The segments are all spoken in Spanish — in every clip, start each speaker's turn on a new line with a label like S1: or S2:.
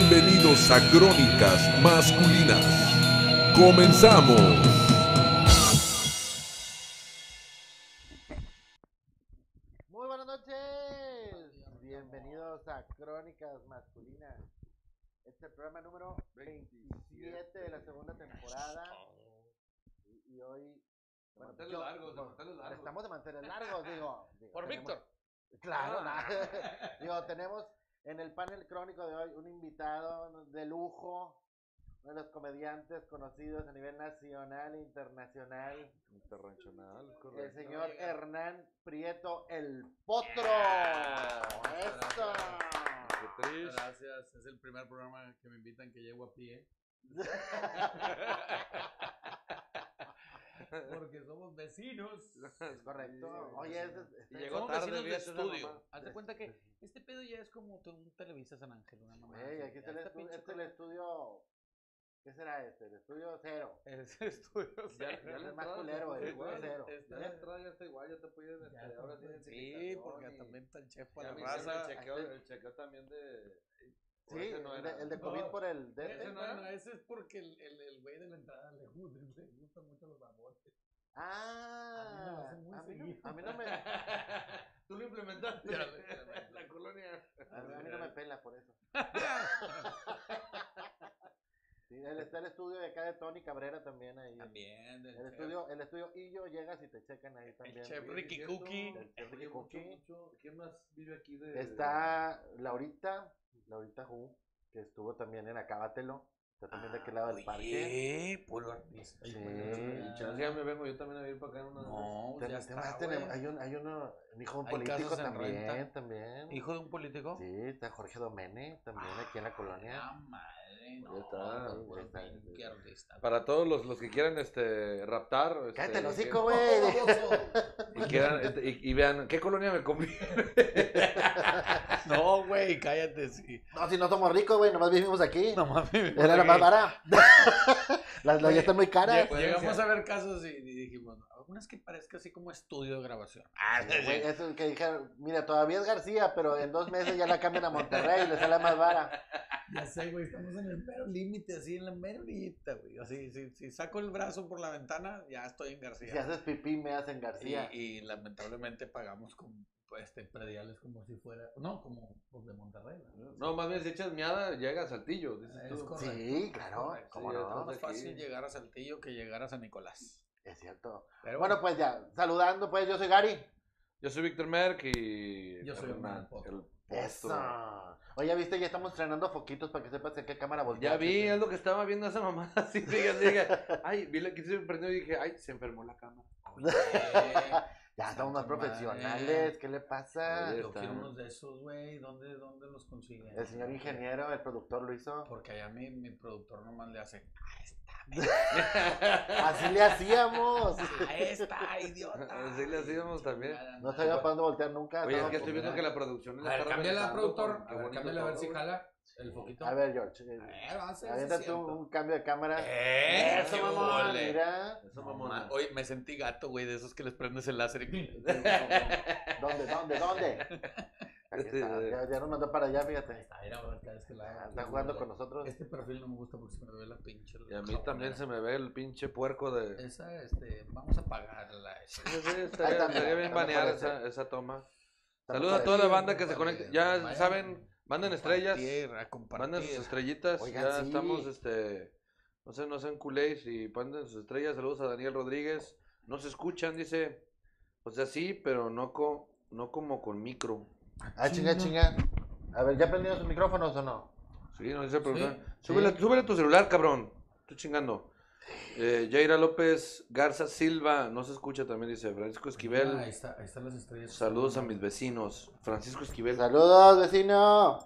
S1: bienvenidos a Crónicas Masculinas. Comenzamos.
S2: Muy buenas noches. Bienvenidos a Crónicas Masculinas. Este es el programa número 27 de la segunda temporada. Y, y hoy. bueno,
S3: manteles
S2: yo-
S3: largos, de
S2: no,
S3: manteles largos.
S2: Estamos de manteles largos, digo. digo,
S3: Por
S2: tenemos-
S3: Víctor.
S2: Claro,
S3: Ah.
S2: na- digo, tenemos en el panel crónico de hoy un invitado de lujo, uno de los comediantes conocidos a nivel nacional e internacional.
S4: Internacional,
S2: El
S4: correcto.
S2: señor Hernán Prieto el Potro. ¡Eso!
S4: Qué triste.
S3: Gracias, es el primer programa que me invitan que llego a pie. Porque somos vecinos.
S2: Es correcto. Oye, es, es-
S4: Y llegó
S3: Somos
S4: tarde,
S3: vecinos de
S4: fíjate esa
S3: estudio.
S4: mamá.
S5: Hazte cuenta que este pedo ya es como tu- un Televisa San Ángel, una mamá.
S2: güey,
S5: así,
S2: aquí
S5: ya
S2: está el,
S5: esta
S2: estu-
S5: pinche
S2: este es el estudio. ¿Qué será este? El estudio cero.
S5: cosa- Es estudio
S4: Ya- ya
S5: cero.
S4: la
S2: Es más
S4: entrada
S2: culero,
S4: ya está
S2: güey,
S4: igual,
S2: cero.
S4: está- La entrada ya está igual, ya te pueden
S5: Ya,
S4: este, ahora tienen
S5: Sí,
S4: civilización
S5: porque
S4: y-
S5: también está el chef
S4: Ya
S5: para
S4: me
S5: la
S4: hicieron
S5: raza.
S4: El chequeo,
S2: Este-
S4: el chequeo también de.
S2: Sí,
S4: o ese no
S2: el,
S4: era.
S2: de, el de
S5: No,
S2: COVID por el DT.
S5: Ese no,
S2: ¿verdad?
S5: no, ese es porque el, el, el güey de la entrada le, gusta- le gustan mucho los babotes.
S2: Ah,
S5: A mí me lo hacen muy
S2: a mí no-
S5: seguido.
S2: a mí no me, a
S4: Tú lo implementaste.
S5: Ya lo
S4: en la colonia.
S2: mí- a mí no me pela por eso. Sí, el- está el estudio de acá de Tony Cabrera también ahí.
S5: También, del
S2: El
S5: chef.
S2: estudio, el estudio Illo llegas y te checan ahí también.
S5: chef
S4: Oye,
S5: Ricky
S4: es cierto,
S5: Cookie.
S4: oye,
S2: El Ricky
S4: mucho,
S2: Cookie.
S4: mucho. ¿Quién más vive aquí de.?
S2: Está Laurita, Laurita Ju, que estuvo también en Acábatelo. Está también
S5: Ah,
S2: de aquel lado del parque.
S5: Oye, puro artista.
S2: Sí.
S5: hijo de la
S4: Y
S5: chingada.
S4: chance, ya me vengo yo también a vivir para acá en una.
S5: No,
S2: Te-
S5: pues ya
S2: te- más
S5: está,
S2: tenemos-
S5: güey.
S2: este hay, un, hay uno, un hijo de un
S5: Hay
S2: político
S5: casas en
S2: también,
S5: renta.
S2: también.
S5: ¿Hijo de un político?
S2: Sí, está Jorge Domene también aquí en la colonia.
S5: Ah, madre, no.
S4: Ya está,
S5: no,
S2: ya está,
S5: puro
S2: ya
S5: pinche
S2: está.
S5: artista.
S4: Para todos los, los que quieran este, raptar.
S5: pues
S4: este,
S2: Cállate el
S4: y
S2: hocico,
S4: que-
S2: güey.
S4: Y, quieran, este, y, y vean, ¿qué colonia me conviene?
S5: No, güey, cállate, sí.
S2: No, si no somos ricos, güey, nomás vivimos aquí.
S5: No mames.
S2: Era la
S5: güey.
S2: más barata. las las
S5: Oye,
S2: ya están muy caras.
S5: Lle- Llegamos a ver casos y, y dijimos, algunas que parezca así como estudio de grabación. Ah, sí,
S2: Güey,
S5: sí.
S2: Eso que dijeron, mira, todavía es García, pero en dos meses ya la cambian a Monterrey y le sale más vara.
S5: ya sé, güey, estamos en el mero límite, así en la mero orillita, güey. Así, si, si saco el brazo por la ventana, ya estoy en
S2: Si
S5: García.
S2: haces pipí, me hacen
S5: y,
S2: García.
S5: y lamentablemente pagamos con pues, este, prediales como si fuera, no, como los de Monterrey. ¿verdad?
S4: No, más bien, si echas miada, llega a Saltillo. Dices
S2: Ah,
S5: Es
S4: tú.
S5: correcto.
S2: Sí, claro,
S5: Correcto,
S2: cómo
S4: sí,
S2: no. pues,
S4: ya
S5: Es
S4: estás
S5: más
S4: aquí.
S5: fácil llegar a Saltillo que llegar a San Nicolás.
S2: Es cierto.
S5: Pero
S2: Bueno, pues ya, saludando, pues yo soy Gary.
S4: Yo soy Víctor Merck y.
S5: Yo soy Hernán
S4: Hernán,
S5: Potro.
S4: el
S2: Eso.
S4: Potro.
S2: Oye, viste, ya estamos estrenando foquitos para que sepas en qué cámara voltear.
S4: Ya vi, es lo que estaba viendo esa mamá. Así, dije, dije, ay, vi la que se prendió y dije, ay, se enfermó la cámara.
S5: Oye,
S2: pues, Ya estamos más
S5: Santa madre.
S2: profesionales, ¿qué le pasa?
S4: Oye,
S5: yo
S4: está.
S5: quiero unos de esos, güey. ¿Dónde, ¿Dónde los consiguen?
S2: El señor ingeniero, el productor lo hizo.
S5: Porque allá mi, mi productor nomás le hace,
S2: Así le hacíamos.
S5: a esta idiota.
S4: Así le hacíamos también.
S5: Chingada
S2: No
S5: madre.
S2: sabía para dónde voltear nunca. pues,
S4: Oye, es
S2: estaba-
S4: que estoy viendo que la producción.
S5: A ver, cámbiale al
S4: al
S5: productor. A ver, cámbiale a ver si jala el foquito.
S2: A ver, George. eh,
S5: A ver, vamos a ver si es
S2: Aviéntate un,
S5: cierto.
S2: un cambio de cámara.
S5: ¡Eh!
S2: Eso,
S5: ¡Qué
S2: mamón,
S5: ole!
S2: mira.
S4: Eso,
S5: No,
S4: mamona.
S5: ma- Oye, me sentí gato, güey, de esos que les prendes el láser y...
S2: ¿Dónde, dónde, dónde? Aquí
S4: Este,
S2: está,
S4: eh.
S2: Ya, ya nos mandó para allá, fíjate.
S5: Está, era ahora cada vez que la-
S2: Ah, Está jugando con nosotros.
S5: Este perfil no me gusta porque se me ve la pinche...
S4: Y a mí también se me ve el pinche puerco de.
S5: Esa, este, vamos a pagarla. esa.
S4: Sí, sí,
S2: Ahí
S4: Estaría
S2: está, mira,
S4: estaría bien
S2: está
S4: banear
S2: mejor
S4: esa, esa toma.
S2: Está
S4: Saludos a toda la
S5: parecido,
S4: banda que
S5: muy
S4: se conecta.
S5: parecido.
S4: Ya
S5: Vayan.
S4: saben, manden estrellas.
S5: Compartir, a compartir.
S4: Manden sus estrellitas,
S2: Oigan,
S4: ya
S2: sí.
S4: estamos, este, no se, no sean culéis y manden sus estrellas, saludos a Daniel Rodríguez, no se escuchan, dice, o sea, sí, pero no, co- no como con micro,
S2: Ah, chinga, chinga. A ver, ¿ya prendieron sus micrófonos o no?
S4: sí, no dice, pero,
S5: Sí,
S4: súbele,
S2: sí.
S4: súbele tu celular, cabrón, tú chingando. Eh, Yaira López Garza Silva, no se escucha también, dice, Francisco Esquivel,
S5: Ah, ahí, está, ahí están las estrellas.
S4: saludos a mis vecinos, Francisco Esquivel,
S2: Saludos, vecino.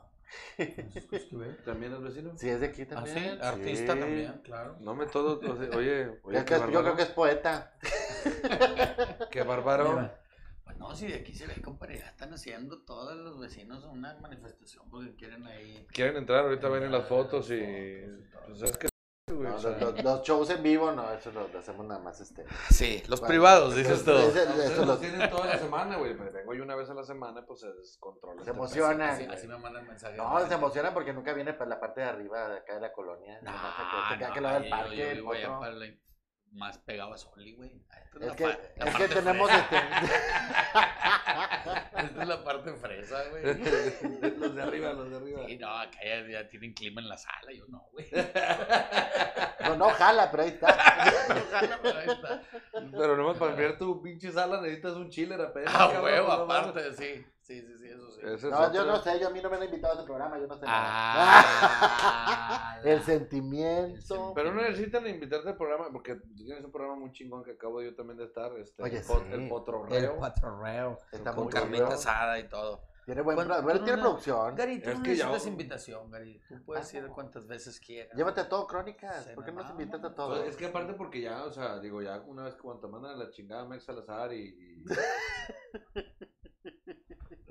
S5: Francisco Esquivel.
S4: ¿también es vecino?
S2: Sí, es de aquí
S5: Ah, sí,
S2: también.
S5: artista
S2: Sí.
S5: también, claro.
S4: No me todo, o sea, oye, oye,
S2: Es que es- yo creo que es poeta.
S4: qué bárbaro.
S5: Mira, Pues no, si de aquí se ve, compadre, ya están haciendo todos los vecinos una manifestación porque quieren ahí
S4: Quieren entrar, ahorita ven en las
S5: Entrar,
S4: fotos y.
S5: las fotos y todo.
S4: Pues es que güey.
S2: No,
S4: O sea,
S2: los, los- los shows en vivo, no, eso lo, lo hacemos nada más este.
S6: Sí, los
S2: Bueno,
S6: privados, dices tú.
S2: Ese-
S4: ustedes
S2: eso
S4: los
S2: lo-
S4: tienen toda la semana, güey. Me vengo yo una vez a la semana, pues se descontrola.
S2: Se
S4: este pedo.
S2: emocionan.
S5: Así, así me mandan mensajes.
S2: No, se emocionan porque nunca viene para la parte de arriba de acá de la colonia.
S5: No,
S2: Nomás acá, acá
S5: no,
S2: que lo ve el
S5: ahí
S2: parque,
S5: Yo, yo
S2: el
S5: vivo allá
S2: potro.
S5: para la- más pegado a Soli, güey. Esta
S2: Es
S5: la
S2: que,
S5: pa- la
S2: es que
S5: parte
S2: tenemos
S5: fresa.
S2: este.
S5: Esta es la parte fresa, güey.
S4: los de arriba, los de arriba.
S5: Sí, no, acá ya, ya tienen clima en la sala, yo no, güey.
S2: No, no jala, pero ahí está.
S5: Ojalá, pero ahí está.
S4: Pero nomás para ver tu pinche sala necesitas un chiller apenas.
S5: A
S4: cabrón,
S5: huevo,
S4: no mames.
S5: aparte, sí. Sí, sí, sí, eso sí.
S4: Ese es
S2: Ah, No, yo
S4: otro.
S2: no sé, yo a mí no me han invitado a ese programa, yo no sé. nada.
S5: Ah,
S2: el sentimiento.
S4: Pero no necesitan invitarte al programa, porque tú tienes un programa muy chingón que acabo yo también de estar. Este,
S2: Oye,
S4: el, pot-
S2: sí.
S4: el
S7: El
S4: potrorreo.
S7: patrorreo.
S2: Está
S4: Con
S2: muy
S6: con
S2: cabrón.
S6: carnita asada y todo.
S2: Tiene buen
S5: Bueno,
S2: pro- bueno,
S5: tú
S2: tiene
S5: no-
S2: producción.
S5: Gary, tú
S4: Es
S5: no
S4: que ya-
S5: necesitas invitación, Gary. Tú puedes ir cuantas veces quieras.
S2: Llévate a todo, Crónicas.
S5: Se
S2: ¿Por qué no
S5: me
S2: nos invitas a
S5: mama.
S2: todo?
S4: Pues, es que aparte porque ya, o sea, digo, ya una vez que cuando te mandan a la chingada Mex Salazar y... y-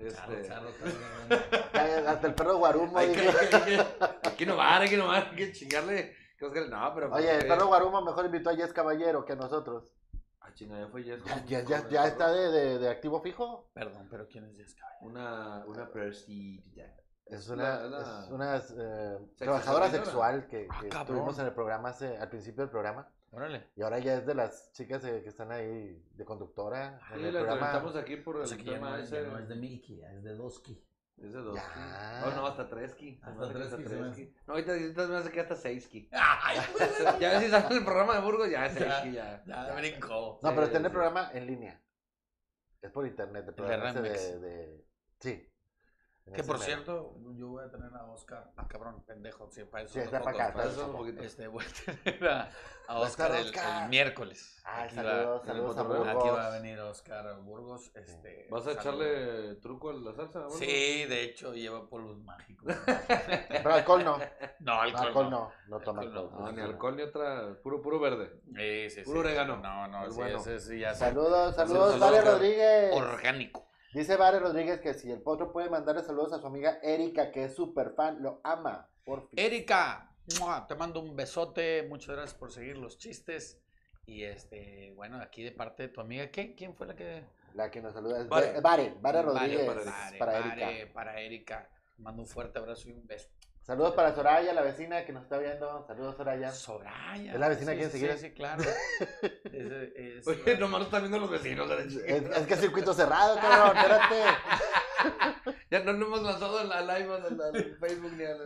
S5: Charro,
S4: este,
S5: charro, charro.
S2: Eh, Hasta el perro Guarumo
S4: hay que,
S2: dijo.
S4: hay que- hay que innovar, hay que innovar, hay que chingarle. que Oscar- No, pero...
S2: Oye, el
S4: eh,
S2: perro Guarumo mejor invitó a Jess Caballero que a nosotros.
S4: Ah, chinga, ya fue Jess.
S2: Ya, ya, ya está de, de, de activo fijo.
S5: Perdón, pero ¿quién es Jessica?
S4: Una, una persidita.
S2: Es una,
S4: La- la-
S2: es una, eh, trabajadora
S4: servidora.
S2: sexual que,
S5: Ah,
S2: que
S5: cabrón.
S2: tuvimos en el programa hace- al principio del programa.
S5: Órale.
S2: Y ahora ya es de las chicas eh, que están ahí de conductora. en
S4: Sí,
S2: Ah, el
S4: la
S2: programa.
S4: entrevistamos aquí por el
S5: O sea que pues ya
S4: tema
S5: no,
S4: ese.
S5: ya no es de
S7: Milky, es de Doski.
S4: Es de dos.
S2: Ya.
S4: ki. No, no, hasta tres ki.
S7: Hasta
S4: Se me hace que
S7: tres ki se me hace.
S4: ki. No, ahorita ahorita me hace que hasta seis ki. ya ves si sale el programa de Burgos, ya seis ki ya.
S5: Ya brincó.
S2: No, pero
S4: Sí,
S2: está en el
S4: sí.
S2: programa en línea. Es por internet. El programa ese de,
S5: Remex.
S2: de- Sí. En
S5: Que
S2: ese
S5: por
S2: mero.
S5: cierto, yo voy a tener a Oscar. Ah, cabrón, pendejo. Sí, para eso.
S2: Sí,
S5: lo
S2: está para
S5: toco,
S2: acá.
S4: Para
S2: está para
S4: eso un
S2: acá.
S4: poquito.
S5: Este, voy a tener a, a
S2: Va a estar
S5: Oscar, el,
S2: Oscar.
S5: el miércoles.
S2: Ay,
S5: Aquí va-
S2: saludos,
S4: en el
S2: saludos a
S4: Motorreo.
S2: Burgos.
S5: Aquí va a venir Oscar Burgos. Este,
S4: ¿Vas a
S5: saludos.
S4: echarle truco a la salsa? Burgos?
S5: Sí, de hecho lleva polvos mágicos.
S2: Pero alcohol no.
S5: No, alcohol,
S2: Alcohol
S5: no.
S2: no. No toma
S5: Alcohol no.
S2: alcohol.
S4: No, Ah, ni alcohol ni otra. Puro, puro verde.
S5: Sí, sí, sí.
S4: Puro orégano.
S5: No, no,
S4: Muy
S5: sí,
S4: bueno.
S5: ese sí ya es
S2: Saludos, saludos,
S5: Saludos,
S2: Vale
S5: Oscar.
S2: Rodríguez.
S5: orgánico.
S2: Dice Vale Rodríguez que si el potro puede mandarle saludos a su amiga Erika, que es súper fan, lo ama. Por
S5: Eh,
S2: fin.
S5: Erika, ¡mua! te mando un besote. Muchas gracias por seguir los chistes. Y este, bueno, aquí de parte de tu amiga, ¿qué? ¿quién fue la que?
S2: La que nos saluda es
S4: Vale.
S2: Vare, Vare, Vare
S5: Vale,
S2: Rodríguez
S4: para
S5: Vale,
S2: para
S5: vale,
S2: Erika.
S5: para Erika. Te Mando un fuerte abrazo y un beso.
S2: Saludos para Soraya, la vecina que nos está viendo. Saludos, Soraya.
S5: Soraya.
S2: Es la vecina
S5: sí,
S2: que
S5: sí,
S2: enseguida-
S5: Sí, sí, claro. Es- es-
S4: Oye, nomás lo están viendo los vecinos.
S2: Es, es que es circuito cerrado, cabrón, espérate.
S4: Ya no nos hemos lanzado en la live, en la- en Facebook ni a la-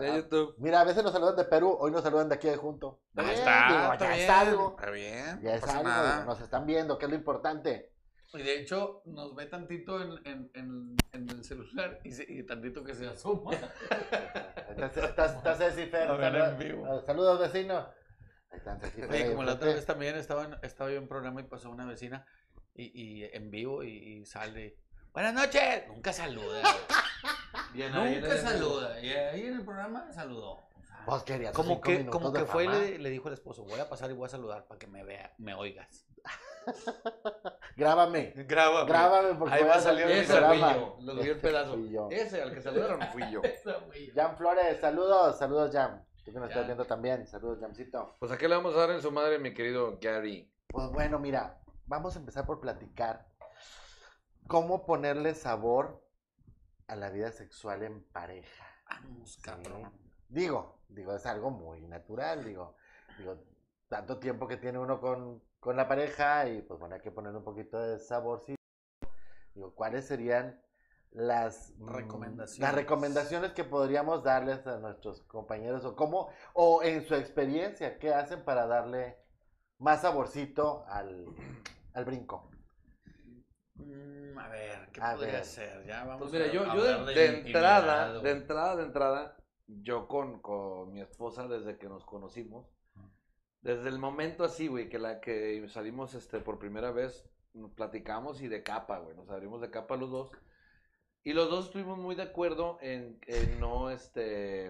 S4: de
S2: ah,
S4: YouTube.
S2: Mira, a veces nos saludan de Perú, hoy nos saludan de aquí de junto.
S6: Ahí
S2: Bien,
S6: está,
S2: digo,
S6: está
S2: ya
S6: bien.
S2: es algo.
S6: Está bien.
S2: Ya
S6: no
S2: es
S6: pasa
S2: algo,
S6: nada.
S2: nos están viendo, que es lo importante.
S5: Y de hecho, nos ve tantito en, en- en- en el celular y, se- y tantito que se asoma.
S2: Estás, estás, estás Ceci Fer,
S5: A ver,
S2: saluda-
S5: en vivo.
S2: ah, Saludos, vecino. Ahí están Ceci Fer,
S5: Oye,
S2: ahí
S5: como la otra
S2: enfrente.
S5: vez también estaba, en- estaba yo en un programa y pasó una vecina y, y en vivo y, y sale. Buenas noches. Nunca saluda.
S4: Bien, ahí en
S5: nunca
S4: el-
S5: saluda. Y ahí en el programa saludó.
S2: Vos querías
S5: Como
S2: cinco
S5: que,
S2: minutos
S5: como
S2: de
S5: que fue y
S2: fama.
S5: le, le dijo al esposo, voy a pasar y voy a saludar para que me vea, me oigas.
S2: Grábame,
S5: Graba.
S2: grábame porque
S5: Ahí
S2: voy
S5: va a salir
S2: mi
S5: el
S4: Ese fui
S2: programa.
S4: yo. Lo dio el pedazo.
S2: Fui yo.
S4: Ese al que saludaron fui yo.
S2: Jan Flores, saludos, saludos, Jam. Tú que nos estás
S5: Jam.
S2: viendo también, saludos, Jamcito.
S4: Pues a qué le vamos a dar en su madre, mi querido Gary.
S2: Pues bueno, mira, vamos a empezar por platicar cómo ponerle sabor a la vida sexual en pareja.
S5: Vamos, pues, cabrón.
S2: Digo, digo, es algo muy natural, digo, digo, tanto tiempo que tiene uno con, con la pareja y pues bueno, hay que ponerle un poquito de saborcito. Digo, ¿cuáles serían las mm,
S5: Recomendaciones.
S2: Las recomendaciones que podríamos darles a nuestros compañeros o cómo, o en su experiencia, ¿qué hacen para darle más saborcito al, al brinco?
S5: Mm, a ver, ¿qué
S2: A
S5: podría
S2: ver.
S5: ser? Ya vamos
S4: Pues mira,
S5: a
S4: yo, yo
S5: hablar
S4: de, de
S5: la intimidad,
S4: entrada,
S5: güey.
S4: de entrada, de entrada, yo con, con mi esposa desde que nos conocimos, desde el momento así, güey, que la que salimos este por primera vez, nos platicamos y de capa, güey, nos abrimos de capa los dos. Y los dos estuvimos muy de acuerdo en, en no, este,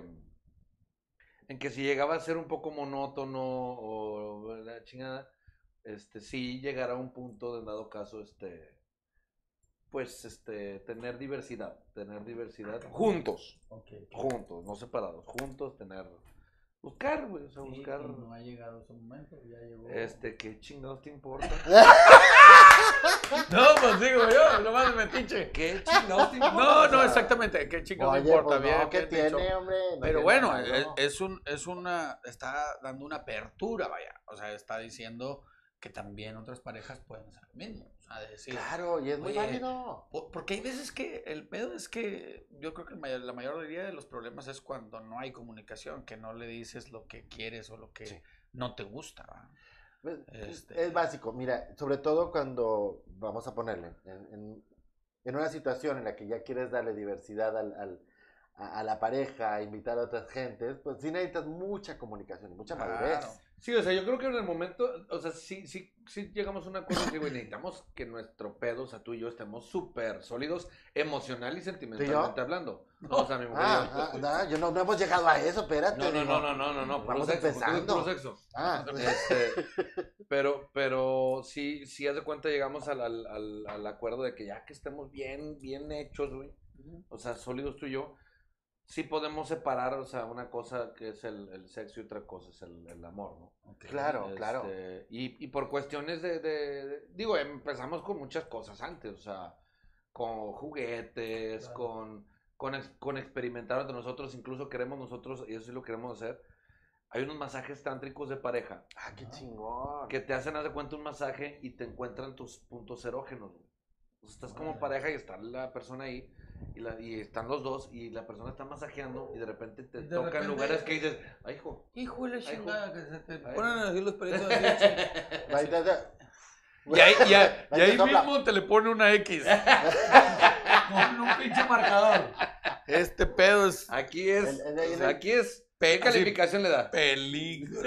S4: en que si llegaba a ser un poco monótono o la chingada, este, sí llegará a un punto, en dado caso, este, pues, este, tener
S5: Ah,
S4: diversidad, tener diversidad juntos,
S5: Ok.
S4: juntos, no separados, juntos, tener Buscar, güey, o sea,
S5: Sí,
S4: buscar.
S5: y no ha llegado ese momento, ya llegó.
S4: Este, ¿qué chingados te importa?
S2: Ah.
S3: No, pues digo yo, nomás me pinche.
S4: ¿Qué chingados te importa?
S3: No,
S4: O
S3: no,
S4: sea,
S3: exactamente. ¿Qué chicos
S2: Oye,
S3: no importa?
S2: pues
S3: bien,
S2: no, ¿qué
S3: bien dicho.
S2: tiene, hombre? No
S3: Pero
S2: tiene
S3: bueno, eh,
S2: nada,
S3: es,
S2: ¿no?
S3: es un, es una, está dando una apertura, vaya. O sea, está diciendo que también otras parejas pueden hacer lo mismo. O sea, de decir,
S2: Claro, y es muy
S3: Oye,
S2: válido.
S3: po- porque hay veces que el pedo es que yo creo que el mayor- la mayoría de los problemas es cuando no hay comunicación, que no le dices lo que quieres o lo que
S2: Sí.
S3: no te gusta. ¿va?
S2: Pues,
S3: este-
S2: Es básico, mira, sobre todo cuando, vamos a ponerle, en, en- en una situación en la que ya quieres darle diversidad al- al- a, a la pareja, invitar a otras gentes, pues sí necesitas mucha comunicación y mucha
S3: Claro.
S2: madurez.
S4: Sí, o sea, yo creo que en el momento, o sea, sí, sí, sí llegamos a un acuerdo que, güey, necesitamos que nuestro pedo, o sea, tú y yo estemos súper sólidos emocional y sentimentalmente hablando. No, o sea, mi mujer y yo.
S2: Ah, ah, no, yo no, no hemos llegado a eso, espérate.
S4: No, no,
S2: digo.
S4: no, no, no, no, no, puro
S2: Vamos
S4: sexo, porque es
S2: empezando.
S4: puro sexo.
S2: Ah,
S4: Este, pero, pero sí, sí, haz de cuenta, llegamos al, al, al, al acuerdo de que ya que estemos bien, bien hechos, güey, o sea, sólidos tú y yo, sí podemos separar, o sea, una cosa que es el, el sexo y otra cosa es el, el amor, ¿no?
S2: claro, claro.
S4: Este, Y, y por cuestiones de, de- de- Digo, empezamos con muchas cosas antes, o sea, con juguetes,
S5: Claro.
S4: con, con, ex- con experimentar entre nosotros, incluso queremos nosotros, y eso sí lo queremos hacer. Hay unos masajes tántricos de pareja
S2: Ah, qué chingón.
S4: que te hacen, haz de cuenta, un masaje y te encuentran tus puntos erógenos. güey. O sea, estás como
S5: Órale.
S4: pareja y está la persona ahí. Y, la- y están los dos y la persona está masajeando y de repente te
S5: Y de
S4: tocan
S5: repente-
S4: lugares que dices, ay hijo,
S5: Hijo de la
S4: hijo.
S5: chingada que se te
S4: Ay.
S5: ponen así los pelitos así.
S2: Va, da, da.
S3: Y ahí, y ahí- y
S2: Ahí
S3: ahí
S2: te sopla.
S3: mismo te le pone una X.
S5: con un pinche marcador.
S3: Este pedo es
S4: Aquí es.
S2: El- el- el-
S4: o sea, aquí es.
S3: pe-
S4: ¿Qué calificación le da?
S3: peligro.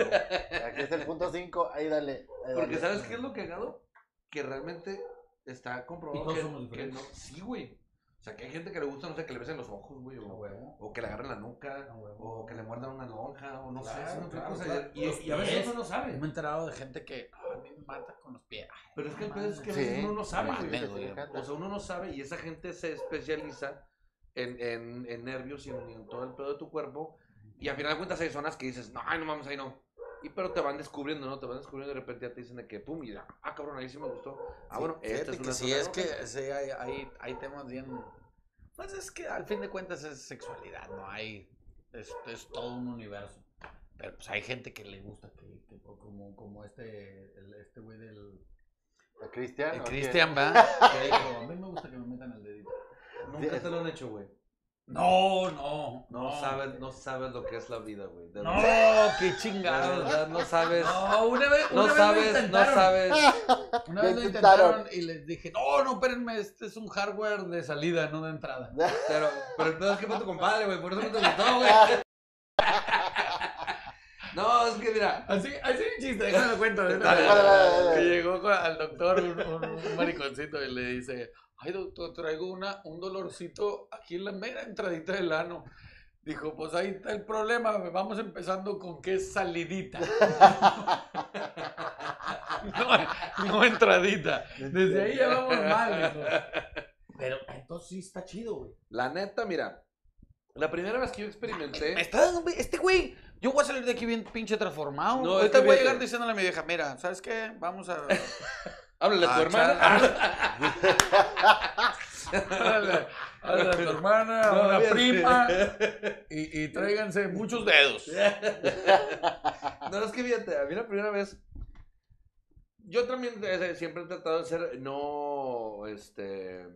S2: Aquí es el punto 5, ahí dale. ahí
S4: Porque
S2: dale.
S4: ¿sabes qué es lo cagado? Que realmente está
S5: Y
S4: comprobado
S5: todos
S4: que,
S5: somos
S4: que no.
S5: diferentes.
S4: Sí, güey. O sea, que hay gente que le gusta, no sé, que le besen los ojos, güey.
S5: A
S4: O,
S5: huevo.
S4: o que le agarren la nuca.
S5: A huevo.
S4: O que le muerdan una lonja. O no sé.
S5: Claro,
S4: es una
S5: claro,
S4: cosa.
S5: claro.
S4: Y,
S5: Los
S4: y a veces
S5: pies.
S4: uno no
S5: Me
S4: sabe.
S5: he enterado de gente que "Ah, a mí me mata con los pies. Ay,
S4: Pero es que el
S5: no
S4: pedo es que a
S5: mames.
S4: veces
S2: Sí.
S4: uno no sabe, güey.
S3: Mames,
S2: Ah, Sí,
S3: güey.
S2: sí, sí.
S4: O sea, uno no sabe y esa gente se especializa en, en, en nervios y en, en todo el pedo de tu cuerpo. Y al final de cuentas hay zonas que dices, no, ay, no mames, ahí no. Y pero te van descubriendo, ¿no? Te van descubriendo y de repente ya te dicen de que, pum, y ya, ah, cabrón, ahí sí me gustó. Ah, bueno,
S3: Sí, fíjate
S4: esta
S5: este
S4: es
S3: que
S4: una
S3: sí,
S4: zona
S3: es
S4: roja.
S3: que sí, hay, hay- hay temas bien. Pues es que al fin de cuentas es sexualidad, no hay. Es, es todo un universo. Pero pues hay gente que le gusta, que, que- o como, como este el- este güey del.
S2: ¿A
S4: Eh,
S2: Cristian?
S3: el
S2: o qué?
S3: Cristian, ¿va?
S5: que dijo, a mí me gusta que me metan el dedito.
S4: Nunca te lo han hecho, güey.
S5: No, no.
S4: No, sabes, no sabes lo que es la vida, güey. De
S5: No,
S4: verdad,
S5: qué
S4: de
S5: chingados.
S4: verdad, no sabes.
S5: No, una vez,
S4: No
S5: una vez lo
S4: sabes, no
S5: intentaron.
S4: sabes.
S5: Una
S2: Lo
S5: vez lo
S2: intentaron.
S5: intentaron y les dije, no, no, espérenme, este es un hardware de salida, no de entrada.
S4: Pero, pero el pedo es que fue tu compadre, güey. Por eso no te gustó, güey. No, es que mira.
S5: Así, así un chiste, déjame lo cuento. déjame lo
S4: Dale,
S2: dale,
S5: cuento.
S2: dale, dale.
S5: Que llegó con- al doctor un, un- un mariconcito y le dice, ay doctor, traigo una, un dolorcito aquí en la mera entradita del ano. Dijo, pues ahí está el problema, vamos empezando con que es salidita. No, no entradita. Desde ahí ya vamos mal. dijo. Pero entonces sí está chido, güey.
S4: La neta, mira. La primera vez que yo experimenté.
S3: Me está dando. Este güey. Yo voy a salir de aquí bien pinche transformado.
S4: No,
S3: Ahorita
S4: es que
S3: voy a
S4: fíjate.
S3: llegar diciéndole a mi vieja, mira, ¿sabes qué? Vamos a.
S4: Háblale a tu
S3: Ah,
S4: hermana.
S5: Háblale háblale a tu hermana, a
S4: No,
S5: una
S4: fíjate.
S5: prima y, y tráiganse muchos dedos.
S4: No, es que fíjate, a mí la primera vez. Yo también eh, siempre he tratado de ser. No. Este.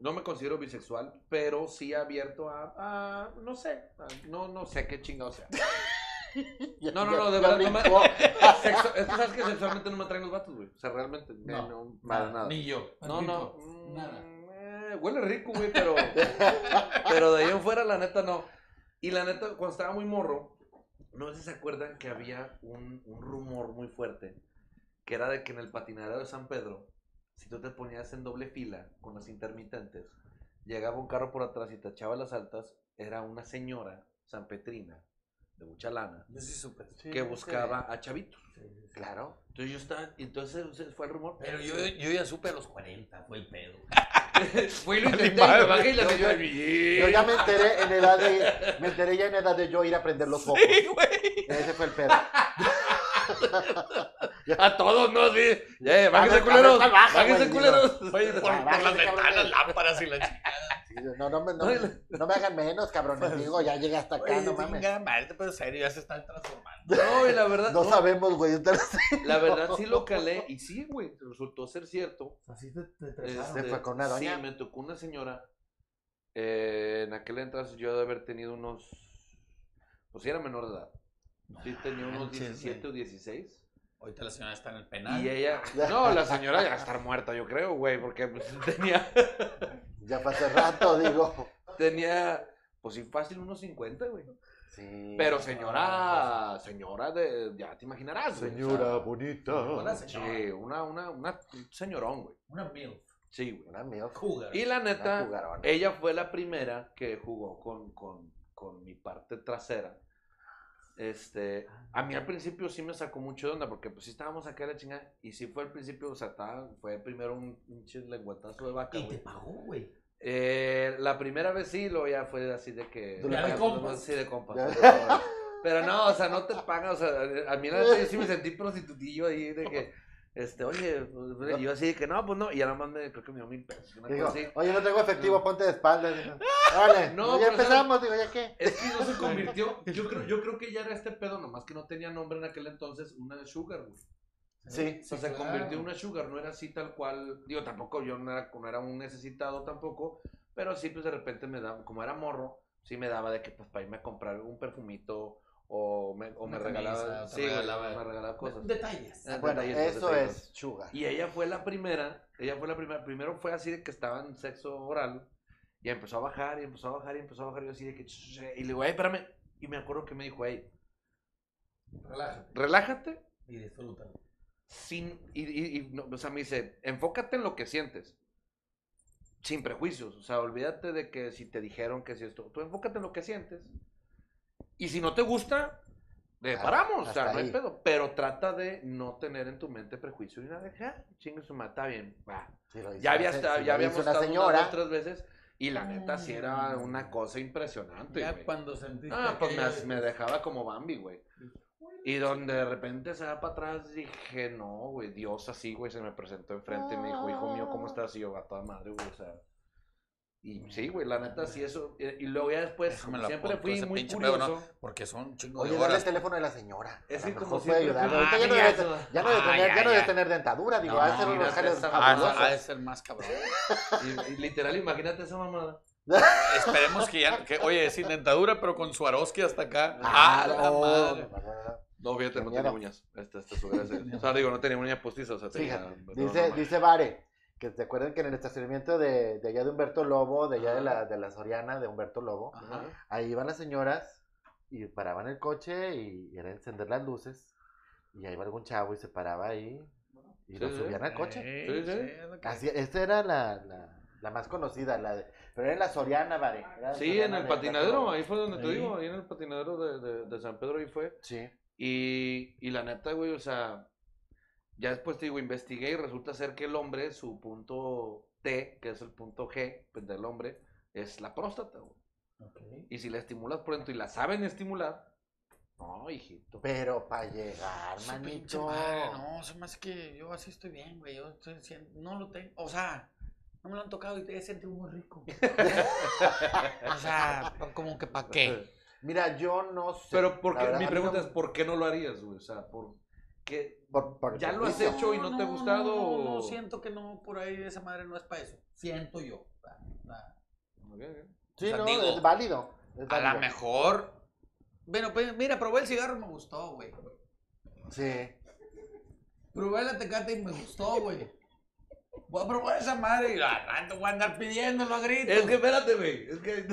S4: No me considero bisexual, pero sí abierto a. a, no sé. a- no, no sé qué chingado sea.
S2: Ya-
S4: No, no,
S2: ya-
S4: no, de
S2: ya
S4: verdad, no me-
S2: brincó.
S4: Sexo- es que sabes que sexualmente no me traen los vatos, güey. O sea, realmente. me-
S5: No,
S4: No, para nada.
S5: Ni yo.
S4: No, no. mm,
S5: nada.
S4: eh, huele rico, güey, pero. pero de ahí en fuera, la neta, no. Y la neta, cuando estaba muy morro, no sé si se acuerdan que había un, un rumor muy fuerte que era de que en el patinadero de San Pedro, si tú te ponías en doble fila con las intermitentes, llegaba un carro por atrás y te echaba las altas, era una señora sanpetrina de mucha lana
S5: Yo sí supe.
S4: que buscaba a chavitos.
S2: Claro.
S4: Entonces yo estaba, entonces fue el rumor.
S5: Pero yo, yo ya supe a los 40, fue el pedo.
S4: Fui y lo intenté, y
S5: madre.
S4: me bajé y la
S5: No,
S4: cayó.
S2: Yo ya me enteré en edad de. Me enteré ya en edad de yo ir a prender los focos.
S4: Sí, güey.
S2: Ese fue el pedo. A
S4: A todos, ¿no? Sí. Ya, Eh, bájense,
S2: ver,
S4: culeros.
S2: a ver, baja,
S4: Bájense,
S2: güey,
S4: culeros.
S5: Oye, por, por
S2: Bájale,
S5: las
S2: cabrón.
S5: ventanas, lámparas y la chingada.
S2: Sí, No, no, me- no, me- no me hagan menos,
S4: Pues,
S2: cabrones. Digo, ya llegué hasta acá,
S5: Oye,
S2: no mames.
S5: chinga madre, pero en serio, ya se están transformando.
S4: No, y la verdad,
S2: No
S4: no,
S2: sabemos, güey. entonces-
S4: la verdad sí lo calé. Y sí, güey, resultó ser cierto.
S5: Así te, te
S4: Este,
S2: fue con una doña.
S4: Sí, me tocó una señora. Eh, en aquel entonces yo de haber tenido unos. Pues sí, era menor de edad. Sí, tenía unos
S5: manches,
S4: 17 o 16.
S5: Ahorita la señora está en el
S4: Y
S5: penal.
S4: ella. No, la señora ya va a estar muerta, yo creo, güey, porque pues, tenía.
S2: Ya fue hace rato, digo.
S4: Tenía. Pues sí, fácil, unos 50, güey.
S2: Sí.
S4: Pero señora. Señora de. Ya te imaginarás, güey, o sea,
S5: Una
S2: bonita.
S5: señora.
S4: Sí, una, una, una un señorón, güey.
S5: Una mil.
S4: Sí, güey.
S2: Una mío.
S5: Cougar.
S4: Y la
S2: Una
S4: neta, Eh,
S2: jugarona.
S4: ella fue la primera que jugó con, con, con mi parte trasera. Este, a mí al principio sí me sacó mucho de onda, porque pues sí estábamos acá a la chingada, y sí fue al principio, o sea, estaba- fue primero un pinche lengüetazo de vaca,
S5: Y te
S4: güey.
S5: pagó, güey.
S4: Eh, la primera vez sí, luego ya fue así de que...
S2: Ya de
S5: compas.
S4: Sí, de compas.
S2: Ya.
S4: pero- Pero no, o sea, no te pagan, o sea, a mí la neta yo sí me sentí prostitutillo ahí de que, este, oye, pues, y yo así de que no, pues no, y ya nada más me, creo que me dio mil pesos, una
S2: Digo,
S4: cosa así.
S2: oye, no tengo efectivo, ponte de espaldas. Vale,
S4: pues No,
S2: ya
S4: pero,
S2: empezamos, digo, ¿ya qué?
S4: Es que no se convirtió. Yo creo, yo creo que ya era este pedo, nomás que no tenía nombre en aquel entonces, una Sugar, güey.
S2: Sí.
S4: O sea, se convirtió en una Sugar, no era así tal cual. Digo, tampoco yo no era, no era un necesitado tampoco, pero sí, pues de repente me daba, como era morro, sí me daba de que, pues, para irme a comprar un perfumito o me, o
S5: Una
S4: me
S5: camisa,
S4: regalaba.
S5: te
S4: Sí, güey,
S5: regalaba-
S4: me regalaba cosas.
S5: Detalles. Pues,
S4: Ah,
S2: Bueno,
S4: detalles, los
S2: eso
S4: detalles.
S2: es sugar.
S4: Y ella fue la primera, ella fue la primera, primero fue así de que estaba en sexo oral, y empezó a bajar, y empezó a bajar, y empezó a bajar, y yo así de que, ch- ch- y le digo, "Ey, espérame, y me acuerdo que me dijo, hey, pues.
S5: Relájate
S4: relájate,
S5: y disfruta.
S4: sin, y, y- y no, o sea, me dice, enfócate en lo que sientes, sin prejuicios, o sea, olvídate de que si te dijeron que si esto, tú enfócate en lo que sientes, y si no te gusta, le
S2: Ah,
S4: paramos, o sea,
S2: hasta
S4: no hay
S2: ahí.
S4: pedo, pero trata de no tener en tu mente prejuicios ni nada, de, "Ah, chingue su mata, bien, va.
S2: Sí, lo hizo
S4: Ya, había
S2: una- sí,
S4: esta- ya
S2: lo hizo
S4: habíamos
S2: una
S4: estado
S2: señora.
S4: unas otras veces y la neta sí era una cosa impresionante,
S5: Ya
S4: güey.
S5: cuando sentiste.
S4: Ah, pues me,
S5: aquella-
S4: as- me dejaba como Bambi, güey. Y donde de repente se va para atrás, dije, no, güey, Dios así, güey, se me presentó enfrente y me dijo, hijo mío, ¿cómo estás? Y yo, a toda madre, güey, o sea. Y sí, güey, la neta sí eso. eh, Y y luego ya después,
S5: Déjame
S4: como
S5: la
S4: siempre
S5: apunto,
S4: fui
S5: ese
S4: muy
S5: pinche pedo, ¿no?
S4: curioso.
S5: Porque son un chingo
S2: Oye,
S5: de
S2: dale el
S4: este
S5: horas.
S2: teléfono de la señora.
S4: Es
S2: A lo
S4: que como
S2: mejor puede
S4: siempre-
S2: ayudar. Ahorita
S5: Ah,
S2: ya no
S5: ya
S2: debe
S5: eso.
S2: te- ya no debe
S5: Ah,
S2: tener-
S5: ya,
S2: ya no debe
S5: ya.
S2: tener dentadura, digo,
S5: No,
S2: va a ser
S4: mira,
S2: unos jales
S4: esa-
S5: Ah, es-
S2: fabulosos.
S5: ah, es el más cabrón.
S4: Y, y literal, imagínate esa mamada.
S5: Esperemos que ya. Que, oye, sin dentadura, pero con Swarovski hasta acá.
S2: Ah,
S5: ¡Ah, la
S2: no,
S5: madre!
S2: no, no, no.
S4: No, fíjate, no
S2: Miedo.
S4: tenía uñas. Esta, esta su gracia. O sea, digo, no tenía uñas postizas. O sea, tenía-
S2: Fíjate,
S4: no,
S2: Dice,
S4: no, no.
S2: dice Vare, que se acuerdan que en el estacionamiento de, de allá de Humberto Lobo, de allá de la, de la Soriana, de Humberto Lobo,
S4: Ajá.
S2: ahí iban las señoras y paraban el coche y, y era encender las luces. Y ahí iba algún chavo y se paraba ahí y
S4: Sí,
S2: lo
S4: sí.
S2: subían al coche.
S5: Sí,
S4: Sí, sí.
S5: es lo que-
S2: Así, esta era la, la, la más conocida, la de, pero era en la Soriana, Vare. era la
S4: Sí, en
S2: Soriana
S4: el
S2: de Humberto
S4: patinadero, eh.
S2: Lobo.
S4: ahí fue donde te
S5: Ahí.
S4: digo, ahí en el patinadero de, de- de San Pedro, ahí fue.
S2: Sí.
S4: Y, y la neta, güey, o sea, ya después te digo, investigué y resulta ser que el hombre, su punto T, que es el punto G pues, del hombre, es la próstata, güey.
S5: Ok.
S4: Y si la estimulas por dentro y la saben estimular, no, hijito.
S2: Pero para llegar,
S5: Su pinche
S2: manito.
S5: madre, no, se me hace que yo así estoy bien, güey. Yo estoy sien- no lo tengo. O sea, no me lo han tocado y te he sentido muy rico. o sea, pa- como que para qué.
S2: Mira, yo no sé.
S4: Pero
S2: la
S4: porque
S2: verdad,
S4: mi
S2: a mí
S4: pregunta
S2: no-
S4: es, ¿por qué no lo harías, güey? O sea, ¿por qué?
S2: Por, por
S4: ¿Ya lo has
S2: prejuicio.
S4: hecho y no te ha gustado,
S5: No, no,
S4: o-
S5: siento que no, por ahí esa madre no es para eso. Siento yo.
S2: Sí,
S5: O sea,
S2: no,
S5: digo,
S2: es válido. es
S5: A lo
S2: válido.
S5: mejor. Bueno, pues mira, probé el cigarro y me gustó, güey.
S2: Sí.
S5: Probé la tecate y me gustó, güey. Voy a probar esa madre y al rato voy a andar pidiéndolo a gritos.
S4: Es que espérate, güey. Es que.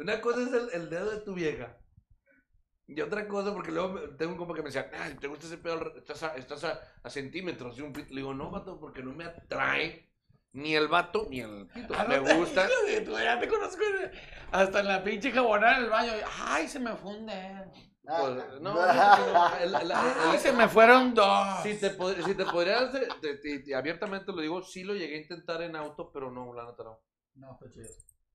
S4: Una cosa es el, el dedo de tu vieja. Y otra cosa, porque luego me- tengo un compa que me decía, ay, ¿te gusta ese pedo? al re- Estás a, estás a, a centímetros de un pito. Le digo, no, vato, porque no me atrae ni el vato ni el pito.
S5: Ah,
S4: Me
S5: no te
S4: gusta.
S5: digo, güey, tú ya te conozco. Hasta en la pinche jabonada en el baño. Ay, se me funde.
S2: Ah,
S4: Pues, no, no, el- el- el-
S5: Ah. ¡Ay, se me fueron dos!
S4: Si te, pod- si te podrías, de- de- de- de- abiertamente lo digo, sí lo llegué a intentar en auto, pero no, la neta no.
S5: No, está chido.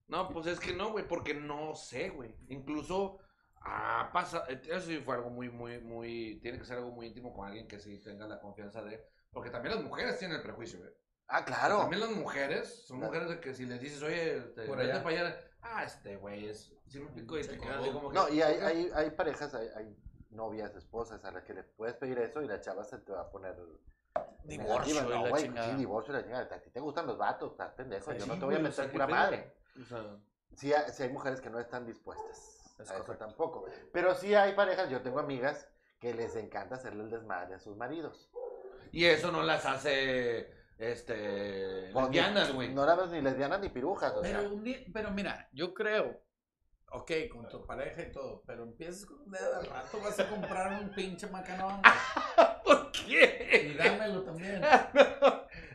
S4: No, pues es que no, güey, porque no sé, güey. Incluso, ah, pasa, eso sí fue algo muy, muy, muy, tiene que ser algo muy íntimo con alguien que sí tenga la confianza de, porque también las mujeres tienen el prejuicio, güey.
S2: Ah, claro.
S4: Pues, También las mujeres, son
S2: Claro.
S4: mujeres de que si les dices, oye, te,
S5: Por
S4: vete
S5: allá.
S4: para allá, ah, este güey es, sí me pico y te quedas así como que,
S2: No, y hay, hay, hay parejas, hay, hay novias, esposas a las que le puedes pedir eso y la chava se te va a poner.
S5: Divorcio
S2: negativa.
S5: y
S2: No,
S5: la
S2: güey,
S5: chingada.
S2: Sí, divorcio y la chingada. A ti te gustan los vatos, estás pendejo. Yo
S4: Sí,
S2: no te voy
S4: güey,
S2: a
S4: o
S2: meter
S4: sea,
S2: pura
S4: qué pedo.
S2: madre.
S4: o sea,
S2: Sí, ha- sí hay mujeres que no están dispuestas
S5: Es
S2: a eso
S5: correcto.
S2: tampoco. Pero sí hay parejas, yo tengo amigas que les encanta hacerle el desmadre a sus maridos.
S4: Y eso no las hace, este, lesbianas, güey.
S2: No las ni lesbianas ni pirujas, o sea.
S5: Pero, un día- pero mira, yo creo, ok, con tu pareja y todo, pero empiezas con un dedo al rato, vas a comprar un pinche macanón. güey,
S4: ¿Por qué?
S5: Y dámelo también.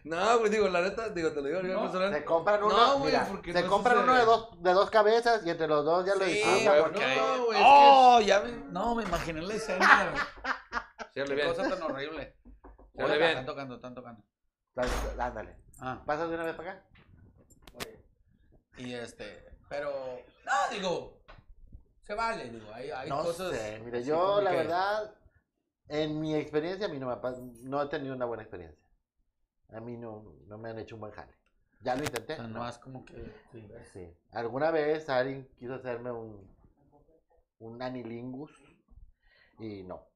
S4: No, güey, digo, la neta, digo, te lo digo a nivel
S5: No,
S4: personal.
S2: Se compran
S4: No,
S2: uno,
S4: güey,
S2: mira,
S4: porque
S2: se
S4: no
S2: compran
S4: sucede.
S2: uno de dos, de dos cabezas y entre los dos ya lo
S5: Sí,
S2: disfrutan.
S5: güey,
S2: porque-
S5: porque-
S4: no, güey, es
S5: ¡Oh! Ya me- No, me imaginé la escena. güey.
S4: Cierre
S5: Qué
S4: bien.
S5: cosa tan horrible.
S4: Sale
S5: Hola,
S4: bien.
S5: Están tocando, están tocando.
S2: Dale, Ándale.
S5: Ah,
S2: ¿Pasas de una vez para acá?
S5: y este, pero, no, digo, se vale, digo, hay, hay
S2: no
S5: cosas.
S2: sé, mire,
S5: así
S2: yo
S5: como
S2: la
S5: que-
S2: verdad, en mi experiencia, a mí no me ha pas- no he tenido una buena experiencia. A mí no, no me han hecho un buen jale. Ya lo intenté.
S5: O sea,
S2: no.
S5: no es como que. sí, ves.
S2: Sí. Alguna vez alguien quiso hacerme un, un anilingus y no.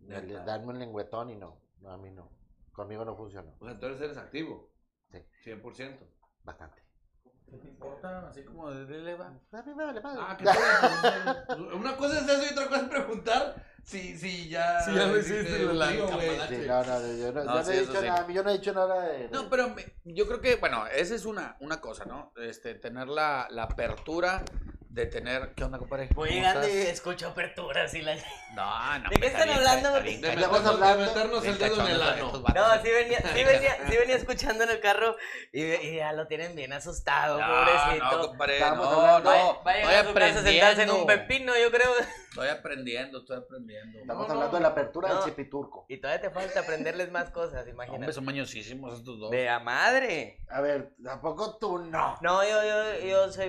S4: Neta.
S2: Le- Darme un lengüetón y no. No, a mí no. Conmigo no funcionó.
S4: O sea, tú eres- eres activo.
S2: Sí.
S4: 100%.
S2: Bastante. Pues,
S5: ¿Qué te importa? Así como de dile, va.
S2: A mí me vale madre.
S4: Ah, que todo- Una cosa es eso y otra cosa es preguntar si, si ya.
S5: Si ya lo hiciste,
S4: lo
S5: la
S4: digo, güey.
S5: camada.
S2: Sí, no, no, yo no,
S5: No,
S2: yo no
S5: sí,
S2: he
S5: eso
S2: dicho
S5: sí.
S2: nada. Yo no he dicho nada de. de-
S5: No, pero me- yo creo que, bueno, esa es una, una cosa, ¿no? Este, tener la, la apertura de tener. ¿Qué onda, compadre? ¿Cómo
S8: Voy llegando y
S5: estás?
S8: escucho aperturas y la...
S5: No, no.
S8: ¿De qué
S5: hombre,
S8: están
S5: bien,
S8: hablando?
S5: está bien,
S4: De
S5: está
S2: Estamos
S4: meternos, de
S2: hablando-
S4: meternos
S5: bien
S4: el dedo en el
S5: cachondo
S4: ano.
S5: estos vatos.
S8: No, sí venía, sí venía, sí venía escuchando en el carro y, y ya lo tienen bien asustado,
S5: No, no,
S8: pobrecito.
S5: compadre,
S2: Estábamos
S5: no,
S2: hablando-
S5: no.
S8: Va a
S5: Estoy
S8: llegar a su casa a sentarse en
S5: aprendiendo.
S8: un pepino, yo creo.
S5: Estoy aprendiendo, estoy aprendiendo.
S2: Estamos
S4: No,
S2: hablando
S4: no.
S2: de la apertura
S8: No.
S2: del chipiturco.
S8: Y todavía te falta aprenderles más cosas,
S5: Hombre,
S8: imagínate.
S5: son mañosísimos estos dos.
S8: De a madre.
S2: A ver, tampoco tú no.
S8: No, yo, yo, yo soy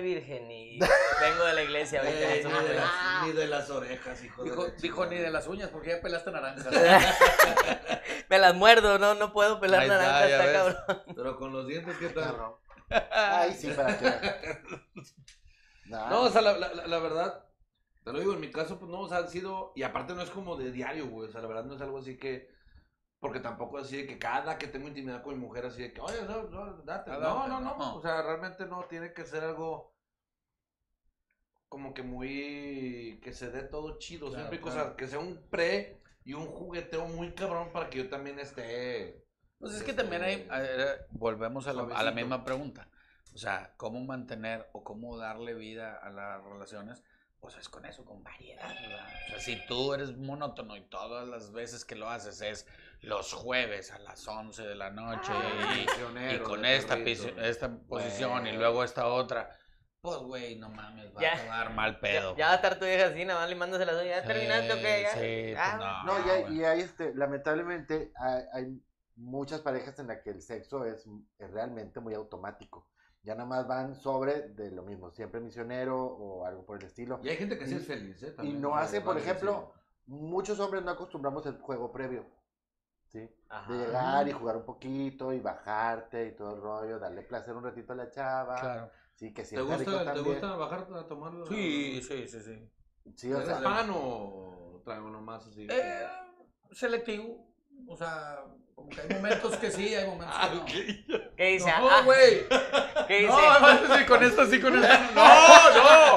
S8: virgen y vengo de la iglesia ahorita.
S4: Eh,
S8: eso
S4: ni, de
S8: me-
S4: las, ni de las orejas, hijo
S5: Dijo,
S4: de la
S5: dijo ni
S4: chingada.
S5: de las uñas porque ya pelaste naranja.
S8: Me las muerdo, no, no puedo pelar
S5: Ahí está, ya
S8: naranja, está
S5: ves.
S8: cabrón.
S4: Pero con los dientes, ¿qué tal?
S2: Cabrón. Ay, sí, para que.
S5: Ah.
S2: No,
S4: No, o sea, la, la- la- la verdad, te lo digo, en mi caso, pues no, o sea, han sido, y aparte no es como de diario, güey, o sea, la verdad no es algo así que, porque tampoco así de que cada que tengo intimidad con mi mujer, así de que, oye, no, no, date,
S5: Ah,
S4: no,
S5: date,
S4: no, no,
S5: no.
S4: o sea, realmente no, tiene que ser algo como que muy, que se dé todo chido,
S5: Claro,
S4: siempre, o sea,
S5: claro.
S4: que sea un pre y un jugueteo muy cabrón para que yo también esté,
S5: Pues es que también hay,
S4: Este,
S5: a- a- volvemos a la, a la
S4: suavecito.
S5: misma pregunta. O sea, cómo mantener o cómo darle vida a las relaciones, pues es con eso, con variedad. ¿verdad? O sea, si tú eres monótono y todas las veces que lo haces es los jueves a las 11 de la noche y- y,
S4: eh, Prisionero
S5: con
S4: Ah, de
S5: esta,
S4: perrito.
S5: pisi- esta posición y
S4: Güey.
S5: luego esta otra, pues güey, no mames, va
S8: Ya.
S5: a acabar mal
S8: Ya,
S5: pedo.
S8: ya va a estar tu vieja así, nada más limándose las uñas. ¿Ya
S5: Sí,
S8: terminaste o qué? Ya.
S5: Eh, sí,
S8: Ah,
S5: pues no,
S2: No, y hay,
S5: güey.
S2: y hay, este, lamentablemente hay, hay muchas parejas en las que el sexo es, es realmente muy automático. Ya nada más van sobre de lo mismo, siempre misionero o algo por el estilo.
S4: Y hay gente que sí
S2: Y-
S4: es feliz, ¿eh?
S2: Y
S4: También,
S2: no
S4: la
S2: hacen, por
S4: verdad, sí.
S2: ejemplo, muchos hombres no acostumbramos el juego previo. ¿sí?
S8: Ajá.
S4: Ah.
S2: De llegar y jugar un poquito y bajarte y todo el rollo, darle placer un ratito a la chava.
S5: Claro.
S2: Sí, que
S4: ¿Te
S2: sienta rico
S4: gusta, ¿Te
S2: también.
S4: gusta bajar a tomar? la-
S5: Sí, sí, sí, sí.
S2: Sí, o
S4: ¿Eres
S2: sea,
S4: fan o traigo nomás así?
S5: Eh, selectivo. O sea, como que hay momentos que sí, hay momentos que no.
S8: ¿Qué dice?
S5: No,
S8: Ah,
S5: güey.
S8: ¿Qué dice?
S5: No, no, ah, sí, con esto sí, con esto. No, no. No, no,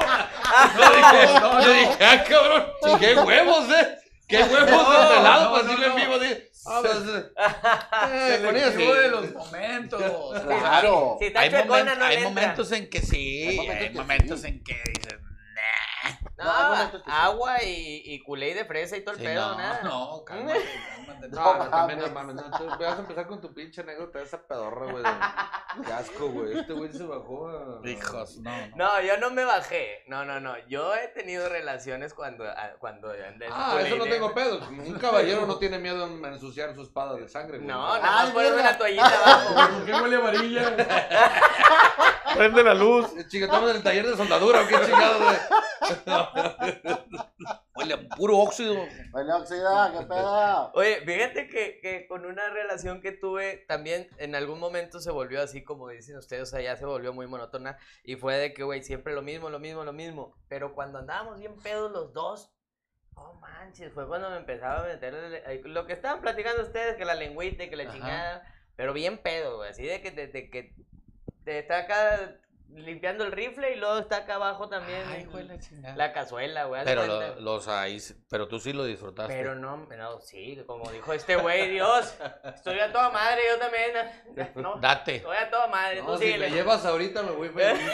S5: no.
S4: ah, cabrón, qué huevos, eh. Qué huevos
S5: No, no,
S4: para
S5: no,
S4: decirlo
S5: no.
S4: dije,
S5: Ah,
S4: eh, con ella sí.
S5: Selectivo de los momentos.
S2: Claro.
S8: Si está
S5: Hay,
S8: chuecona,
S5: momen-
S8: no
S5: hay
S8: le entra.
S5: momentos en que sí,
S2: Hay momentos
S5: hay
S2: que
S5: momentos
S2: sí.
S5: en que dices,
S8: No, No,
S2: Ah, bueno, entonces sí.
S8: agua y, y culé de fresa y todo el
S5: Sí,
S8: pedo,
S5: no,
S8: nada.
S5: no, cálmate, cálmate.
S4: No,
S2: No
S4: no, también no
S2: mames.
S4: mames. No, tú vas a empezar con tu pinche anécdota de esa pedorra, güey. de- Qué asco, güey. Este güey se bajó a.
S5: Hijos, no. no.
S8: No, yo no me bajé. No, no, no. Yo he tenido relaciones cuando. a- cuando
S4: Ah, eso no tengo pedo. Un caballero no tiene miedo en ensuciar su espada de sangre, güey.
S8: No, nada
S2: Ay,
S8: más ponerme
S2: verga.
S8: una toallita abajo.
S5: ¿Por qué huele amarilla?
S3: Prende la luz.
S4: Eh, Chica, estamos en el taller de soldadura, ¿o qué chingado, güey.
S3: Huele a puro óxido.
S2: Oye, Oxida, ¿qué pedo?
S8: Oye, fíjate que, que con una relación que tuve, también en algún momento se volvió así, como dicen ustedes, o sea, ya se volvió muy monótona. Y fue de que, güey, siempre lo mismo, lo mismo, lo mismo. Pero cuando andábamos bien pedos los dos, oh manches, fue cuando me empezaba a meter el- el- lo que estaban platicando ustedes, que la lengüita y que la
S5: Ajá.
S8: chingada. Pero bien pedo, güey, así de que te, te- que te está acá limpiando el rifle y luego está acá abajo también
S5: Ay,
S8: el-
S5: güey, la chingada.
S8: la cazuela, güey. haz de
S3: Pero,
S8: cuenta.
S3: lo- los ahí, pero tú sí lo disfrutaste.
S8: Pero no, no, sí, como dijo este güey, Dios, estoy a toda madre, yo también. No,
S3: Date.
S8: estoy a toda madre,
S4: No,
S8: tú
S4: si me
S8: síguele.
S4: llevas ahorita, lo voy a pedir,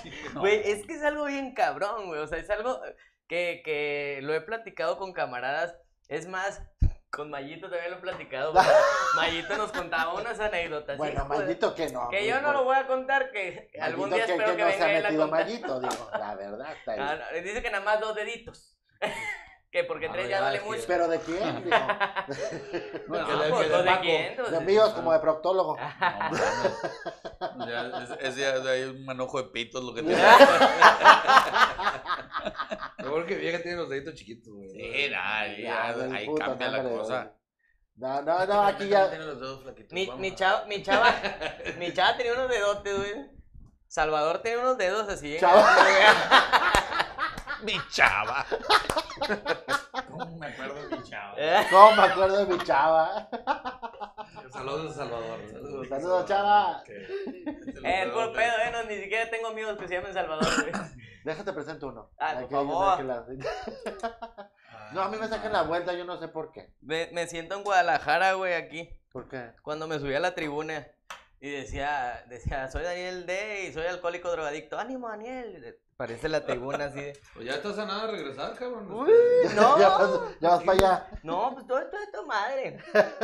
S4: sí,
S5: No.
S8: Güey, es que es algo bien cabrón, güey, o sea, es algo que, que lo he platicado con camaradas, es más, con Mayito también lo he platicado, güey. Mayito nos contaba unas anécdotas.
S2: Bueno,
S8: hijo de-
S2: Mallito que no.
S8: Que yo no lo voy a contar, que algún día espero que,
S2: no se ha
S8: venga él
S2: metido
S8: a contar.
S2: Mallito, digo, la verdad está
S8: Ah,
S2: ahí.
S8: no, dice que nada más dos deditos. que porque
S3: Ah,
S8: tres
S3: no,
S8: ya
S3: ya,
S8: duele
S3: sí,
S8: mucho.
S2: ¿Pero de quién? Digo,
S5: No,
S8: No,
S5: es
S8: pues,
S5: que
S8: ¿dos de
S5: Paco.
S8: quién? Pues,
S2: de amigos como de proctólogo.
S5: No, mames. Ya, es, es ya hay un manojo de pitos lo que tiene.
S4: güey. Mejor que vieja tiene los deditos chiquitos, güey.
S5: Sí, nah, ahí,
S2: Ya,
S5: ahí-
S2: del
S5: ahí
S2: puto,
S5: cambia la
S2: sangre,
S5: cosa.
S2: No, no, no, aquí ya.
S5: Tiene los dedos flaquitos,
S8: Mi,
S5: vamos.
S8: mi chava, mi chava, mi chava tenía unos dedotes, güey. Salvador tenía unos dedos así. ¿eh?
S2: Chava.
S3: Mi chava.
S5: ¿Cómo me acuerdo de mi chava?
S8: Eh,
S2: No me acuerdo de mi chava.
S4: Saludos a Salvador.
S2: Saludos, chava.
S5: Que- que se los
S8: Eh,
S5: dedos
S8: puro
S5: de-
S8: pedo, eh. no, ni siquiera tengo amigos que se llamen Salvador, güey.
S2: Déjate presento uno.
S8: Ah, por
S2: Aquí hay uno
S8: favor.
S2: que la-
S5: Ah,
S2: No, a mí me sacan la vuelta, yo no sé por qué.
S8: Me, me siento en Guadalajara, güey, aquí.
S2: ¿Por qué?
S8: Cuando me subí a la tribuna y decía, decía, soy Daniel D y soy alcohólico drogadicto. Ánimo, Daniel. Parece la tribuna así de.
S4: Pues ya estás a nada de regresar, cabrón. este.
S8: No.
S2: ya vas, ya vas para allá.
S8: No, pues todo esto es tu madre.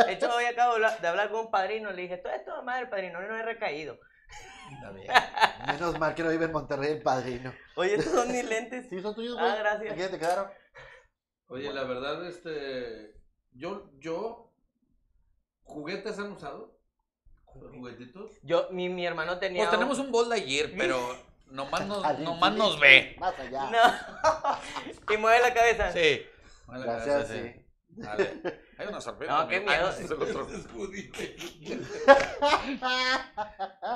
S8: De hecho, hoy acabo de hablar- de hablar con un padrino. Le dije, todo esto es tu madre, padrino. No he recaído.
S5: Está bien.
S2: Menos mal que no vive en Monterrey el padrino.
S8: Oye, estos son mis lentes.
S2: Sí, son tuyos, güey.
S8: Ah, gracias.
S2: Aquí te quedaron.
S4: Oye, la verdad, este. Yo, yo. ¿Juguetes han usado? ¿Juguetitos?
S8: Yo, mi, mi hermano tenía.
S3: Pues
S8: un-
S3: tenemos un bol de ayer, pero nomás nos,
S2: Al
S3: nomás nos
S2: infinito,
S3: ve.
S2: Más allá.
S8: No. y mueve la cabeza.
S3: Sí.
S5: Vale,
S2: Gracias,
S5: sí.
S2: sí.
S5: Dale. Hay una sorpresa.
S8: No, qué
S5: amigo. Ah,
S8: miedo.
S5: ese es el otro.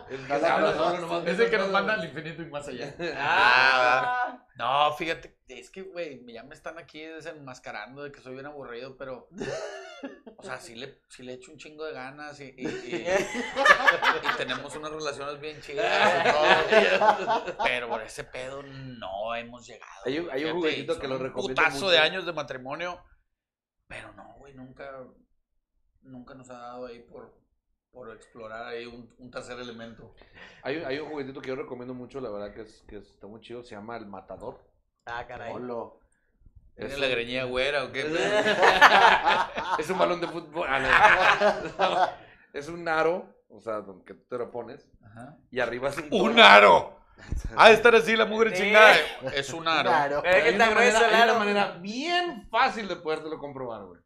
S2: No,
S4: se
S2: no,
S4: habla
S2: no,
S4: solo,
S2: no,
S4: nomás
S5: Es
S4: ve
S5: el que nos
S4: todo.
S5: manda al infinito y más allá.
S8: Ah,
S5: No, fíjate, es que, güey, ya me están aquí desenmascarando de que soy bien aburrido, pero. O sea, sí le, sí le echo un chingo de ganas y, y- y- y tenemos unas relaciones bien chidas y todo. Pero por ese pedo no hemos llegado.
S4: Hay un- hay un
S5: Fíjate,
S4: juguetito
S5: son
S4: que lo
S5: un
S4: recomiendo
S5: putazo
S4: mucho.
S5: de años de matrimonio. Pero no, güey, nunca. Nunca nos ha dado ahí por, por explorar ahí un, un tercer elemento.
S4: Hay, un- hay un juguetito que yo recomiendo mucho, la verdad que, es, que está muy chido, se llama El Matador.
S8: Ah, caray.
S4: Olo.
S5: ¿Tiene
S4: Es
S5: la
S4: un-
S5: greñilla güera o qué?
S4: Es un balón de fútbol. Ah, no. es un aro, o sea, don- que tú te lo pones.
S5: Ajá.
S4: Y arriba es un.
S3: Un aro. Ha de estar así la mugre
S8: Sí.
S3: chingada. Es un aro.
S2: Claro.
S8: Pero es que
S4: Hay
S8: está
S4: una
S8: grueso
S4: manera,
S8: el
S4: hay una
S8: aro.
S4: manera bien fácil de podértelo comprobar, güey.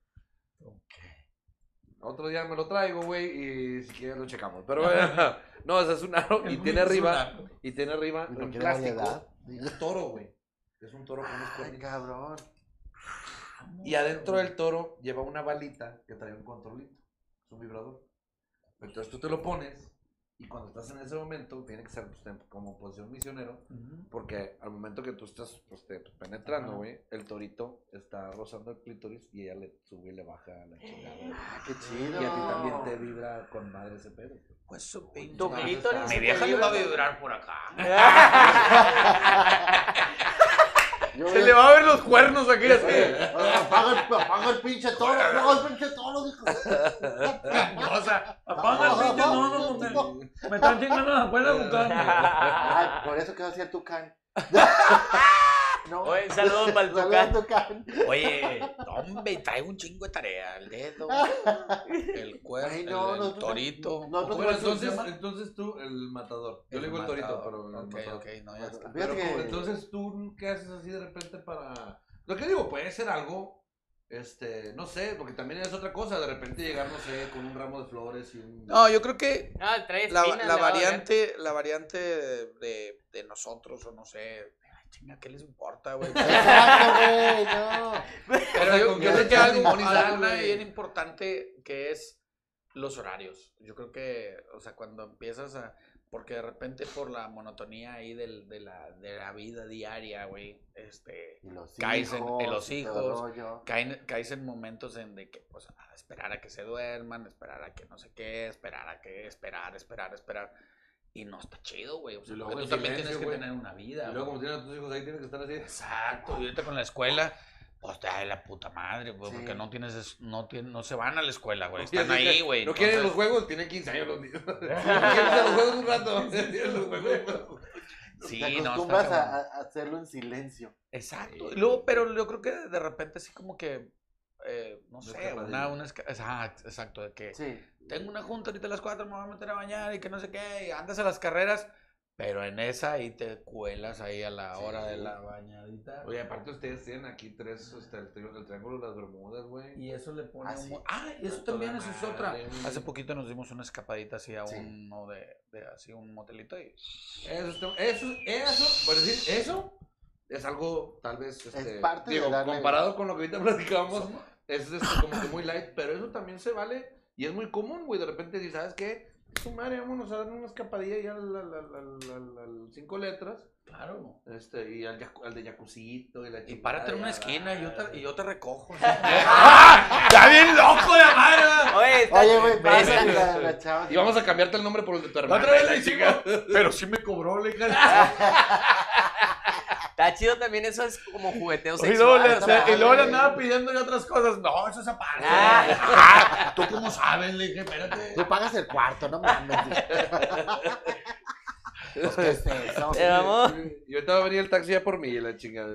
S4: Otro día me lo traigo, güey, y si quieres lo checamos. Pero bueno, no, o sea, es un aro y
S5: El
S4: tiene
S5: es un
S4: arriba,
S5: aro.
S4: y tiene arriba
S2: ¿Y por
S4: un
S2: qué la
S4: plástico.
S2: variedad?
S4: Un toro, güey. Es un toro con unos
S2: Ay,
S4: cuernitos.
S2: cabrón.
S4: Y adentro del toro lleva una balita que trae un controlito, es un vibrador. Entonces tú te lo pones y cuando estás en ese momento, tiene que ser pues, en- como posición misionero,
S5: Ujú.
S4: porque al momento que tú estás pues, te- pues, penetrando,
S5: Ajá.
S4: güey, el torito está rozando el clítoris y ella le sube y le baja la chingada. güey.
S2: Ah, qué
S4: Y
S2: chido.
S4: a ti también te vibra con madre ese pedo.
S5: Pues su
S8: Tu
S5: pinto.
S8: clítoris.
S5: Mi vieja le va a vibrar por acá.
S2: Yo
S3: Se le va a ver los cuernos aquí así.
S2: Oye, oye, Apaga el, apaga el pinche toro, apaga el pinche toro, dijo.
S5: O sea, apaga el pinche, no, no, no. Me, me están chingando
S2: Ah,
S5: las cuerdas buscando.
S2: Ay, por eso quedó así el tucán. No,
S8: Oye, saludo para el
S2: Saludos,
S8: Tucán.
S2: Tucán.
S5: Oye, hombre, traigo un chingo de tarea. El dedo, el cuerpo,
S2: Ay, no,
S5: el,
S2: nosotros-
S5: torito.
S2: nosotros-
S4: Bueno,
S2: ¿cómo se
S4: Pues, entonces,
S2: llama?
S4: entonces tú, el matador. Yo le digo el torito,
S5: matador.
S4: pero el
S5: Ok,
S4: matador.
S5: ok, no, ya está.
S2: Fíjate
S4: Pero como-
S2: que-
S4: entonces tú, ¿qué haces así de repente para...? Lo que digo, puede ser algo, este, no sé, porque también es otra cosa. De repente llegar, no sé, con un ramo de flores y un...
S5: No, yo creo que
S8: Ah, trae
S5: la,
S8: espinas,
S5: la
S8: le va a doler.
S5: variante, la variante de, de nosotros, o no sé, ay, chinga, ¿qué les importa, güey?
S2: Exacto, güey, no.
S5: Pero
S4: O sea,
S5: yo,
S4: con
S5: yo
S4: que
S5: creo que
S4: seas
S5: algo,
S4: inmortal,
S5: algo
S4: güey.
S5: bien importante que es los horarios. Yo creo que, o sea, cuando empiezas a... Porque de repente por la monotonía ahí del, de, la, de la vida diaria, güey, este,
S2: Y los
S5: Caes en- en los
S2: y todo
S5: hijos.
S2: rollo.
S5: caen, caes en momentos en de que, pues, ah, esperar a que se duerman, esperar a que no sé qué, esperar a que, esperar, esperar, esperar. Y no está chido, güey. O sea,
S4: Y luego
S5: porque
S4: en
S5: tú también
S4: silencio,
S5: tienes que
S4: güey.
S5: tener una vida.
S4: Y luego
S5: güey.
S4: como tienen a tus hijos ahí, tienes que estar así.
S5: Exacto, y ahorita con la escuela, pues te da la puta madre, güey,
S2: Sí.
S5: porque no tienes, es- no tienen, no se van a la escuela, güey,
S4: Y
S5: Pues, están
S4: así
S5: ahí,
S4: que,
S5: güey.
S4: No quieren los
S5: entonces-
S4: juegos, tienen 15 años los niños. No quieren hacer los juegos un rato. Tienen los juegos.
S5: Sí,
S2: Te
S5: no,
S2: acostumbras
S5: está
S2: a,
S5: cabrón.
S2: a hacerlo en silencio.
S5: Exacto, y luego, pero yo creo que de repente así como que, eh, no sé,
S4: escapadilla.
S5: una, una, esca- exacto, exacto, de que
S2: Sí.
S5: tengo una junta ahorita a las 4, me voy a meter a bañar y que no sé qué, y andas a las carreras, pero en esa ahí te cuelas ahí a la
S4: Sí.
S5: hora de la bañadita.
S4: Oye, aparte ustedes tienen aquí tres, este, el, tri- el triángulo de las Bermudas, güey.
S5: Y eso le pone
S4: Ah,
S5: un...
S4: sí.
S5: mu- Ah, y eso
S4: Toda
S5: también eso es
S4: madre,
S5: otra.
S4: güey.
S5: Hace poquito nos dimos una escapadita así a
S2: Sí.
S5: uno de, de así un motelito y
S4: Eso, está- eso, eso, por decir, eso es algo tal vez, este,
S2: parte de
S4: digo,
S2: darle-
S4: comparado con lo que ahorita platicamos, es este, como que muy light, pero eso también se vale y es muy común, güey, de repente dices, ¿sabes qué? Su madre, vámonos a dar una escapadilla ya al, al, al, al- al- al cinco letras,
S5: claro.
S4: este, y al, yacu- al de jacuzito y la
S5: Y
S4: chingada,
S5: párate en una
S4: ya,
S5: esquina y yo
S4: ya.
S5: te, y yo te recojo. Está bien loco de madre. ¿verdad?
S8: Oye, está-
S2: Oye, güey,
S8: ves,
S2: pasa
S8: ves,
S2: la, la chava.
S4: Y vamos a cambiarte el nombre por el de tu hermano.
S5: otra vez la hicimos, Pero sí me cobró, le dije.
S2: Ah,
S8: Está chido también eso es como jugueteo
S5: Y luego
S8: sexual.
S5: le,
S8: está
S5: le-
S8: padre.
S5: y luego le andaba pidiendo y otras cosas. No, eso se aparte.
S8: Ah,
S5: Tú cómo sabes, le dije, espérate.
S2: Tú pagas el cuarto, no mames. Pues, ¿Qué es eso?
S8: Eh, vamos.
S4: Y ahorita va a venir el taxi ya por mí, la chingada.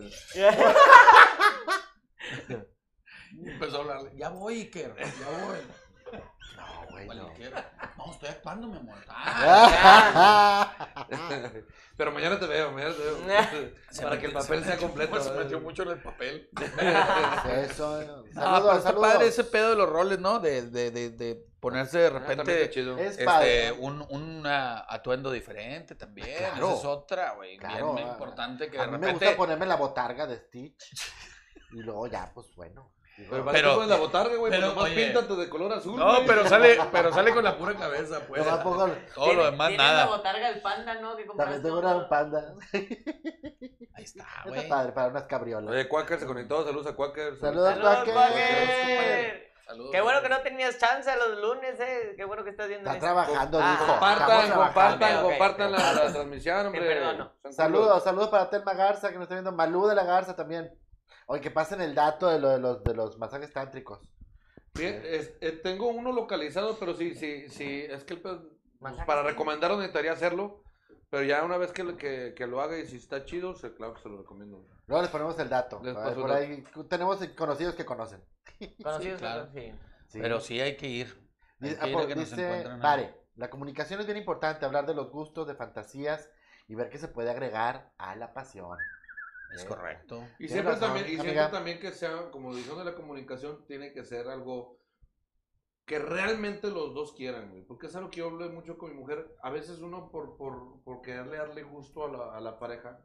S5: Y Empezó a hablarle. Ya voy, Iker. Ya voy.
S2: No, güey,
S5: Igual,
S2: no.
S5: Iker. No, estoy actuando, mi amor.
S4: Pero mañana te veo, mañana te veo. Para que el papel sea completo.
S5: Se metió mucho en el papel.
S2: ¿Qué es eso? eh.
S5: Ah, pero
S2: Saludos,
S5: está
S2: saludos.
S5: padre ese pedo de los roles, ¿no? De, de, de, de ponerse de repente
S4: chido.
S2: Es
S5: este,
S2: padre.
S5: un, un ah, atuendo diferente también.
S2: Claro.
S5: Esa es otra, güey.
S2: Claro,
S5: bien
S2: ah,
S5: importante que de
S2: A mí me gusta
S5: repente.
S2: ponerme la botarga de Stitch. Y luego ya, pues bueno.
S5: Pero-
S4: Pero. la botarga, güey.
S5: pero,
S4: Pero más
S5: oye.
S4: píntate de color azul.
S5: No,
S4: güey.
S5: pero sale, pero sale con la pura cabeza, pues.
S2: Nomás pongo-
S5: Todo lo
S8: Tiene-
S5: demás,
S8: tiene la
S5: nada.
S8: botarga del panda, ¿no? Que
S2: También
S8: compraste.
S2: tengo una panda.
S5: Ahí está,
S2: Está
S5: Ah, güey.
S2: padre para unas cabriolas.
S4: Oye, Quaker se conectó. Saludos a Quaker.
S2: Saludos.
S8: Saludos,
S2: Paquer.
S8: Paquer.
S5: Saludos.
S8: Qué bueno que no tenías chance los lunes, eh. Qué bueno que estás viendo
S2: Está
S8: esto.
S2: trabajando,
S8: Ah,
S2: dijo.
S4: Compartan,
S2: Estamos
S4: compartan,
S2: trabajando.
S8: ok,
S4: compartan la, la transmisión, hombre.
S8: Te perdono.
S4: Son
S2: Saludos, saludos para Telma Garza que nos está viendo. Malú de la Garza también. Oye, que pasen el dato de, lo, de, los, de los masajes tántricos.
S4: Sí, es- eh, tengo uno localizado, pero sí, sí, sí. Es que el pedo- pues,
S8: Masajes.
S4: para recomendarlo necesitaría hacerlo. Pero ya una vez que, lo- que, que lo haga y si está chido, se, claro que se lo recomiendo.
S2: Luego les ponemos el dato.
S4: Les
S2: A ver,
S4: paso el
S2: por ahí tenemos conocidos que conocen.
S8: Conocidos,
S5: Sí, claro.
S8: sí.
S2: Sí.
S5: Pero sí hay que ir. Hay
S2: Dice,
S5: que ir
S2: ah,
S5: a
S2: por-
S5: que nos
S2: dice
S5: encuentren
S2: Vare,
S5: algo.
S2: la comunicación es bien importante, hablar de los gustos, de fantasías y ver qué se puede agregar a la pasión.
S5: Es
S2: Eh,
S5: correcto.
S4: Y
S2: Tienes
S4: siempre,
S2: razón,
S4: también, y
S2: amiga.
S4: siempre también que sea, como dijeron de la comunicación, tiene que ser algo que realmente los dos quieran, güey. Porque es algo que yo hablé mucho con mi mujer. A veces uno, por, por, por quererle darle gusto a la, a la pareja,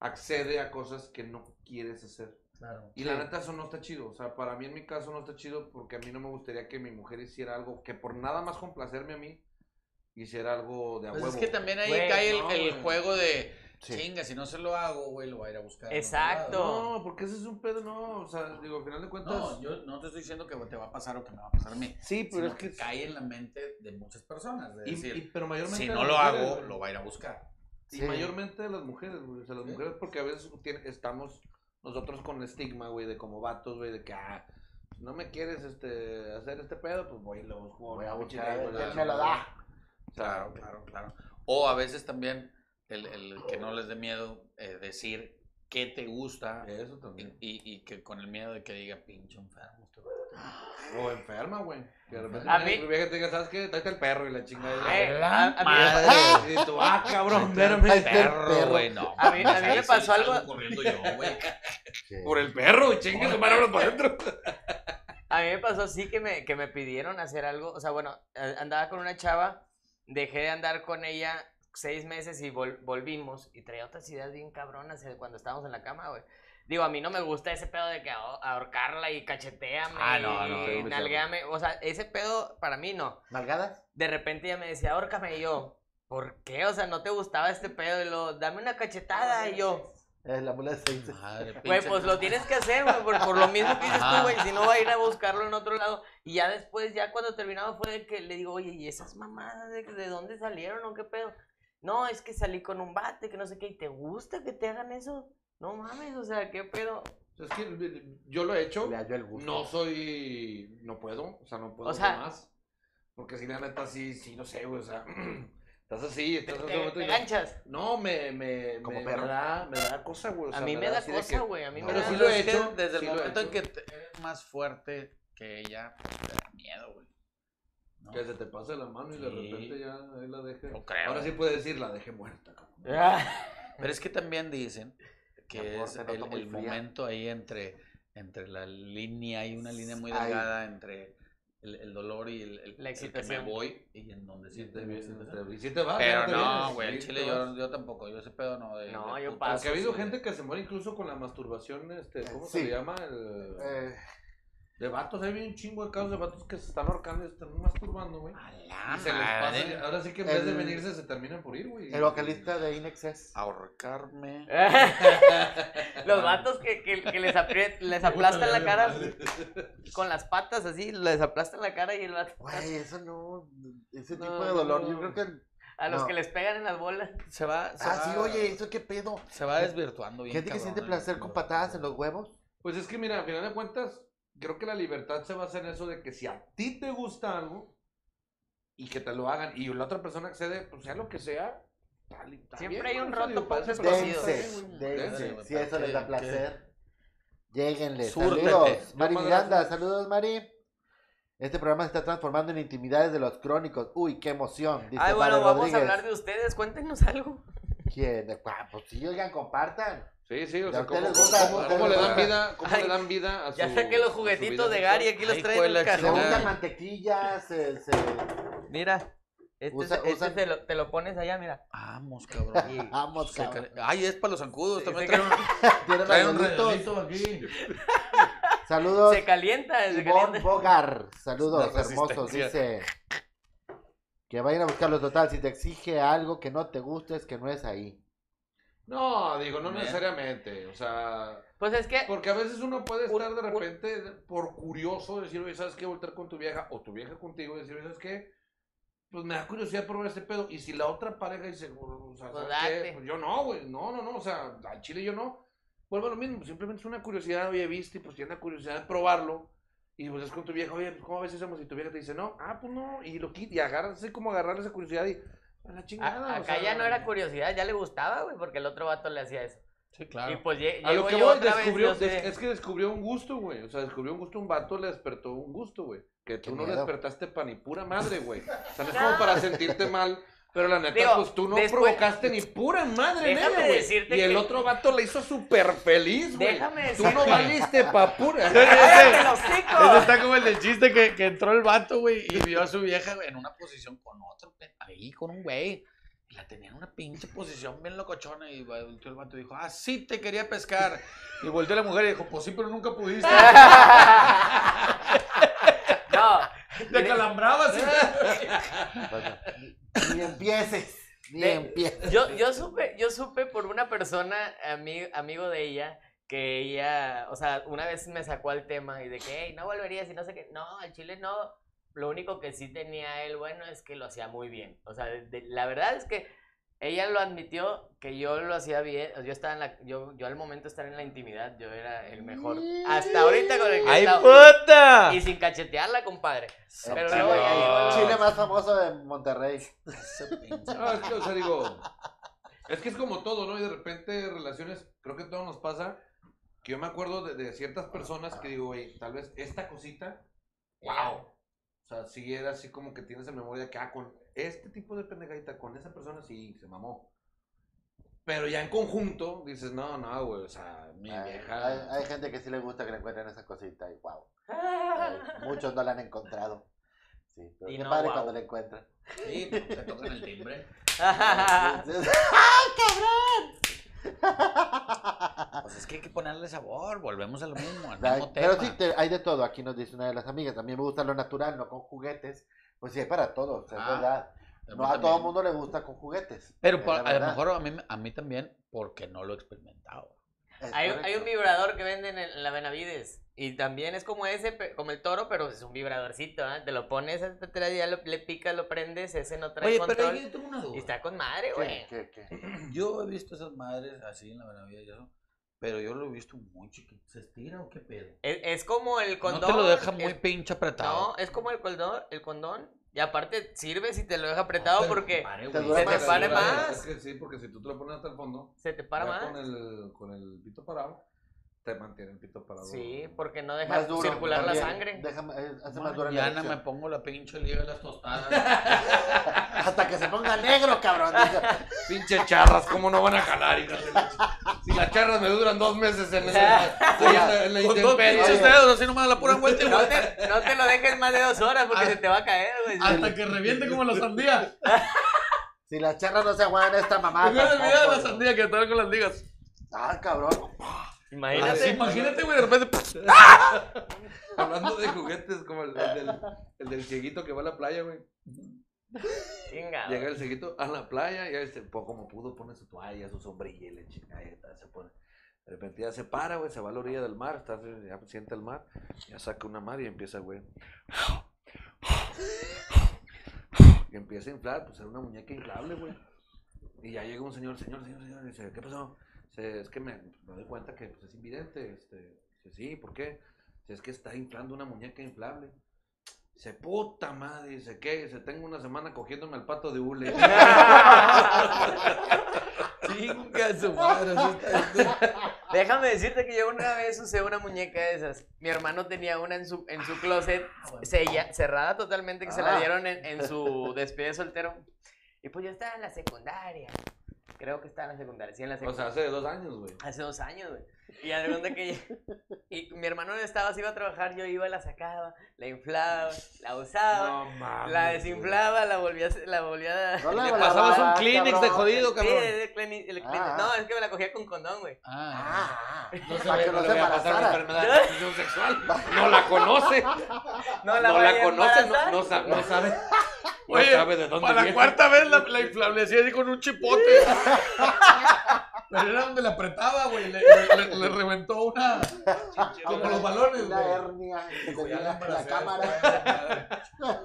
S4: accede a cosas que no quieres hacer.
S5: Claro.
S4: Y la neta, eso no está chido. O sea, para mí en mi caso no está chido porque a mí no me gustaría que mi mujer hiciera algo que por nada más complacerme a mí, hiciera algo de a
S5: Pues
S4: huevo.
S5: es que también ahí
S8: Güey,
S5: cae el,
S4: no,
S5: el
S4: güey.
S5: juego de
S2: Sí.
S5: chinga, si no se lo hago, güey, lo va a ir a buscar. en otro
S8: Exacto.
S5: lado".
S4: No, porque ese es un pedo, no. O sea, digo, al final de cuentas.
S5: No, yo no te estoy diciendo que te va a pasar o que me va a pasar a mí.
S4: Sí, pero
S5: sino
S4: es que.
S5: cae en la mente de muchas personas. Es
S4: Y-
S5: decir,
S4: y- pero mayormente
S5: si
S4: las
S5: no lo
S4: mujeres,
S5: hago,
S4: güey.
S5: lo va a ir a buscar.
S4: Y
S2: Sí.
S4: mayormente de las mujeres, güey. O sea, las
S5: Sí.
S4: mujeres, porque a veces tiene- estamos nosotros con estigma, güey, de como vatos, güey, de que, ah, no me quieres este, hacer este pedo, pues voy y lo busco.
S2: Voy a
S4: ¿no?
S2: buscar,
S4: Chingada,
S2: a ver
S4: güey,
S2: quién me lo da.
S5: Claro, claro, claro. O a veces también el, el que no les dé miedo eh, decir qué te gusta
S4: Eso
S5: y,
S4: también.
S5: y que con el miedo de que diga pinche enfermo. este
S4: O enferma, güey. Que de repente
S8: A
S4: una
S8: mí-
S4: vieja te diga, ¿sabes qué? Tráete el perro y la chingada.
S8: Eh,
S5: la
S8: a- a mí-
S5: madre.
S4: Y tú, ah, cabrón,
S2: Ay,
S4: espérame.
S2: este perro.
S5: Perro, güey, no.
S8: A mí- a mí
S5: Ahí
S8: me
S5: sí
S8: pasó
S5: salgo
S8: algo-
S5: corriendo yo, güey.
S4: Por el perro, chingue su madre, hablo por dentro.
S8: A mí me pasó así que me, que me pidieron hacer algo. O sea, bueno, a- andaba con una chava, dejé de andar con ella seis meses y vol- volvimos y traía otras ideas bien cabronas eh, cuando estábamos en la cama, güey. Digo, a mí no me gusta ese pedo de que ahor- ahorcarla y cacheteame
S5: Ah, no, no,
S8: y
S4: no, no.
S8: nalgueame. O sea, ese pedo para mí no.
S2: ¿Nalgadas?
S8: De repente ella me decía, ahórcame y yo. ¿Por qué? O sea, no te gustaba este pedo y lo, dame una
S4: Ah,
S8: cachetada y yo.
S2: Eh, la mula de seis.
S5: Madre,
S8: Güey,
S5: pinche-
S8: pues lo tienes que hacer, güey, por, por lo mismo que dices tú,
S5: Ajá.
S8: güey, si no va a ir a buscarlo en otro lado. Y ya después, ya cuando terminaba fue de que le digo, oye, ¿y esas mamadas de, de dónde salieron o qué pedo? No, es que salí con un bate, que no sé qué, ¿y te gusta que te hagan eso? No mames, o sea, qué pedo.
S4: Es que yo lo he hecho.
S2: Le halló el gusto.
S4: No soy. No puedo. O sea, no puedo
S8: O sea-
S4: más. Porque si la neta, sí, sí, no sé, güey. O sea, estás así,
S8: Te,
S4: estás en
S8: te-
S4: ese momento
S8: te
S4: y-
S8: ganchas.
S4: No, me, me,
S2: Como
S4: me,
S2: perro.
S4: me da, me da cosa, güey. o
S8: A
S4: sea,
S8: mí me da
S4: así de
S8: cosa,
S4: que-
S8: güey, a mí
S4: no,
S8: me
S4: pero
S8: da...
S4: sí lo he
S5: Es que
S4: hecho,
S5: Desde
S4: sí lo
S5: el
S4: he
S5: momento en
S4: hecho.
S5: que te- eres más fuerte que ella, te da miedo, güey. ¿no?
S4: Que se te pase la mano y de
S5: Sí.
S4: repente ya ahí la deje.
S5: Yo creo. eh.
S4: Ahora sí puedes decir, la dejé muerta, cabrón.
S5: Pero es que también dicen
S4: Mi
S5: que
S4: amor,
S5: es
S4: te noto
S5: el,
S4: muy
S5: el
S4: fría.
S5: momento ahí entre, entre la línea, hay una línea muy
S2: Ay.
S5: delgada entre el, el dolor y el, el-
S8: La
S5: el que me
S8: excitación.
S5: voy y en donde
S4: Sí,
S5: sientes
S4: te
S5: mi
S4: vienes,
S5: excitación.
S4: te- y este, sí te vas, ya
S5: Pero
S4: te
S5: no,
S4: vienes,
S5: güey, el
S4: sí,
S5: chile
S4: te vas.
S5: yo, yo tampoco, yo ese pedo no. de-
S8: No,
S5: de
S8: yo
S5: putas.
S4: Porque ha
S8: paso.
S4: habido
S8: sí.
S4: gente que se muere incluso con la masturbación, este, ¿cómo
S2: Sí.
S4: se llama? El-
S2: Eh,
S4: De vatos, hay un chingo de casos de vatos que se están ahorcando y se están masturbando, güey.
S5: A la
S2: Ah,
S4: Y se les
S8: Ah,
S4: pasa,
S8: ¿eh?
S5: madre.
S4: ahora sí que en vez de
S2: El-
S4: venirse se terminan por ir, güey.
S2: el vocalista de Inexcess.
S5: Ah. Ahorcarme.
S8: Los vatos que, que- que les, apri- les aplastan la cara con las patas así, les aplastan la cara y el vato...
S2: Güey, eso no. Ese
S8: No,
S2: tipo de dolor,
S8: no.
S2: yo creo que.
S8: A los
S2: No.
S8: que les pegan en las bolas.
S5: Se va, se
S2: Ah,
S5: va-
S2: sí, oye, ¿eso qué pedo?
S5: Se va desvirtuando bien.
S2: ¿Gente que
S5: cabrón
S2: siente
S5: el-
S2: placer con patadas en los huevos?
S4: Pues es que mira, al final de cuentas, creo que la libertad se basa en eso de que si a ti te gusta algo y que te lo hagan y la otra persona accede, pues sea lo que sea, tal y tal.
S8: Siempre hay un roto ¿eh?
S4: para
S8: poco
S4: esa persona
S8: escondido.
S4: está bien,
S2: Dense,
S4: güey.
S5: Dense,
S2: dense.
S5: güey,
S2: Si eso
S5: ¿para
S2: les da
S5: qué?
S2: placer, lleguenle.
S5: Súrtete.
S2: Saludos. Mari
S4: Yo, madre,
S2: Miranda,
S4: gracias.
S2: saludos, Mari. Este programa se está transformando en intimidades de los crónicos. Uy, qué emoción. Dice
S8: Ay, bueno,
S2: Mari
S8: vamos
S2: Rodríguez.
S8: a hablar de ustedes, cuéntenos algo.
S2: ¿Quién? Ah, Pues sí, oigan, compartan.
S4: Sí, sí, o
S2: Ya
S4: sea,
S2: a
S4: ¿cómo,
S2: ustedes les
S4: cómo-
S2: gusta,
S4: cómo-
S2: a
S4: cómo le
S2: ustedes
S4: dan
S2: les
S4: vida, cómo
S8: Ay,
S4: le dan vida a su
S8: Ya saqué los
S4: a su
S8: juguetitos
S4: vida
S8: de
S4: sexual?
S8: Gary, aquí los
S5: Ay,
S8: traen
S5: fue
S8: en
S5: la
S8: el
S2: Se
S8: cajón.
S5: chingada.
S2: usan mantequillas, se, se...
S8: Mira, este,
S2: Usa-
S8: este
S2: usan-
S8: te, lo, te lo pones allá, mira.
S5: Vamos, cabrón.
S2: Vamos,
S5: Se
S2: cabrón.
S5: ca- Ay, es para los zancudos.
S8: Sí,
S5: También
S8: se
S5: trae un,
S2: Tienen
S5: trae un
S2: angelitos.
S5: regalito aquí.
S2: Saludos.
S8: Se calienta, se
S2: Ivonne
S8: calienta.
S2: Bogar, saludos
S5: La
S2: hermosos,
S5: resistencia.
S2: dice que vayan a buscarlo total, si te exige algo que no te guste es que no es ahí.
S4: No, digo, no
S5: Bien.
S4: necesariamente, o sea,
S8: Pues es que,
S4: porque a veces uno puede
S8: Un-
S4: estar de
S8: un-
S4: repente por curioso decir, oye, ¿sabes qué? Voltear con tu vieja o tu vieja contigo y decir, oye, ¿sabes qué? Pues me da curiosidad probar este pedo. Y si la otra pareja dice, o sea,
S8: Pues
S4: ¿sabes qué?
S8: date.
S4: Pues yo no, güey, no, no, no, o sea, al chile yo no. Vuelve a lo mismo, simplemente es una curiosidad, oye, viste, y pues tiene la curiosidad de probarlo. Y pues es con tu vieja, oye, pues, ¿cómo a veces hacemos? Y tu vieja te dice, no, ah, pues no, y lo quita, y agarras, así como agarrar esa curiosidad y, a la
S8: a-
S4: chingada. o
S8: acá
S4: sea,
S8: ya no era curiosidad, ya le gustaba, güey, porque el otro vato le hacía eso.
S5: Sí,
S8: Y
S5: claro.
S8: pues lle-
S4: A lo
S8: llego
S4: que
S8: yo
S4: voy,
S8: otra vez,
S4: descubrió,
S8: yo sé.
S4: des- es que descubrió un gusto, güey. O sea, descubrió un gusto, un vato le despertó un gusto, güey. Que
S2: Qué
S4: tú no le
S2: miedo.
S4: despertaste pa' ni pura madre, güey. O sea, no es
S8: No.
S4: como para sentirte mal. Pero la neta,
S8: Digo,
S4: pues tú no
S8: después-
S4: provocaste ni pura madre en
S8: Déjame
S4: ella, güey. Y
S8: decirte
S4: el
S8: que-
S4: otro vato le hizo súper feliz, güey.
S8: Déjame
S4: Tú no
S8: decirte-
S4: valiste pa' pura.
S8: ¡Cállate el
S5: Eso
S8: hocico!
S5: está como el del chiste que, que entró el vato, güey, y vio a su vieja güey, en una posición con otro, pe- ahí con un güey. Y la tenía en una pinche posición bien locochona. Y va- volteó el vato y dijo, ah, sí te quería pescar. Y volteó la mujer y dijo, pues sí, pero nunca pudiste.
S8: No,
S5: Te calambrabas.
S2: Ni empieces, ni
S8: De-
S2: empieces.
S8: yo, yo supe, yo supe por una persona, ami- amigo de ella, que ella, o sea, una vez me sacó al tema y de que, "Ey, no volverías y no sé qué. No, al Chile no. Lo único que sí tenía él bueno es que lo hacía muy bien. O sea, de- de- la verdad es que ella lo admitió que yo lo hacía bien. Yo estaba en la, yo, yo al momento de estar en la intimidad, yo era el mejor. Hasta ahorita con el que he
S5: ¡Ay,
S8: estado.
S5: puta!
S8: Y sin cachetearla, compadre. Pero
S2: Chile,
S8: luego ya llegó
S2: el
S8: la-
S2: chile más famoso de Monterrey.
S5: Ese pinche-
S4: Ah, No, es que, o sea, digo. Es que es como todo, ¿no? Y de repente relaciones creo que todo nos pasa. Que yo me acuerdo de, de ciertas personas que digo, güey, tal vez esta cosita, wow. O sea, sí era así como que tienes en memoria que, ah, con este tipo de pendejadita, con esa persona sí, se mamó. Pero ya en conjunto dices, no, no, güey, o sea, mi
S2: Hay,
S4: vieja.
S2: hay- hay gente que sí le gusta que le encuentren esa cosita y wow. Ay, muchos no la han encontrado. Sí, pero
S8: Y
S2: qué
S8: no,
S2: padre
S8: guau.
S2: cuando la encuentran.
S3: Sí, te tocan el timbre.
S2: ¡Ay, cabrón!
S3: Pues es que hay que ponerle sabor, volvemos a lo mismo, al
S2: Ay,
S3: mismo tema.
S2: pero sí, te- hay de todo. Aquí nos dice una de las amigas. A mí me gusta lo natural, no con juguetes. Pues sí, hay para todos, es
S3: Ah,
S2: verdad.
S3: Pero
S2: No a
S3: también-
S2: todo el mundo le gusta con juguetes.
S3: Pero
S2: es
S3: por-
S2: la
S3: a lo
S2: verdad.
S3: mejor a mí, a mí también, porque no lo he experimentado.
S2: Es
S8: Hay,
S2: correcto.
S8: hay un vibrador que venden en la Benavides. Y también es como ese, pe- como el toro, pero es un vibradorcito, ¿ah? Te lo pones, te trae, ya lo- le picas, lo prendes, ese no trae
S3: Oye, pero
S8: control.
S3: yo tengo una
S8: Y
S3: duda.
S8: está con madre,
S2: ¿Qué,
S8: güey.
S2: qué, qué?
S3: Yo he visto esas madres así en la Benavida y eso, pero yo lo he visto muy chiquito. ¿Se estira o qué pedo?
S8: Es, es como el condón.
S3: no te lo deja muy
S8: es-
S3: pinche apretado.
S8: No, es como el condón, el condón. Y aparte sirve si te lo deja apretado
S3: Pero
S8: porque
S3: pare,
S2: te
S3: güey.
S2: dura
S8: se
S2: más.
S8: te para
S4: Dura,
S8: más,
S4: Es que sí, porque si tú te lo pones hasta el fondo,
S8: se te para
S4: ya
S8: más.
S4: Con el, con el pito parado, te mantiene el pito parado.
S8: Sí, porque no deja
S2: Más duro,
S8: circular la
S2: también.
S8: sangre.
S2: Déjame, eh, hace más
S3: Man,
S2: dura la
S3: ya no me
S2: erección.
S3: pongo la pinche liga de las tostadas.
S2: Hasta que se ponga negro, cabrón. Dice,
S4: Pinche charras, ¿cómo no van a jalar? hijas de la ch- si las charras me duran dos meses en, esa- ahí en la, en la
S5: Con dos
S4: intemperie.
S5: pinches dedos, así nomás la pura vuelta y
S8: No te, no te lo dejes más de dos horas porque
S5: Ah.
S8: se te va a caer, güey.
S5: hasta que reviente como la sandía.
S2: Si las charras no se aguantan esta mamá.
S5: Me hubiera olvidado la
S2: tampoco".
S5: sandía que estaba con Pues las ligas.
S2: Ah, cabrón.
S8: Imagínate.
S5: Imagínate, güey, de repente.
S4: Hablando de juguetes, como el, el del, el del cieguito que va a la playa, güey.
S8: Chinga.
S4: Llega el cieguito a la playa y ahí se, po- como pudo, pone su toalla, su sombrilla y le chinga, ahí está, se pone. De repente ya se para, güey, se va a la orilla del mar, está, ya siente el mar, ya saca una mar y empieza, güey. Y empieza a inflar, pues era una muñeca inflable, güey. Y ya llega un señor, señor, señor, señor, y dice, ¿qué pasó? Dice, es que me, me doy cuenta que pues, es invidente. Este, dice, sí, ¿por qué? Dice, es que está inflando una muñeca inflable. Dice, puta madre, dice, ¿qué? Dice, tengo una semana cogiéndome al pato de hule.
S3: Chinga su madre. así está. este.
S8: Déjame decirte que yo una vez usé una muñeca de esas. Mi hermano tenía una en su, en su closet
S3: Ah,
S8: sella- cerrada totalmente que se la
S2: Ah.
S8: dieron en, en su despedida de soltero. Y pues yo estaba en la secundaria. Creo que estaba en la secundaria. Sí, en la
S4: o sea,
S8: secundaria.
S4: hace dos años, güey.
S8: Hace dos años, güey. Y ya de cuenta que y mi hermano no estaba, se iba a trabajar, yo iba, la sacaba, la inflaba, la usaba.
S4: mames.
S8: La desinflaba, la volvía, a hacer- la volvía a...
S2: No la
S8: le
S2: lavaba,
S8: pasaba
S3: Pasabas un
S2: Ah,
S3: Kleenex de
S2: cabrón.
S3: jodido,
S8: Sí,
S3: cabrón.
S8: de Kleenex- el Kleenex.
S2: Ah.
S8: No, es que me la cogía con condón, güey.
S3: Ah,
S2: Ah,
S4: No se
S2: para
S4: ve,
S2: que
S4: no
S2: no
S4: le
S2: se
S4: voy a pasar una
S2: embarazara.
S4: enfermedad de transmisión sexual. No la conoce. No
S8: No la,
S4: la
S8: vaya a
S4: conoce, no,
S8: embarazar.
S4: no, sa- no sabe. No
S5: Oye,
S4: sabe de dónde
S5: Para la
S4: viene.
S5: cuarta vez la, la inflablecí así con un chipote. Pero era donde la apretaba, güey. Le, le- le reventó una. Como los balones,
S2: La
S5: güey.
S2: hernia que te
S5: Ya
S2: llega a la
S5: embaracé,
S2: cámara.
S5: madre.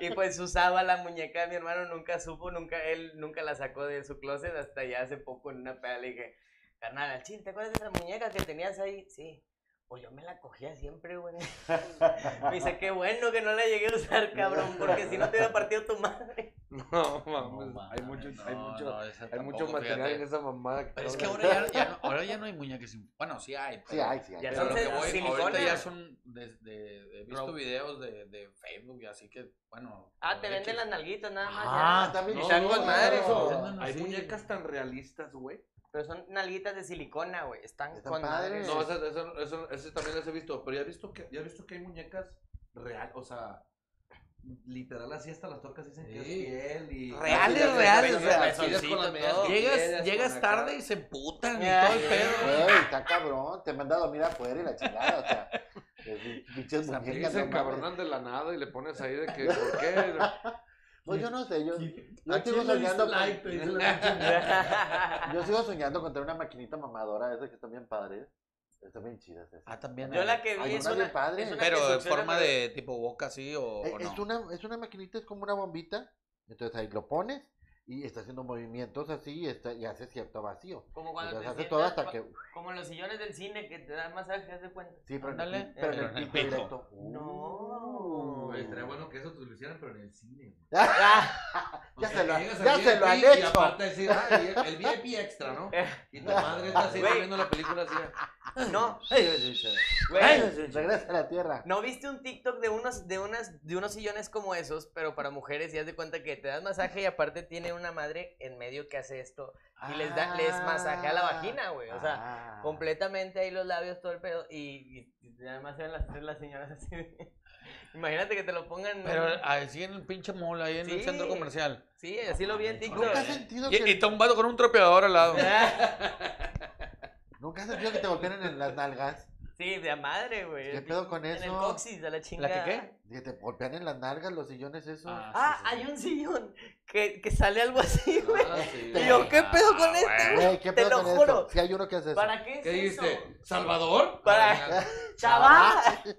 S8: Y pues usaba la muñeca de mi hermano, nunca supo, nunca, él nunca la sacó de su closet hasta ya hace poco en una peda le dije, carnal, al chile, ¿te acuerdas de esa muñeca que tenías ahí? Sí. Pues yo me la cogía siempre, güey. Me dice, qué bueno que no la llegué a usar, cabrón, porque si no te hubiera partido tu madre.
S4: No,
S3: No,
S4: mames.
S3: mames,
S4: hay mucho,
S3: no,
S4: hay mucho,
S3: no, esa
S4: hay mucho
S3: tampoco,
S4: material
S3: fíjate.
S4: en esa mamada.
S3: Pero es que
S4: cabrón.
S3: ahora ya, ya no, ahora ya no hay muñecas. sin- Bueno, sí hay.
S2: Sí,
S3: pero-
S2: hay, sí, hay.
S8: Ya
S3: Pero
S8: son
S3: lo que
S8: de
S3: voy,
S8: silicona.
S3: ahorita ya son desde, he visto
S8: Rob-
S3: videos de, de Facebook y así que, bueno.
S8: Ah, te
S3: lo X.
S8: venden las nalguitas nada más.
S2: Ah,
S8: ya.
S2: también.
S4: No,
S2: están
S4: no,
S2: con
S4: no,
S2: madre.
S4: no,
S3: eso.
S4: Hay
S3: Sí.
S4: muñecas tan realistas, güey.
S8: Pero son nalguitas de silicona, güey. Están,
S2: Están
S8: con madre.
S2: padres.
S4: No, esas esas- esas- esas también las he visto. Pero ya he visto que, ya he visto que hay muñecas real, o sea, literal así hasta las torcas dicen que es
S3: Sí.
S4: piel y
S8: Reales,
S4: Así de-
S8: reales,
S4: de-
S8: o sea,
S4: así de- con las medias
S8: todo.
S4: que
S3: Llegas,
S4: quieras,
S3: llegas
S4: con acá.
S3: tarde y se emputan y
S8: Ya.
S3: todo el pedo.
S2: Güey, está cabrón. Te manda a dormir afuera y la chingada. O sea, es- pinches
S4: También
S2: muñecas.
S4: se
S2: no mames.
S4: encabronan de la nada y le pones ahí de que, ¿por qué?
S2: No, Pues yo no sé. Yo, yo
S5: Aquí
S2: sigo
S5: le
S2: soñando.
S5: diste
S2: con-
S5: like, te dice la pinche muñeca.
S2: Yo sigo soñando con tener una maquinita mamadora de esas que están bien padres. Están bien chidas esas.
S3: Ah, también.
S8: Yo
S3: hay.
S8: la que
S2: Ay,
S8: vi es
S2: no,
S8: una,
S2: bien padre.
S8: es una que
S3: Pero en
S8: succiona,
S3: forma
S8: pero-
S3: de tipo boca así o,
S5: E,
S2: Eh,
S3: o no.
S2: Es una, es una maquinita, es como una bombita. Entonces ahí lo pones y está haciendo movimientos así y, está, y hace cierto vacío.
S8: Como cuando
S2: Entonces
S8: te
S2: Pues hace todo
S8: sientas,
S2: hasta
S8: cua-
S2: que.
S8: Como los sillones del cine que te dan masaje, haz de cuenta.
S2: Sí, pero, en el
S3: Ándale.
S2: pi- pero en
S3: Pero
S2: el pico directo.
S8: No.
S2: Uh,
S4: Güey, estaría bueno que eso te lo hicieran, pero en el cine. güey. O
S2: Ya
S4: sea,
S2: se lo-
S4: que llegas al
S2: ya se lo han
S4: VIP Y
S2: hecho.
S4: aparte decir, ah, el VIP extra, ¿no? Y tu madre está así
S8: Güey.
S4: viendo la película así.
S8: No, güey.
S2: Regresa a la tierra.
S8: ¿No viste un TikTok de unos, de unas, de unos sillones como esos, pero para mujeres? Y haz de cuenta que te das masaje y aparte tiene una madre en medio que hace esto. Y les da, les masajea la vagina, güey. O sea,
S2: Ah.
S8: completamente ahí los labios, todo el pedo. Y, y además se ven las, las señoras así. Imagínate que te lo pongan.
S5: Pero así en el pinche mall, ahí en el
S8: Sí.
S5: centro comercial.
S8: Sí, así lo vi en TikTok.
S2: Nunca has sentido
S5: Y, y
S2: que,
S5: está un vato con un tropeador al lado.
S2: ¿Nunca has sentido que te golpeen en las nalgas.
S8: Sí, de a madre, güey.
S2: ¿Qué pedo con
S8: En el
S2: eso?
S8: coxis, de la chingada.
S5: qué?
S2: Que te golpean en las nalgas los sillones esos.
S8: Ah, hay un sillón que, que sale algo así, güey.
S4: Ah,
S2: sí.
S8: Y yo, ¿qué pedo con
S5: Ah,
S8: este, güey?
S2: Güey, ¿qué
S8: Te
S2: pedo
S8: lo
S2: con eso?
S8: juro.
S2: Sí, hay uno que hace eso.
S8: ¿Para qué es
S4: ¿Qué
S8: eso?
S4: dijiste? ¿Salvador?
S8: Para-
S4: Ah,
S8: ¡Chaval!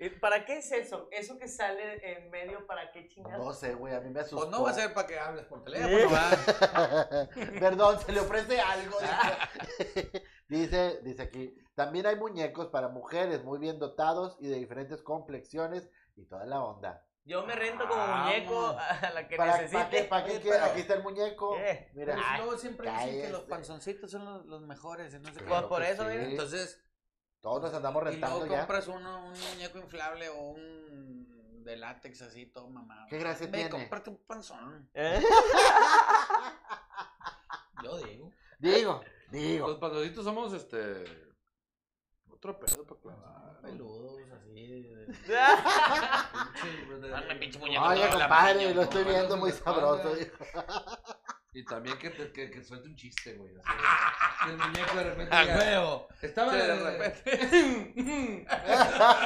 S8: Eh, ¿Para qué es eso? ¿Eso que sale en medio para qué
S2: No
S8: chingados?
S2: sé, güey, a mí me asustó.
S5: Pues no va a ser para que hables por teléfono, ¿verdad?
S2: Perdón, se le ofrece algo. dice. dice, dice aquí, también hay muñecos para mujeres muy bien dotados y de diferentes complexiones y toda la onda.
S8: Yo me rento como
S5: Ah,
S8: muñeco
S5: vamos.
S8: a la que
S2: ¿Para, para qué?
S8: necesite.
S2: para qué
S5: Oye,
S2: quiere?
S5: pero-
S2: Aquí está el muñeco.
S8: ¿Qué?
S2: Mira.
S5: Pero si luego siempre dicen que los
S2: cállese.
S5: panzoncitos son los, los mejores. y no sé qué.
S8: este. Pues por
S2: que
S8: eso,
S2: sí.
S8: mira.
S5: Entonces,
S2: Todos nos andamos
S5: y luego
S2: rentando ya.
S5: compras uno, un muñeco inflable o un de látex así, todo mamado.
S2: ¿Qué gracia
S5: Ve,
S2: tiene?
S5: cómprate un panzón.
S8: ¿Eh?
S5: Yo digo.
S2: Digo,
S4: sí. Los
S2: digo.
S4: panzocitos somos este. Otro pedo para clavar.
S5: ah, Peludos, así. de-
S4: Pinche, pues, de-
S5: Dame pinche muñeco,
S2: Oye,
S5: no, la
S2: compadre,
S5: muñeco,
S2: lo estoy
S4: manos
S2: viendo
S4: en
S2: muy
S4: la espalda.
S2: sabroso. dijo.
S4: Y también que, te- que, que suelte un chiste, güey. así, que el muñeco de repente.
S5: ¡A
S4: diga,
S5: huevo!
S4: Estaba
S5: Sí,
S4: Ah, de
S5: de
S4: repente.
S5: repente.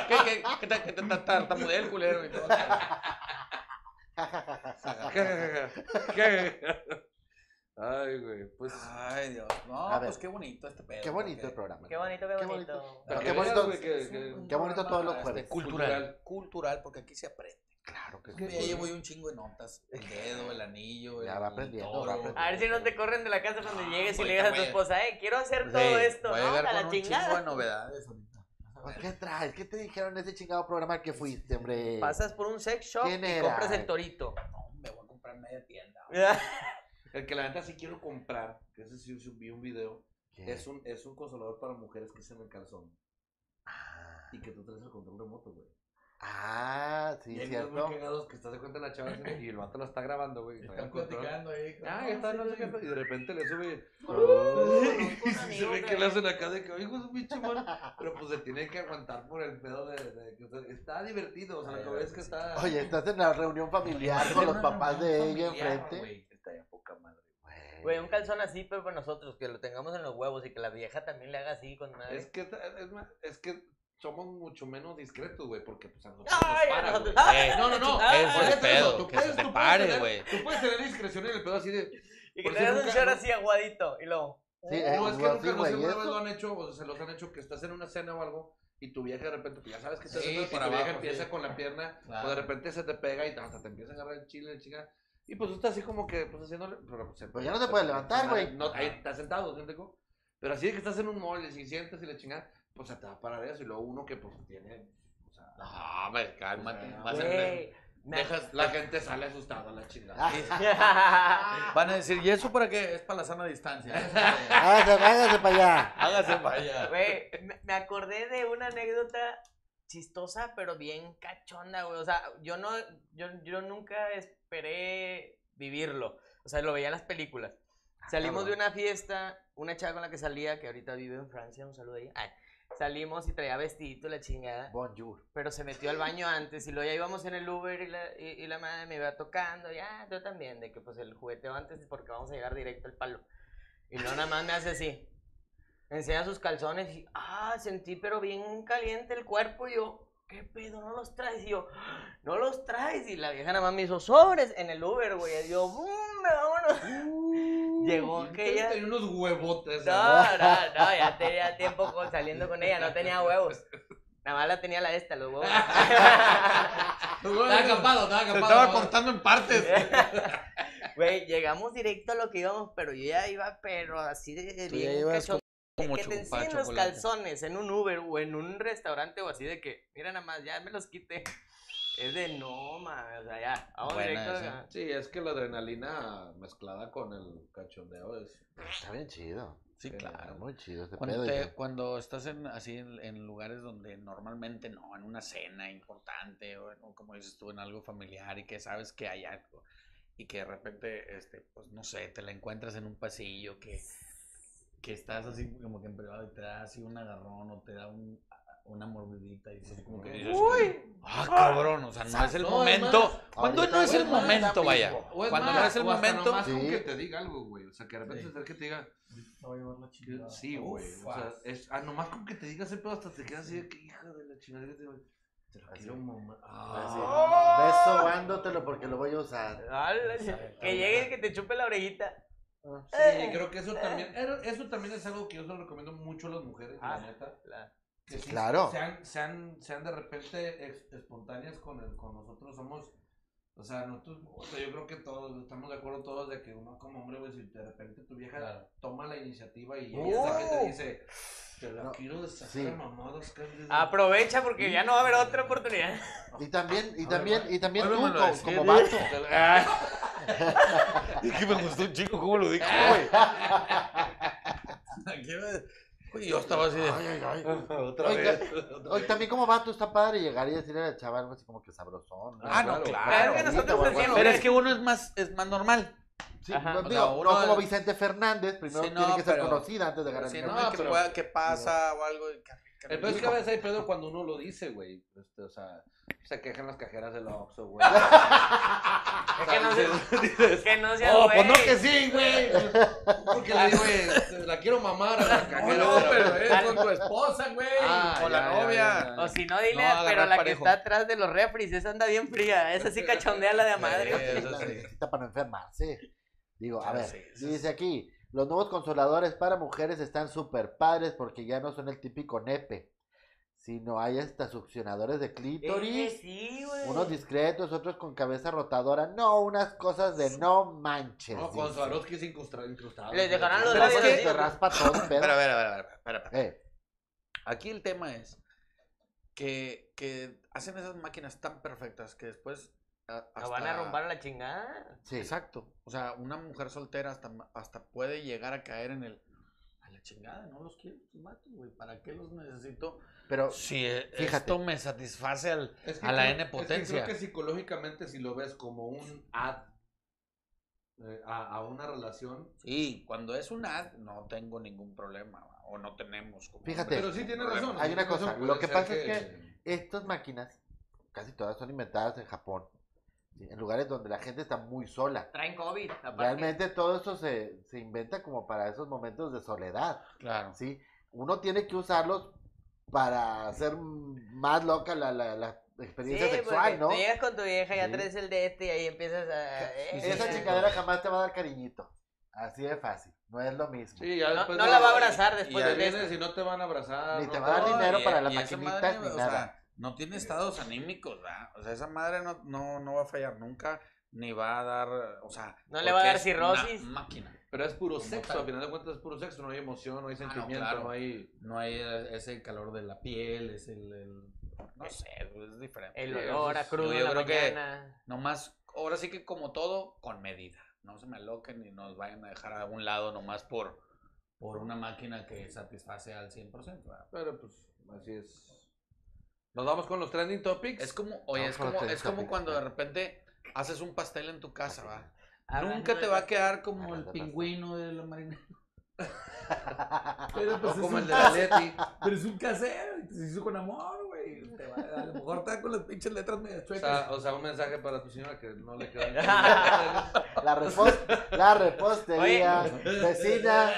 S5: ¿Qué, qué, qué tal? ¿Qué tal? tal- tartamudea el culero? y todo.
S4: Ay, güey. Pues.
S5: Ay, Dios. No,
S2: A ver.
S5: pues qué bonito este pedo.
S2: Qué bonito el
S5: porque
S2: programa.
S8: Qué bonito, qué bonito.
S4: Para
S2: Pero
S4: que
S2: qué
S4: veas,
S2: bonito.
S4: güey, que-
S5: es un-
S4: que-
S5: un
S2: qué bonito
S5: programa,
S2: todos los
S5: este,
S2: jueves.
S5: cultural,
S4: Cultural.
S5: cultural. porque aquí se aprende.
S4: Claro que
S5: Ya llevo yo un chingo de notas. El dedo, el anillo,
S2: Ya
S5: el
S2: va aprendiendo,
S5: toro.
S2: va aprendiendo.
S8: A ver si no te corren de la casa cuando
S5: Ah,
S8: llegues y le
S5: ahorita
S8: digas a
S5: voy
S8: tu
S5: a-
S8: esposa, eh, quiero hacer
S5: Sí,
S8: todo esto, ¿no?
S5: voy a
S8: A
S5: llegar
S8: la
S5: con un chingo de
S8: chingada.
S5: novedades ahorita.
S2: Pues, ¿Qué traes? ¿Qué te dijeron en ese chingado programa al que fuiste, hombre?
S8: Pasas por un sex shop
S2: ¿Quién
S8: y
S2: era?
S8: compras el torito.
S5: No, me voy a comprar media tienda.
S4: El que la neta sí quiero comprar, que ese sí sí vi un video,
S2: ¿Qué?
S4: es un, es un consolador para mujeres que se en el calzón. Y que tú traes el control remoto, güey.
S2: Ah, sí,
S4: y hay videos
S2: cierto.
S4: muy cagados que estás de cuenta la chava haciendo- y el vato la está grabando, güey. y trae el control.
S5: ahí.
S4: Ah, está no sé qué, y de repente le sube. Ah.
S8: con
S4: y se ve que
S8: amigos,
S4: le
S8: güey.
S4: hacen acá de que, oigo, es un pinche mono", Pero pues se tiene que aguantar por el pedo de. de- que, o sea, está divertido, o sea, lo que ves que está.
S2: Ah, Oye, estás en la reunión familiar con los papás de ella enfrente.
S4: Está ya poca madre.
S8: Güey, un calzón así, pero para nosotros, que lo tengamos en los huevos y que la vieja también le haga así con madre.
S4: Es que, ta- es, más, es que somos mucho menos discretos, güey, porque pues a nosotros
S8: Ay,
S4: nos
S8: a
S4: para,
S8: nosotros-
S4: güey.
S8: ¡Ay,
S4: No, no, no,
S8: la chingada!
S5: Ese
S4: Por
S5: es el
S4: eso,
S5: pedo,
S4: tú
S5: que se
S4: puedes-
S5: te
S4: tú puedes
S5: pare,
S4: tener-
S5: güey.
S4: Tú puedes tener discreción en el pedo así de...
S8: Y que
S4: Por
S8: te
S4: si
S8: hagas un
S4: nunca-
S8: short así aguadito y luego.
S2: Sí, eh,
S4: No, es que
S2: así,
S4: nunca, no
S2: güey,
S4: sé, alguna
S2: ¿y
S4: vez
S2: esto?
S4: lo han hecho, o se los han hecho, que estás en una cena o algo, y tu vieja de repente, pues ya sabes que estás
S5: Sí,
S4: en una
S5: para
S4: tu vieja
S5: abajo,
S4: empieza
S5: sí.
S4: con la pierna,
S5: Claro.
S4: o de repente se te pega y hasta te empieza a agarrar el chile, chica. Y pues tú estás así como que, pues haciéndole... Pero, pues, se-
S2: Pero ya no te puedes levantar, güey.
S4: No, ahí estás sentado, ¿sí me explico? Pero así de que estás en un mall, y si sientes y la chingada, pues se te va a parar eso, y luego uno que pues tiene... o sea,
S5: No, a ver, cálmate.
S4: Ah,
S5: Vas a
S8: Güey, me-
S5: Dejas
S4: La gente sale asustada, la chingada.
S2: Ah,
S5: Van a decir, ¿y eso para qué? Es para la sana distancia.
S2: Hágase, hágase Ah, para allá.
S5: Hágase para allá.
S8: Güey, me- me acordé de una anécdota chistosa, pero bien cachonda, güey. O sea, yo no, yo, yo nunca esperé vivirlo. O sea, lo veía en las películas.
S4: Ah,
S8: Salimos de una fiesta, una chava con la que salía, que ahorita vive en Francia, un saludo a ella. Ay, salimos y traía vestidito la chingada
S2: Bonjour.
S8: pero se metió al baño antes y luego ya íbamos en el Uber y la, y, y la madre me iba tocando, ya, yo también, de que pues el jugueteo antes es porque vamos a llegar directo al palo. Y luego nada más me hace así, me enseña sus calzones y, ah, sentí pero bien caliente el cuerpo y yo, ¿qué pedo? ¿No los traes? Y yo, ¿no los traes? Y la vieja nada más me hizo sobres en el Uber, güey, y yo, ¡bum! vámonos! Llegó que ella...
S4: Tenía unos huevotes.
S8: No, no, no, ya tenía tiempo con- saliendo con ella, no tenía huevos. Nada más la tenía la esta, los huevos.
S4: Estaba acampado, estaba
S5: Se
S4: acampado.
S5: estaba cortando en partes.
S8: Güey, llegamos directo a lo que íbamos, pero yo ya iba, pero así de de
S5: Tú
S8: bien
S5: ya ibas
S8: cachondo.
S5: como
S8: que
S5: chupar
S8: te enseñen los
S5: chocolate.
S8: calzones en un Uber o en un restaurante o así de que, mira nada más, ya me los quité. Es de no, mames, o sea, ya, vamos
S5: Buena
S8: directo
S5: esa.
S8: acá.
S4: Sí, es que la adrenalina mezclada con el cachondeo es.
S2: Está bien chido.
S5: Sí,
S2: Está
S5: claro.
S2: muy chido este
S5: Cuando,
S2: pedo.
S5: te-
S2: ya.
S5: cuando estás en, así en, en lugares donde normalmente no, en una cena importante o, en- o como dices tú, en algo familiar y que sabes que hay algo y que de repente, este, pues no sé, te la encuentras en un pasillo que, que estás así como que en privado y te da así un agarrón o te da un- una mordidita y dices como que dices, ah, cabrón, o sea, no es el
S4: No,
S5: momento.
S4: además,
S5: Cuando
S2: ahorita
S5: no es
S2: es
S5: el
S2: más
S5: momento,
S2: rápido.
S5: vaya.
S4: O es
S5: Cuando
S4: más,
S5: no es el
S4: o hasta
S5: momento,
S4: nomás con
S2: Sí.
S4: que te diga algo, güey. O sea, que de repente
S5: Sí.
S4: se acerque y te diga. que- Sí,
S5: Uf,
S4: güey. O sea,
S5: ah.
S4: es, ah, nomás con que te diga ese pedo hasta te quedas así de que hija de la chingada que te digo, Te lo quiero mamá. Ah,
S2: Beso dándotelo porque lo voy a usar.
S8: Ala, ¡Oh! que llegue el que te chupe la orejita. Eh.
S4: sí, creo que eso también, era- eso también es algo que yo se lo recomiendo mucho a las mujeres,
S8: Ah.
S4: la neta.
S8: La-
S4: Que sí,
S2: claro.
S4: Sean, sean, sean de repente ex- espontáneas con, el, con nosotros, somos, o sea, nosotros, o sea, yo creo que todos, estamos de acuerdo todos de que uno como hombre, güey, si de repente tu vieja
S5: Claro.
S4: toma la iniciativa y ella
S5: ¡Oh!
S4: es la que te dice, te la
S2: No,
S4: quiero desatar
S2: sí.
S4: a mamadas, Candice".
S8: Aprovecha porque ya no va a haber otra oportunidad.
S2: Y también, y
S4: A
S2: también,
S4: ver,
S2: y también tú,
S5: vuélvemelo a
S2: co-
S5: decir.
S2: como vato.
S5: Es que me gustó un chico, ¿cómo lo dijo, güey? Yo estaba así de.
S4: Otra
S2: Oiga,
S4: vez. otra
S2: Oye,
S4: vez.
S2: también como vato está padre llegar y decirle al chaval algo así como que sabrosón. ¿no?
S5: Ah, no,
S8: Claro
S5: claro.
S8: que nosotros
S2: bonito,
S8: decimos,
S5: Pero es que uno es más, es más normal.
S2: Sí,
S8: Ajá.
S2: no,
S5: O sea,
S2: digo,
S5: uno-
S2: no como Vicente Fernández, primero
S5: Sí, no,
S2: tiene que ser
S5: pero-
S2: conocida antes de ganar
S5: Si
S2: el
S5: no, pues,
S2: Grammy.
S5: que,
S2: Pero-
S5: pueda- que pasa o algo. y que- que-
S4: El peor es que a veces hay pedo cuando uno lo dice, güey. Este, o sea, se quejan las cajeras del Oxxo, güey.
S8: Es que no se- que no sea
S4: Oh,
S8: güey.
S4: pues no que sí, güey. Porque le digo, güey, la quiero mamar a la
S5: No,
S4: cajera.
S5: no, pero
S4: güey.
S5: es con tu esposa, güey.
S4: Ah,
S5: o la
S4: ya, ya,
S5: novia.
S4: ya, ya.
S8: O si no, dile,
S5: No, agarrar
S8: pero la
S5: parejo.
S8: que está atrás de los refris, esa anda bien fría. Esa sí cachondea la de a madre.
S5: Eh,
S2: Sí,
S5: eso
S2: la
S5: sí.
S2: necesita para no enfermarse. Digo, a
S5: Claro,
S2: ver,
S5: sí, eso
S2: y dice aquí, los nuevos consoladores para mujeres están súper padres porque ya no son el típico nepe, sino hay hasta succionadores de
S8: Es que
S2: clítoris,
S8: sí, güey.
S2: unos discretos, otros con cabeza rotadora, no, unas cosas de no manches.
S4: No, con
S2: dice.
S4: Swarovski es incrustado. incrustado.
S8: Les dejarán los
S2: Pero
S8: labios
S2: es que
S8: así.
S2: te raspa todo el pedo.
S5: Pero a ver, a ver, a ver, espera, espera.
S2: Eh,
S5: Aquí el tema es que, que hacen esas máquinas tan perfectas que después. a-
S8: Nos van a
S5: hasta-
S8: romper a la chingada.
S2: sí.
S5: Exacto. O sea, una mujer soltera hasta, ma- hasta puede llegar a caer en el. A la chingada, no los quiero, los mato, güey. ¿Para qué los necesito?
S2: Pero
S5: Si eh,
S2: Fíjate.
S5: esto me satisface al.
S4: Es que
S5: A la
S4: creo-
S5: N
S4: es que
S5: potencia.
S4: creo que psicológicamente, si lo ves como un ad eh, a, a una relación.
S5: Sí, cuando es un ad, no tengo ningún problema, va, o no tenemos. como-
S2: Fíjate.
S4: Pero sí tiene razón.
S2: Hay
S4: sí
S2: una
S4: tiene
S2: cosa,
S4: razón, puede
S2: lo que
S4: ser
S2: pasa es estas máquinas, casi todas son inventadas en Japón, ¿sí? en lugares donde la gente está muy sola.
S8: Traen COVID, aparte.
S2: Realmente todo eso se, se inventa como para esos momentos de soledad,
S5: Claro.
S2: ¿sí? Uno tiene que usarlos para hacer más loca la, la- la
S8: Sí,
S2: experiencia
S8: porque
S2: sexual, ¿no?
S8: Te llegas con tu vieja, ya
S2: Sí.
S8: traes el de este y ahí empiezas a. eh,
S2: Esa
S8: eh,
S2: chingadera jamás te va a dar cariñito. Así de fácil, no es lo mismo.
S4: Sí, ya
S8: No-
S4: después
S8: no
S4: de-
S8: la va a abrazar después
S4: y ya
S8: de
S4: vienes
S8: esto.
S4: y no te van a abrazar.
S2: Ni
S4: no
S2: te va a dar dinero
S5: y-
S2: para las
S5: y esa
S2: maquinitas ni
S5: o
S2: nada.
S5: sea, no tiene estados anímicos, ¿verdad? O sea, esa madre no, no, no va a fallar nunca, ni va a dar. O sea.
S8: No le va a
S5: porque
S8: dar
S5: es una
S8: cirrosis.
S5: máquina.
S4: Pero es puro
S5: Como
S4: sexo,
S5: tal.
S4: al final de cuentas es puro sexo, no hay emoción, no hay
S8: Ah,
S5: no,
S4: sentimiento,
S5: claro.
S4: no hay...
S5: No hay eh, ese calor de la piel, es el. el- no sé, es diferente.
S8: El
S5: Sí,
S8: olor a
S5: es-
S8: crudo
S5: yo
S8: en la
S5: creo que
S8: mañana.
S5: Nomás, ahora sí que como todo, con medida. No se me aloquen y nos vayan a dejar a un lado nomás por, por una máquina que satisface al 100%. ¿verdad?
S4: Pero pues, así es. Nos vamos con los trending topics.
S5: Es como, oye,
S2: No,
S5: es
S2: solo
S5: como,
S2: te
S5: es como
S2: desapega,
S5: cuando de
S2: claro.
S5: repente haces un pastel en tu casa, ¿va?
S4: Ah,
S8: Hablando
S5: Nunca te
S8: de
S5: va a
S8: pastel.
S5: quedar como
S2: Hablando
S5: el
S2: de pastel.
S5: pingüino de la pues, marinera.
S4: O como el de Leti.
S5: Pero es un casero y se hizo con amor, güey. A lo mejor está con las pinches letras medio
S4: O sea, o sea, un mensaje para tu señora que no le quedó.
S2: La, repos- la repostería,
S8: Oye.
S2: vecina.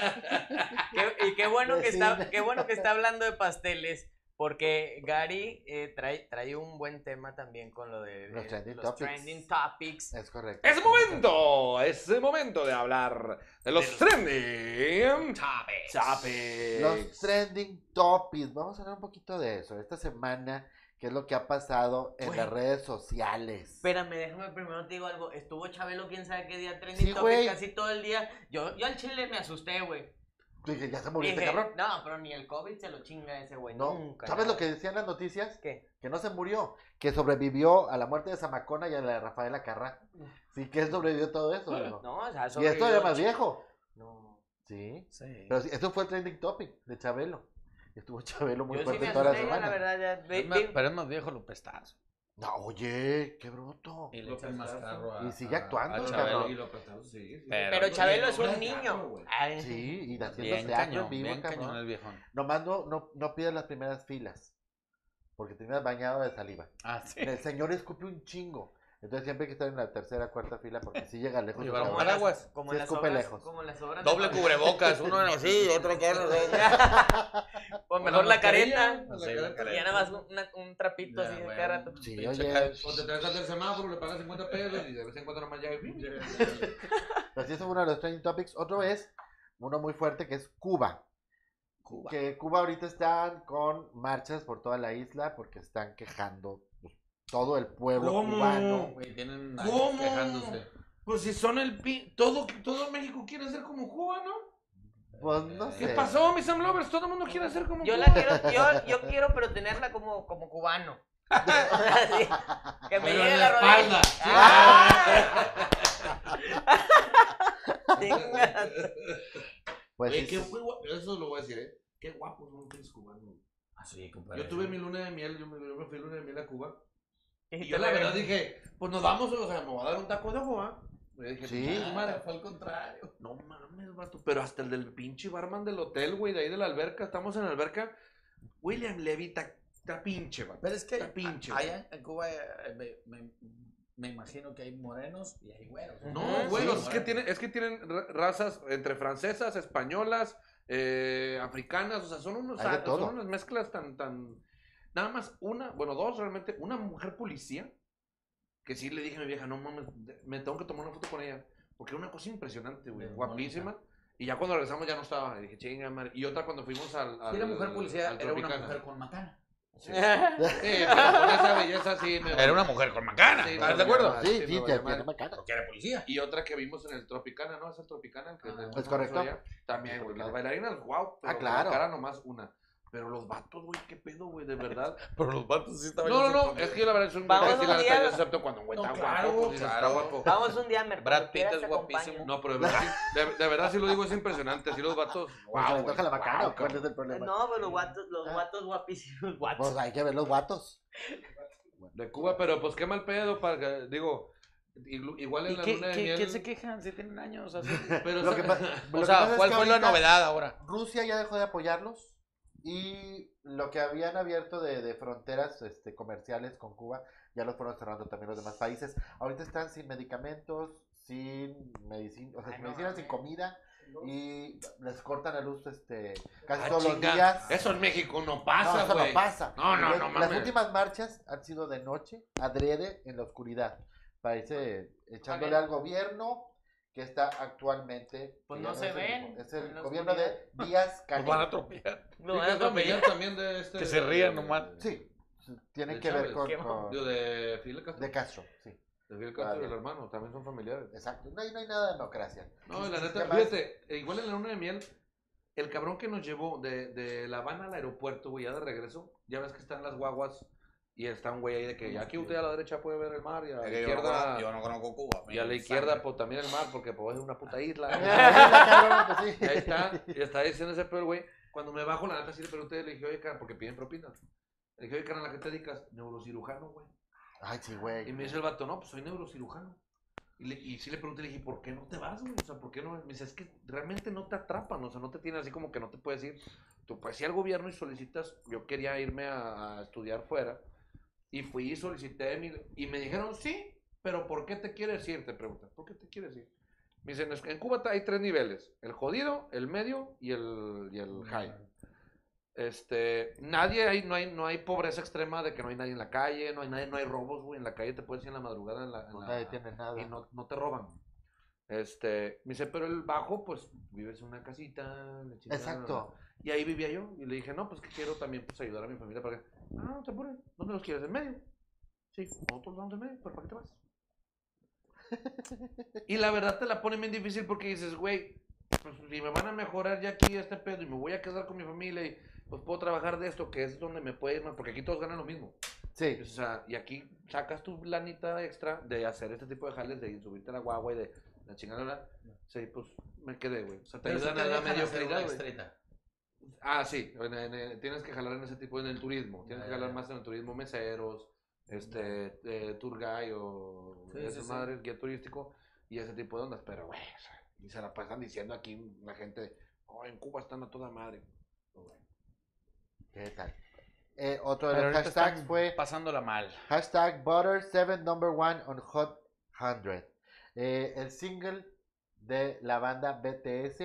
S8: Qué- y qué bueno que está,
S2: Vecina.
S8: qué bueno que está hablando de pasteles, porque Gary eh, trae, trae un buen tema también con lo de,
S2: Los
S8: de
S2: trending
S8: los
S2: topics.
S8: trending topics.
S2: Es correcto.
S4: ¡Es momento! Es el momento de hablar de los trending
S5: Chávez.
S4: topics.
S2: Los trending topics. Vamos a hablar un poquito de eso. Esta semana, ¿qué es lo que ha pasado en
S8: Güey.
S2: las redes sociales?
S8: Espérame, déjame primero te digo algo. Estuvo Chabelo, quién sabe qué día, trending
S2: Sí,
S8: topic
S2: güey.
S8: casi todo el día. Yo, yo al chile me asusté, güey.
S2: Dije, ya se murió este
S8: Dije,
S2: cabrón.
S8: No, pero ni el COVID se lo chinga ese güey.
S2: No,
S8: nunca.
S2: ¿sabes lo que decían las noticias?
S8: ¿Qué?
S2: Que no se murió, que sobrevivió a la muerte de Zamacona y a la de Rafaela Carrá. Sí, que él sobrevivió todo eso. ¿no?
S8: No, o sea,
S2: y esto
S8: sobrevivió
S2: era más
S8: chi-
S2: viejo.
S8: No.
S2: Sí.
S5: Sí.
S2: Pero sí, eso fue el trending topic de Chabelo. Y Estuvo Chabelo muy
S8: Yo sí
S2: fuerte
S8: me
S2: toda la
S8: asusté, ya,
S2: semana.
S8: la verdad, ya. vi-
S5: Es más-
S8: vi-
S5: pero es más viejo López Tarso.
S2: No, oye, qué bruto.
S8: Eh,
S5: Y le echan más carro a.
S2: Y sigue actuando,
S5: a
S2: cabrón.
S5: Chabelo.
S4: Y lo prestamos, sí, sí.
S5: Pero-
S8: Pero Chabelo es
S4: Ahora
S8: un
S4: es gato,
S8: niño. Ah,
S4: güey.
S8: Ay,
S2: Sí, y
S5: Bien
S2: haciendo teatro en
S5: cañón,
S2: vivo,
S5: bien cañón
S2: cabrón.
S5: el viejón.
S2: Nomás no, no, no pidas las primeras filas. Porque tenías bañado de saliva.
S5: Ah, sí.
S2: El señor escupe un chingo. Entonces siempre hay que estar en la tercera, cuarta fila porque si llega lejos.
S5: Llevar un
S2: cabrón.
S8: las-
S5: paraguas.
S8: Como
S2: Sí,
S8: en las
S2: escupe
S8: obras.
S2: lejos.
S8: Como en las obras. de
S5: Doble
S8: Pablo.
S5: cubrebocas, uno así, otro con
S8: O mejor la careta.
S5: Sí, la
S8: Y ya
S5: careta.
S8: nada más un, una- un trapito
S5: Ya,
S8: así de
S5: güey.
S8: cada rato.
S2: Sí,
S5: Pinche
S2: oye.
S5: cacho.
S4: O te traes al del semáforo, le pagas 50 pesos y de vez en cuando nomás llega y pum, llega.
S2: Así es uno de los trending topics. Otro es uno muy fuerte que es Cuba.
S5: Cuba.
S2: Que Cuba ahorita están con marchas por toda la isla porque están quejando pues, todo el pueblo
S4: ¿Cómo?
S2: cubano.
S5: Güey, tienen años
S4: ¿Cómo?
S5: quejándose.
S4: Pues si son el pi... Todo, todo México quiere ser como Cuba, ¿no?
S2: Pues no sé.
S4: ¿Qué pasó, mis amlovers? Todo el mundo quiere ser como
S8: Yo
S4: Cuba.
S8: la quiero, yo, yo quiero, pero tenerla como, como cubano. Así, que me
S5: Pero
S8: llegue
S5: en la
S8: la rodilla.
S5: espalda.
S8: ¡Ah! Chingas.
S2: Pues
S4: Oye,
S2: sí,
S4: qué
S2: sí.
S4: guapo, eso lo voy a decir, ¿eh? Qué guapos son los pinches cubanos.
S5: Ah, sí, compadre.
S4: Yo tuve mi luna de miel, yo me, yo me fui luna de miel a Cuba.
S8: Y
S4: Y yo
S8: te
S4: la
S8: regresas.
S4: verdad dije, pues nos vamos, o sea, me va a dar un taco de agua. Le dije,
S2: Sí.
S4: "Pinche madre".
S5: fue al contrario.
S4: No mames, vato. Pero hasta el del pinche barman del hotel, güey, de ahí de la alberca. Estamos en la alberca. William Levy está está pinche, vato.
S5: Pero es que
S4: Está pinche,
S5: allá en Cuba eh, me, me- me imagino que hay morenos y hay güeros.
S4: No, güey,
S5: Sí,
S4: es, que tienen, es que tienen ra- razas entre francesas, españolas, eh, africanas, o sea, son, unos, ah,
S2: Hay de
S4: son
S2: todo.
S4: unas mezclas tan, tan... Nada más una, bueno, dos realmente, una mujer policía, que sí le dije a mi vieja, no mames, de- me tengo que tomar una foto con ella, porque era una cosa impresionante, güey,
S5: Bien
S4: guapísima. Y ya cuando regresamos ya no estaba, y dije, chinga madre. Y otra cuando fuimos al...
S5: Si
S4: al
S5: era mujer policía,
S4: al
S5: era una
S4: Tropicana.
S5: mujer con macana.
S4: Sí, Sí, pero con esa belleza sí me...
S5: Era una mujer con macana.
S4: Sí,
S5: ¿Estás
S4: no,
S5: de acuerdo?
S4: no,
S2: Sí,
S4: sí,
S2: sí, ya-
S4: no, ya
S2: ya
S4: mal.
S2: no me cara.
S5: Porque era policía.
S4: Y otra que vimos en el Tropicana, ¿no? Es el Tropicana. Que
S5: Ah,
S4: tenemos
S2: es pues correcto.
S4: allá. También, güey. Las bailarinas, wow. Pero
S2: Ah, claro.
S4: La cara nomás una. Pero los vatos, güey, qué pedo, güey, de verdad.
S5: Pero los vatos sí estaban.
S4: No, no, no. Es que yo la verdad soy un
S8: Vamos
S4: güey, sí, la
S8: un
S4: neta,
S8: día-
S4: Yo acepto cuando un güey
S5: No,
S4: está
S5: claro,
S4: guapo. pues, Está
S5: claro.
S4: guapo.
S8: Vamos un día, Mer.
S5: Brad
S8: cuando quieras
S5: Pitt es
S8: te acompaño.
S5: guapísimo.
S4: No, pero de verdad, sí, de, de verdad sí lo digo, es impresionante. Sí, los vatos,
S2: Pues, ¿se
S4: wow.
S2: le antoja la macana o cuál es el
S8: Eh,
S2: problema?
S8: No, pues los guatos,
S5: Ah.
S8: los guatos guapísimos. Guatos.
S2: Pues hay que ver los guatos.
S4: De Cuba, pero pues qué mal pedo. Para, que- digo, ilu- igual en la luna de miel.
S5: quejan? Si tienen años.
S4: Pero,
S2: Lo
S4: o
S2: que
S4: sea,
S2: pa- lo que
S5: o
S2: pasa
S5: sea,
S2: es
S5: ¿cuál
S2: que
S5: fue la
S2: ahorita
S5: novedad ahora?
S2: Rusia ya dejó de apoyarlos y lo que habían abierto de, de fronteras este, comerciales con Cuba ya los fueron cerrando también los demás países. Ahorita están sin medicamentos, sin medicina, o sea, sin, medicina, sin comida y les cortan la luz este, casi
S4: ah,
S2: todos
S4: chinga,
S2: los días.
S4: Eso en México no
S2: no,
S4: pasa,
S2: eso
S4: güey.
S2: no pasa.
S4: No, no, no
S2: Las
S4: mames.
S2: últimas marchas han sido de noche, adrede, en la oscuridad. Parece echándole al gobierno que está actualmente.
S8: Pues
S2: que
S8: no
S2: ya
S8: se
S2: es el
S8: ven,
S2: mismo, es
S8: en
S2: el
S8: la
S2: gobierno de Díaz
S4: Pues
S5: Nos van
S2: Canel.
S5: a atropellar.
S8: No,
S4: Sí,
S8: van
S4: que
S8: a
S4: es familiar
S8: atropellar.
S4: también de este-
S5: Que se rían nomás. Ah.
S2: Sí, tiene
S4: De
S2: que ver
S4: Chávez.
S2: con,
S8: Qué
S2: con-
S8: mamón.
S4: Digo, de Fidel Castro.
S2: de Castro. Sí,
S4: De Fidel Castro
S2: Vale.
S4: y el hermano, también son familiares.
S2: exacto. No hay, no hay nada de democracia.
S4: No,
S2: Sí,
S4: la
S2: sí,
S4: neta,
S2: capaz.
S4: fíjate, eh, igual en la luna de miel, el cabrón que nos llevó de, de La Habana al aeropuerto, güey, ya de regreso, ya ves que están las guaguas y está un güey ahí de que ya aquí usted a la derecha puede ver el mar y a la izquierda...
S5: no conozco Cuba.
S4: Y a la izquierda, pues también el mar, porque pues es una puta isla.
S2: Cabrón, pues,
S4: Y
S2: sí.
S4: ahí está, y está diciendo ese pedo, el güey. Cuando me bajo, la neta, sí le pregunté, le dije, oye, cara, porque piden propinas. Le dije, oye, cara, ¿a qué te dedicas? Neurocirujano, güey.
S2: Ay, sí, güey.
S4: Y me dice el vato, no, pues soy neurocirujano. Y, le- y sí le pregunté, le dije, ¿por qué no te vas, güey? O sea, ¿por qué no? Me dice, es que realmente no te atrapan, o sea, no te tienen así como que no te puedes ir. Tú puedes ir al gobierno y solicitas, yo quería irme a, a estudiar fuera. Y fui y solicité mi- y me dijeron, sí, pero ¿por qué te quieres ir? Te preguntan, ¿por qué te quieres ir? Me dicen, "Es que en Cuba hay tres niveles, el jodido, el medio y el, y el high. Este, nadie hay, no hay, no hay pobreza extrema de que no hay nadie en la calle, no hay nadie, no hay robos, güey, en la calle te puedes ir en la madrugada en la, en
S2: No
S4: la-
S2: te detiene nada.
S4: y no, no te roban. Este, me dice, pero el bajo, pues, vives en una casita, la chingada,
S2: Exacto.
S4: Y ahí vivía yo, y le dije, no, pues que quiero también pues, ayudar a mi familia para que. Ah, no te apures, ¿dónde los quieres? ¿En medio? Sí, nosotros vamos en medio, pero ¿para qué te vas? y la verdad te la pone bien difícil porque dices, güey, pues, si me van a mejorar ya aquí este pedo y me voy a quedar con mi familia y pues puedo trabajar de esto, que es donde me puede ir más, porque aquí todos ganan lo mismo.
S2: Sí.
S4: O sea, y aquí sacas tu lanita extra de hacer este tipo de jales, de subirte a la guagua y de la chingadora. Sí, pues me quedé, güey. O sea, te
S3: Pero sí
S4: ayudan
S3: te
S4: a la
S3: dejan hacer una
S4: mediocridad, güey.
S3: extrita.
S4: Ah, sí, en- en- en- tienes que jalar en ese tipo, en el turismo.
S3: Ya,
S4: Tienes que
S3: ya,
S4: jalar
S3: ya.
S4: más en el turismo, meseros, este, eh, tour guide o
S3: Sí,
S4: esa
S3: sí, sí.
S4: madre, guía turístico y ese tipo de ondas. Pero, güey, o sea, y se la pasan diciendo aquí la gente, oh, en Cuba están a toda madre.
S2: ¿Qué tal? Eh, otro de
S3: Pero
S2: los
S3: ahorita
S2: hashtags
S3: están
S2: fue
S3: Pasándola mal.
S2: Hashtag Butter 7 Number 1 on Hot 100. Eh, el single de la banda BTS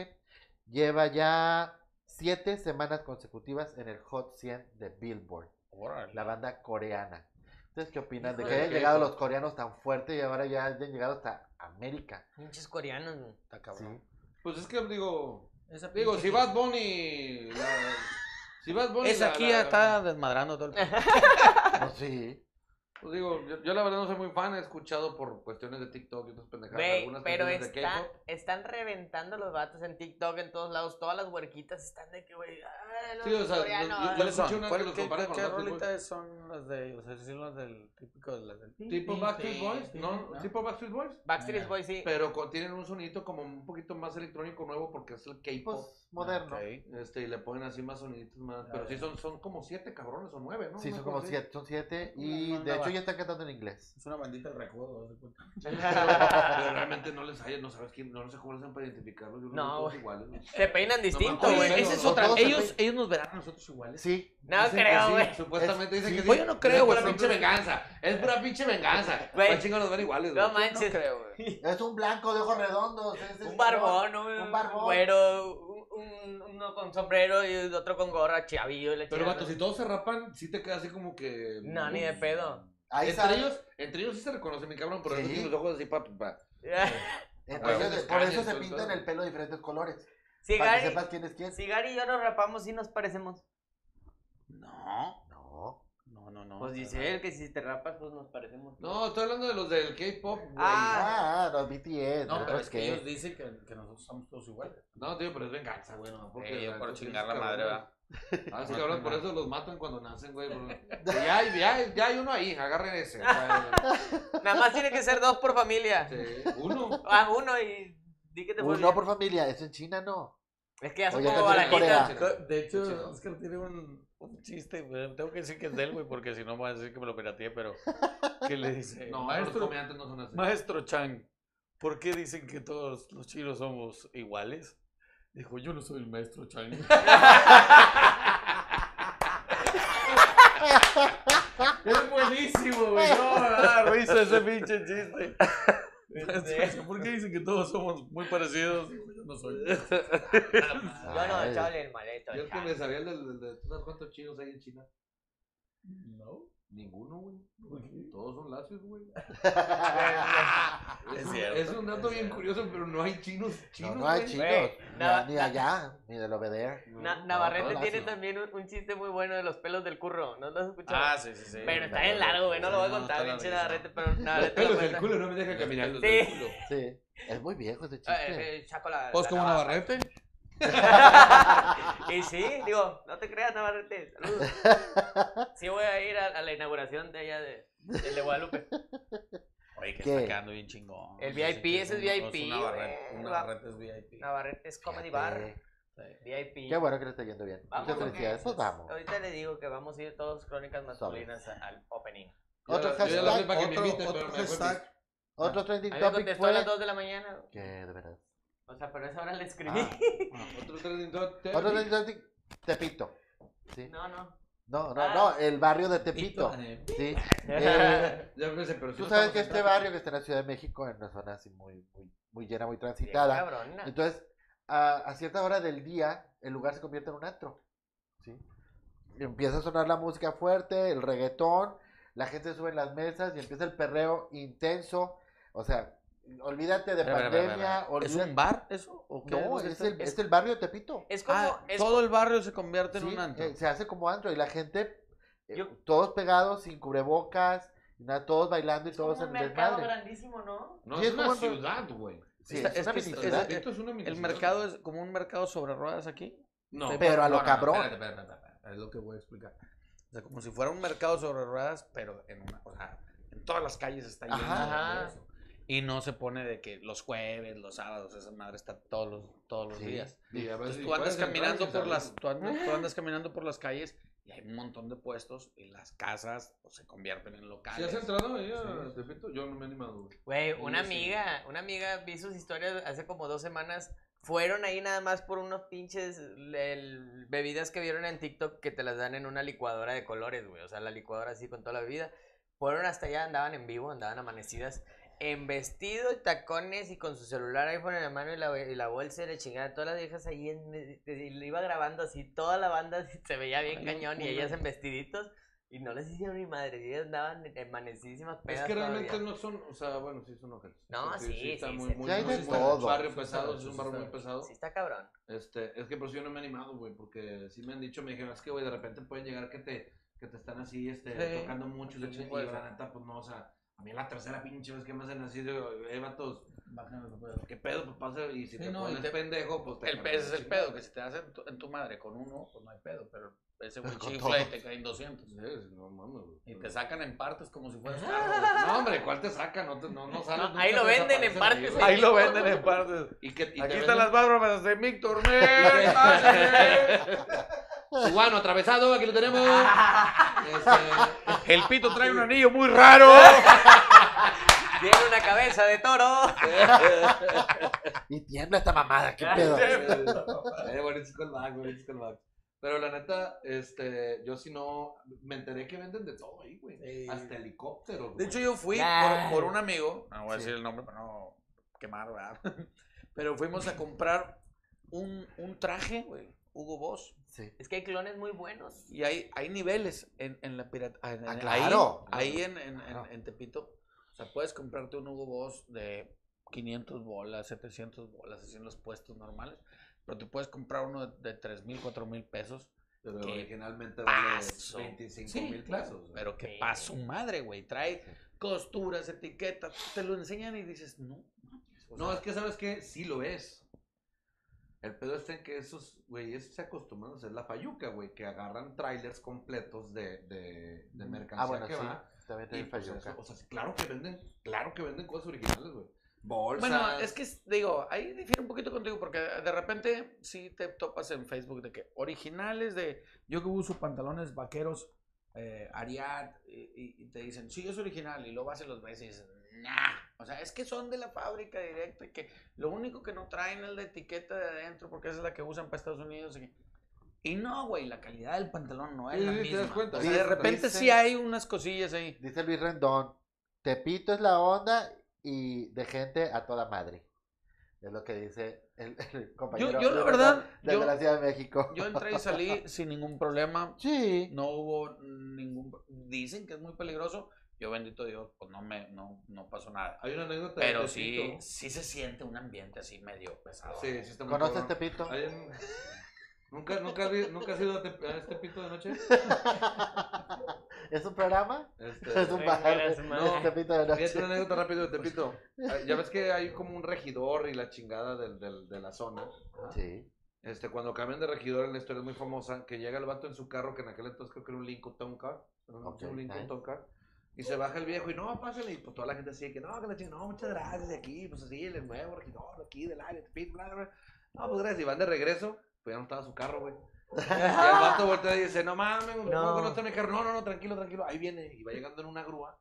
S2: lleva ya 7 semanas consecutivas en el Hot 100 de Billboard,
S5: Órale.
S2: la banda coreana. ¿Ustedes qué opinan de que
S8: Híjole,
S2: hayan
S4: qué
S2: llegado
S4: eso.
S2: los coreanos tan fuerte y ahora ya hayan llegado hasta América?
S8: Pinches coreanos, güey.
S3: Está cabrón.
S4: Pues es que digo,
S3: Esa
S4: digo,
S3: pinche-
S4: si Bad Bunny, la- si Bad Bunny,
S3: Esa
S4: la-
S3: aquí
S4: la-
S3: ya
S4: la-
S3: está desmadrando todo el.
S2: No, sí.
S4: pues digo, yo, yo la verdad no soy muy fan, he escuchado por cuestiones de TikTok y otras pendejadas,
S8: Güey,
S4: algunas
S8: pero
S4: canciones de
S8: está-
S4: K-pop.
S8: están reventando los vatos en TikTok, en todos lados. Todas las huerquitas están de que, güey, ah, los
S4: Sí, o sea,
S8: coreanos.
S4: yo- yo-
S3: ¿Cuáles
S4: escuché
S3: son?
S4: una
S3: ¿Cuál-
S4: que los
S3: ¿Qué,
S4: compara
S3: qué-
S4: con
S3: qué
S4: Backstreet
S3: rolitas son las de, o sea, sí son las del típico de las del...
S4: Tipo Backstreet Boys, no, tipo Backstreet Boys.
S8: Backstreet
S3: Ah,
S8: Boys, sí.
S4: pero con- tienen un sonidito como un poquito más electrónico nuevo porque es el K-pop.
S2: Pues moderno.
S3: Ok.
S4: Este, y le ponen así más soniditos más.
S3: Ya,
S4: Pero sí
S3: ya.
S4: son, son como siete cabrones o nueve, ¿no?
S2: Sí,
S4: Una
S2: son
S4: cosa
S2: como
S4: así.
S2: 7. Son 7
S3: Una
S2: y de
S3: banda
S2: hecho
S3: baja.
S2: ya están cantando en inglés.
S3: Es una bandita de recuerdo. haz de cuenta.
S4: Pero realmente no les hay, no sabes quién, no sé cómo les hacen para identificarlos. Yo creo que
S8: No,
S4: todos
S8: güey.
S4: iguales, güey.
S8: Se peinan distinto,
S4: mames,
S8: güey.
S4: güey,
S8: Esa es
S2: los
S8: otra.
S2: dos se
S8: Ellos,
S3: Ellos nos verán a nosotros iguales.
S2: Sí.
S8: no
S4: Ah, Dicen que
S8: creo,
S4: sí,
S8: güey.
S4: Supuestamente dicen que sí.
S3: Pues yo no creo, güey,
S4: Es pura
S3: pero-
S4: pinche venganza. Es pura pinche venganza.
S8: Güey.
S4: Güey. chingo los ven iguales, güey.
S8: No manches.
S2: Es un blanco de ojos redondos. es- es-
S8: Un barbón, un,
S2: un
S8: un
S2: barbón.
S8: güero, un- un- uno con sombrero y otro con gorra, chavillo. y la
S4: Pero,
S8: chingada.
S4: vato, si todos se rapan, sí te queda así como que.
S8: No, ni de pedo.
S2: Ahí
S4: entre,
S2: sale.
S4: ellos, entre ellos sí se reconoce mi cabrón, pero
S2: Sí.
S4: ellos tienen los ojos así pa, pa.
S2: Entonces,
S4: Huevos,
S2: por eso
S4: cañas,
S2: se
S4: todo,
S2: pintan
S4: todo.
S2: el pelo de diferentes colores.
S8: Si
S2: para que
S8: Gary,
S2: sepas quién es quién.
S8: si Gary y yo nos rapamos, sí nos parecemos.
S3: No,
S2: No.
S3: no, no, no.
S8: Pues dice él que si te rapas, pues nos parecemos.
S4: No, estoy hablando de los del K-pop, güey.
S8: Ah,
S2: Ah, los BTS.
S3: No, pero
S2: otros
S3: es que
S2: que-
S3: ellos dicen que, que nosotros somos todos iguales.
S4: No, tío, pero es venganza, güey. No, porque
S3: Eh, yo
S4: la
S3: por
S4: neta, sí,
S3: chingar la
S4: esos
S3: madre,
S4: cabrones-
S3: va.
S4: Ah, sí, cabrón, por eso los matan cuando nacen, güey. bro. Ya hay, ya hay, ya hay uno ahí, agarren ese. güey.
S8: Nada más tiene que ser dos por familia.
S4: Este, uno.
S8: Ah, uno y di que te
S2: Uy,
S8: fue
S2: no
S8: bien.
S2: por familia, es en China, no.
S8: Es que ya son
S2: Oye,
S8: como
S2: que tiene
S8: barajitas.
S2: Corea.
S5: De hecho,
S4: Sí, no.
S5: Oscar tiene un, un chiste, pero tengo que decir que es de él, güey, porque si no me va a decir que me lo pirateé, pero ¿qué le dice?
S4: Eh, No, los
S5: maestro,
S4: comediantes no son así.
S5: maestro Chang, ¿por qué dicen que todos los chinos somos iguales? Dijo, yo no soy el maestro Chang. es buenísimo, güey. No, me da risa ese pinche chiste. Entonces, ¿Por qué dicen que todos somos muy parecidos? Dijo, yo no soy.
S8: Yo no,
S2: Ay.
S8: chale, el maleto.
S4: Yo el que
S8: chale.
S4: me sabía el del- del- de, ¿tú sabes cuántos chinos hay en China?
S5: No.
S4: Ninguno, güey. Todos son lacios, güey.
S5: Es
S4: un-
S5: cierto,
S4: es un dato
S5: es
S4: bien
S5: cierto.
S4: curioso, pero no hay chinos
S2: No,
S4: chinos.
S2: no hay
S4: güey.
S2: chinos.
S8: Güey,
S2: ni-
S8: nada-
S2: ni allá, ni del obeder.
S4: No,
S8: Na-
S4: no,
S8: Navarrete
S4: todo
S8: tiene
S4: lacio.
S8: también un, un chiste muy bueno de los pelos del curro. ¿No lo has escuchado?
S5: Ah, sí, sí, sí.
S8: pero está bien largo, güey. No lo voy a
S3: No,
S8: contar,
S3: está
S8: pinche
S3: larguísimo.
S8: Navarrete. Pero
S4: Los
S8: Navarrete lo
S4: pelos del
S8: cuenta.
S4: culo no me dejan caminar los
S8: Sí.
S4: del culo.
S2: Sí. Es muy viejo ese chiste.
S8: Eh, eh, chaco la.
S4: Pues
S5: ¿Vos
S8: la
S5: como
S8: navaja.
S5: Navarrete?
S8: y sí, digo, no te creas, Navarrete. Saludos. Sí, voy a ir a, a la inauguración de allá de, del de Guadalupe.
S3: Oye, que
S2: ¿Qué?
S3: está quedando bien chingón.
S8: El
S3: Sí,
S8: VIP,
S3: sí,
S8: ese es
S3: una-
S8: VIP,
S3: una barreta,
S8: güey.
S3: una barreta es VIP.
S8: Navarrete es Comedy Bar.
S2: Fíjate.
S8: VIP.
S2: Qué bueno que le está yendo bien.
S8: Vamos,
S2: Muchas
S8: porque-
S2: felicidades. Pues vamos.
S8: Ahorita le digo que vamos a ir todos crónicas masculinas a- al opening.
S4: Yo
S2: Otro
S4: ya- yo ya lo hablé
S2: hashtag,
S4: para que me
S3: Otro-
S4: inviten, pero
S3: otro
S4: me dejó el
S3: hashtag.
S2: otro
S8: A
S2: trending
S8: mí me
S2: topic
S8: contestó a las
S2: fue.
S8: 2 de la mañana.
S2: Que de veras.
S8: O sea, pero a esa hora le escribí.
S2: Ah,
S4: Otro trending topic.
S2: Otro trending topic, Tepito. Sí.
S8: No, no.
S2: No, no,
S8: Ah.
S2: no, el barrio de Tepito. Sí. Eh,
S4: Ya empecé, pero sí
S2: Tú
S4: lo
S2: sabes
S4: estamos
S2: que este
S4: entrando.
S2: barrio que está en la Ciudad de México, en una zona así muy, muy, muy llena, muy
S8: Bien
S2: transitada.
S8: cabrona.
S2: Entonces, a, a cierta hora del día, el lugar se convierte en un antro. ¿sí? Y Empieza a sonar la música fuerte, el reggaetón, la gente sube en las mesas y empieza el perreo intenso. O sea, olvídate de
S3: Espera, espera, espera,
S2: pandemia,
S3: espera. ¿Es
S2: olvídate.
S3: un bar eso? ¿O qué
S2: No,
S3: es
S2: es
S3: esto?
S2: el,
S3: Es-
S2: es el barrio de Tepito.
S8: Es como.
S3: Ah,
S8: es-
S3: todo el barrio se convierte en
S2: Sí,
S3: un antro.
S2: eh, se hace como antro y la gente, eh,
S8: Yo-
S2: todos pegados, sin cubrebocas, y nada, todos bailando y
S8: como
S2: todos en
S8: un
S2: el
S8: mercado
S2: desmadre.
S8: grandísimo, ¿no?
S4: No,
S2: Sí,
S4: es
S2: es
S4: una
S2: como-
S4: ciudad, güey.
S2: Sí,
S8: Esta-
S2: es una
S8: esta-
S2: minicidad.
S8: esta-
S5: Esto es una
S8: el mercado es como un mercado sobre ruedas aquí.
S5: No,
S2: pero a lo cabrón.
S5: Espérate, espérate, espérate, espérate, es lo que voy a explicar. O sea, como si fuera un mercado sobre ruedas, pero en una, o sea, en todas las calles está lleno
S2: Ajá.
S5: de eso. Y no se pone de que los jueves, los sábados, esa madre está todos los, todos los días.
S4: Y a veces-
S5: Entonces
S4: y
S5: tú
S4: Pues
S5: andas
S4: puedes entrar
S5: caminando
S4: sin
S5: por
S4: salir.
S5: las, tú andas, tú andas caminando por las calles y hay un montón de puestos y las casas pues, se convierten en
S4: ¿Sí
S5: locales.
S4: has entrado ahí a Tepito? Yo no me he animado. güey.
S8: Güey,
S4: Sí,
S8: una
S4: sí.
S8: amiga, una amiga vi sus historias hace como dos semanas. Fueron ahí nada más por unos pinches el- bebidas que vieron en TikTok que te las dan en una licuadora de colores, güey. O sea, la licuadora así con toda la bebida. Fueron hasta allá, andaban en vivo, andaban amanecidas. En vestido, y tacones y con su celular iPhone en la mano y la, y la bolsa y la chingada. Todas las viejas ahí en, y le iba grabando así. Toda la banda así, se veía bien
S5: Ay,
S8: cañón y
S5: una-
S8: ellas en vestiditos. Y no les hicieron ni madre. y Ellas andaban amanecísimas pedas
S4: Es que
S8: todavía.
S4: realmente no son, o sea, bueno, sí son ojeros.
S8: No, sí,
S4: está
S8: sí,
S4: muy,
S8: sí.
S4: muy,
S2: Sí hay
S4: no,
S2: de
S4: está
S2: todo.
S4: un barrio pesado, es un barrio muy pesado.
S8: Sí, está cabrón.
S4: Este, es que por eso yo no me he animado, güey, porque sí me han dicho, me dijeron, es que, güey, de repente pueden llegar que te, que te están así, este,
S8: Sí.
S4: tocando mucho, y la chingada, y yo, la neta, pues no, o sea, a mí la tercera pinche vez que me hacen así, digo, eh, vatos, ¿qué pedo, pues pasa? Y si
S5: Sí,
S4: te
S5: no, y
S4: pones
S5: te-
S4: pendejo, pues te
S5: El,
S4: cargan
S5: ese es
S4: la
S5: el
S4: chingada.
S5: pedo, que si te das en tu, en tu madre con uno, pues no hay pedo, pero ese güey
S2: Con
S5: chifla y
S2: todos.
S5: te caen 200.
S4: Sí, sí, no mames, güey.
S5: Y te sacan en partes como si fueras carro. güey.
S4: No, hombre, ¿cuál te saca? No, te- no, no sales,
S8: No, ahí
S4: nunca
S8: lo
S4: te
S8: venden en
S4: desaparecen
S8: partes,
S4: güey.
S8: ahí.
S4: Ahí-
S8: lo venden en
S5: partes.
S4: Y que, y te
S5: Aquí
S4: venden-
S5: están las bárbaras de Víctor Mel.
S4: Cubano atravesado, aquí lo tenemos. Este,
S5: El pito trae un anillo muy raro.
S8: Tiene una cabeza de toro.
S2: Y tiembla esta mamada, qué pedo.
S4: eh, buen callback, buen callback. Pero la neta, este, yo si no, me enteré que venden de todo ahí, güey.
S5: Sí.
S4: Hasta helicópteros.
S5: De
S4: güey.
S5: hecho, yo fui
S8: Ay.
S5: por, por un amigo. No voy a decir el nombre para no quemar, ¿verdad? Pero fuimos a comprar un, un traje, güey. Hugo Boss.
S2: Sí.
S8: Es que hay clones muy buenos.
S5: Y hay, hay niveles en, en la pirata. en-
S2: Ah,
S5: en-
S2: claro.
S5: Ahí, ahí en, en- en-
S2: Claro.
S5: en Tepito. O sea, puedes comprarte un Hugo Boss de 500 bolas, 700 bolas, así en los puestos normales. Pero te puedes comprar uno de, de 3 mil, 4 mil pesos.
S4: pero
S5: qué
S4: originalmente vale
S5: paso.
S4: 25
S5: Sí,
S4: mil
S5: claro,
S4: pesos. güey.
S5: Pero que
S8: Sí.
S5: pasa su madre, güey. Trae costuras, etiquetas. Te lo enseñan y dices, no.
S4: no, es que sabes que sí lo es. El pedo está en que esos güeyes se acostumbran a hacer la payuca, güey, que agarran trailers completos de, de,
S5: Mm.
S4: de mercancía
S2: Ah, bueno,
S4: que
S2: sí.
S4: va.
S2: También
S4: Y,
S2: tiene
S4: pues,
S2: falluca.
S4: eso, o sea, claro que venden, claro que venden cosas originales, güey. Bolsas.
S5: Bueno, es que es- digo, ahí difiere un poquito contigo porque de repente sí te topas en Facebook de que originales de yo que uso pantalones vaqueros eh, Ariat y, y- y te dicen, sí, es original y lo vas y los ves y dices, nah, o sea, es que son de la fábrica directa y que lo único que no traen es la etiqueta de adentro porque esa es la que usan para Estados Unidos y, y no, güey, la calidad del pantalón no es
S4: Sí,
S5: la
S4: sí, te
S5: misma.
S4: das cuenta.
S5: O sea, de
S2: Dice-
S5: repente sí
S2: dice-
S5: hay unas cosillas ahí.
S2: Dice Luis Rendón, Tepito es la onda y de gente a toda madre. Es lo que dice el, el compañero.
S5: yo, la
S2: Luis
S5: verdad,
S2: Rendón, de
S5: yo-
S2: la Ciudad de México.
S5: Yo entré y salí sin ningún problema.
S2: Sí.
S5: no hubo ningún dicen que es muy peligroso yo bendito Dios pues no me no, no pasó nada
S4: Hay una anécdota. de
S5: pero sí
S4: Tepito.
S5: sí se siente un ambiente así medio pesado
S4: Sí, sí está muy
S2: ¿Conoces
S4: cabrón.
S2: Tepito?
S4: Hay un- ¿Nunca, nunca, has vi- ¿Nunca has ido a, Tep- a este pito de noche?
S2: ¿Es un programa?
S4: Este,
S2: Es un bar.
S8: Mira su madre.
S2: Es Tepito de
S4: fíjate
S2: noche.
S4: una anécdota rápido de Tepito. Ah, Ya ves que hay como un regidor y la chingada del, del- de la zona.
S2: Sí.
S4: Este, cuando cambian de regidor en la historia es muy famosa, que llega el vato en su carro, que en aquel entonces creo que era un Lincoln Town Car, era un,
S2: Ok,
S4: un Lincoln
S2: nice.
S4: Town Car, y se baja el viejo y no, pásale, y pues toda la gente así, de que no, que la chingada, no, muchas gracias, de aquí, pues así, el nuevo regidor, de aquí, del área, de Pit, bla, bla, bla. No, pues gracias, y van de regreso, pues ya no estaba su carro, güey. Y el vato voltea y dice, no mames, no.
S8: No.
S4: no está mi carro, no, no, no, tranquilo, tranquilo, ahí viene, y va llegando en una grúa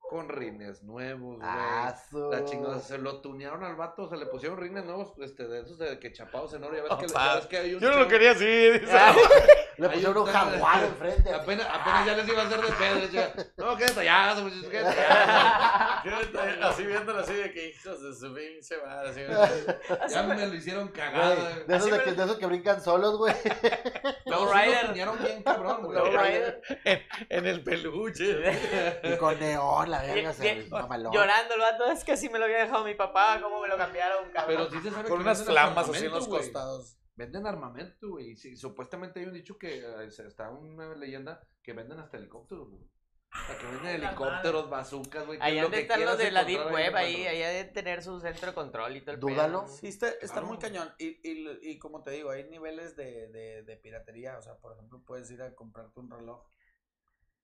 S4: con rines nuevos, güey.
S2: Ah, su...
S4: La chingada, se lo tunearon al vato, se le pusieron rines nuevos, este, de esos de que chapados en oro, ya ves, que, ya ves que hay un chorro-
S5: así dice.
S2: Le
S4: Hay
S2: pusieron
S4: un
S2: un
S4: tema de-
S2: jaguar enfrente. así.
S4: Apenas, apenas ya les iba a hacer de pedo. les decía, No, pues, quédate allá, muchachos, quédate allá.
S5: eh, así viéndolo así de que hijos de su pinche madre así, güey.
S4: Ya me lo hicieron cagada.
S2: Güey, de, esos de, que, de esos que brincan solos, güey.
S4: No,
S8: Low
S4: sí lo
S8: rider.
S4: tunearon bien cabrón, güey.
S8: Low rider.
S5: en el peluche
S2: Y con neón, la verga,
S8: Ye-
S2: se
S8: ye-
S2: mamalón.
S8: Llorando el vato, es que así me lo había dejado mi papá, cómo me lo cambiaron, cabrón.
S4: Pero sí se sabe
S5: con
S4: que
S5: unas
S4: venden
S5: flamas así en los
S4: armamento, güey.
S5: costados
S4: Venden armamento, güey. y sí, supuestamente hay un dicho que eh, se- está una leyenda que venden hasta helicópteros, güey. La que venden helicópteros, bazucas, güey. que
S8: Ahí
S4: es lo
S8: han de
S4: que
S8: estar los
S4: quieras
S8: de la Deep
S4: encontrar
S8: Web
S4: para
S8: ahí,
S4: atrás.
S8: ahí han de tener su centro de control y todo el
S2: Dúdalo.
S8: pedo.
S2: Sí,
S5: Sí, está, está
S4: Claro.
S5: muy cañón. Y, y, y como te digo, hay niveles de, de, de piratería. O sea, por ejemplo, puedes ir a comprarte un reloj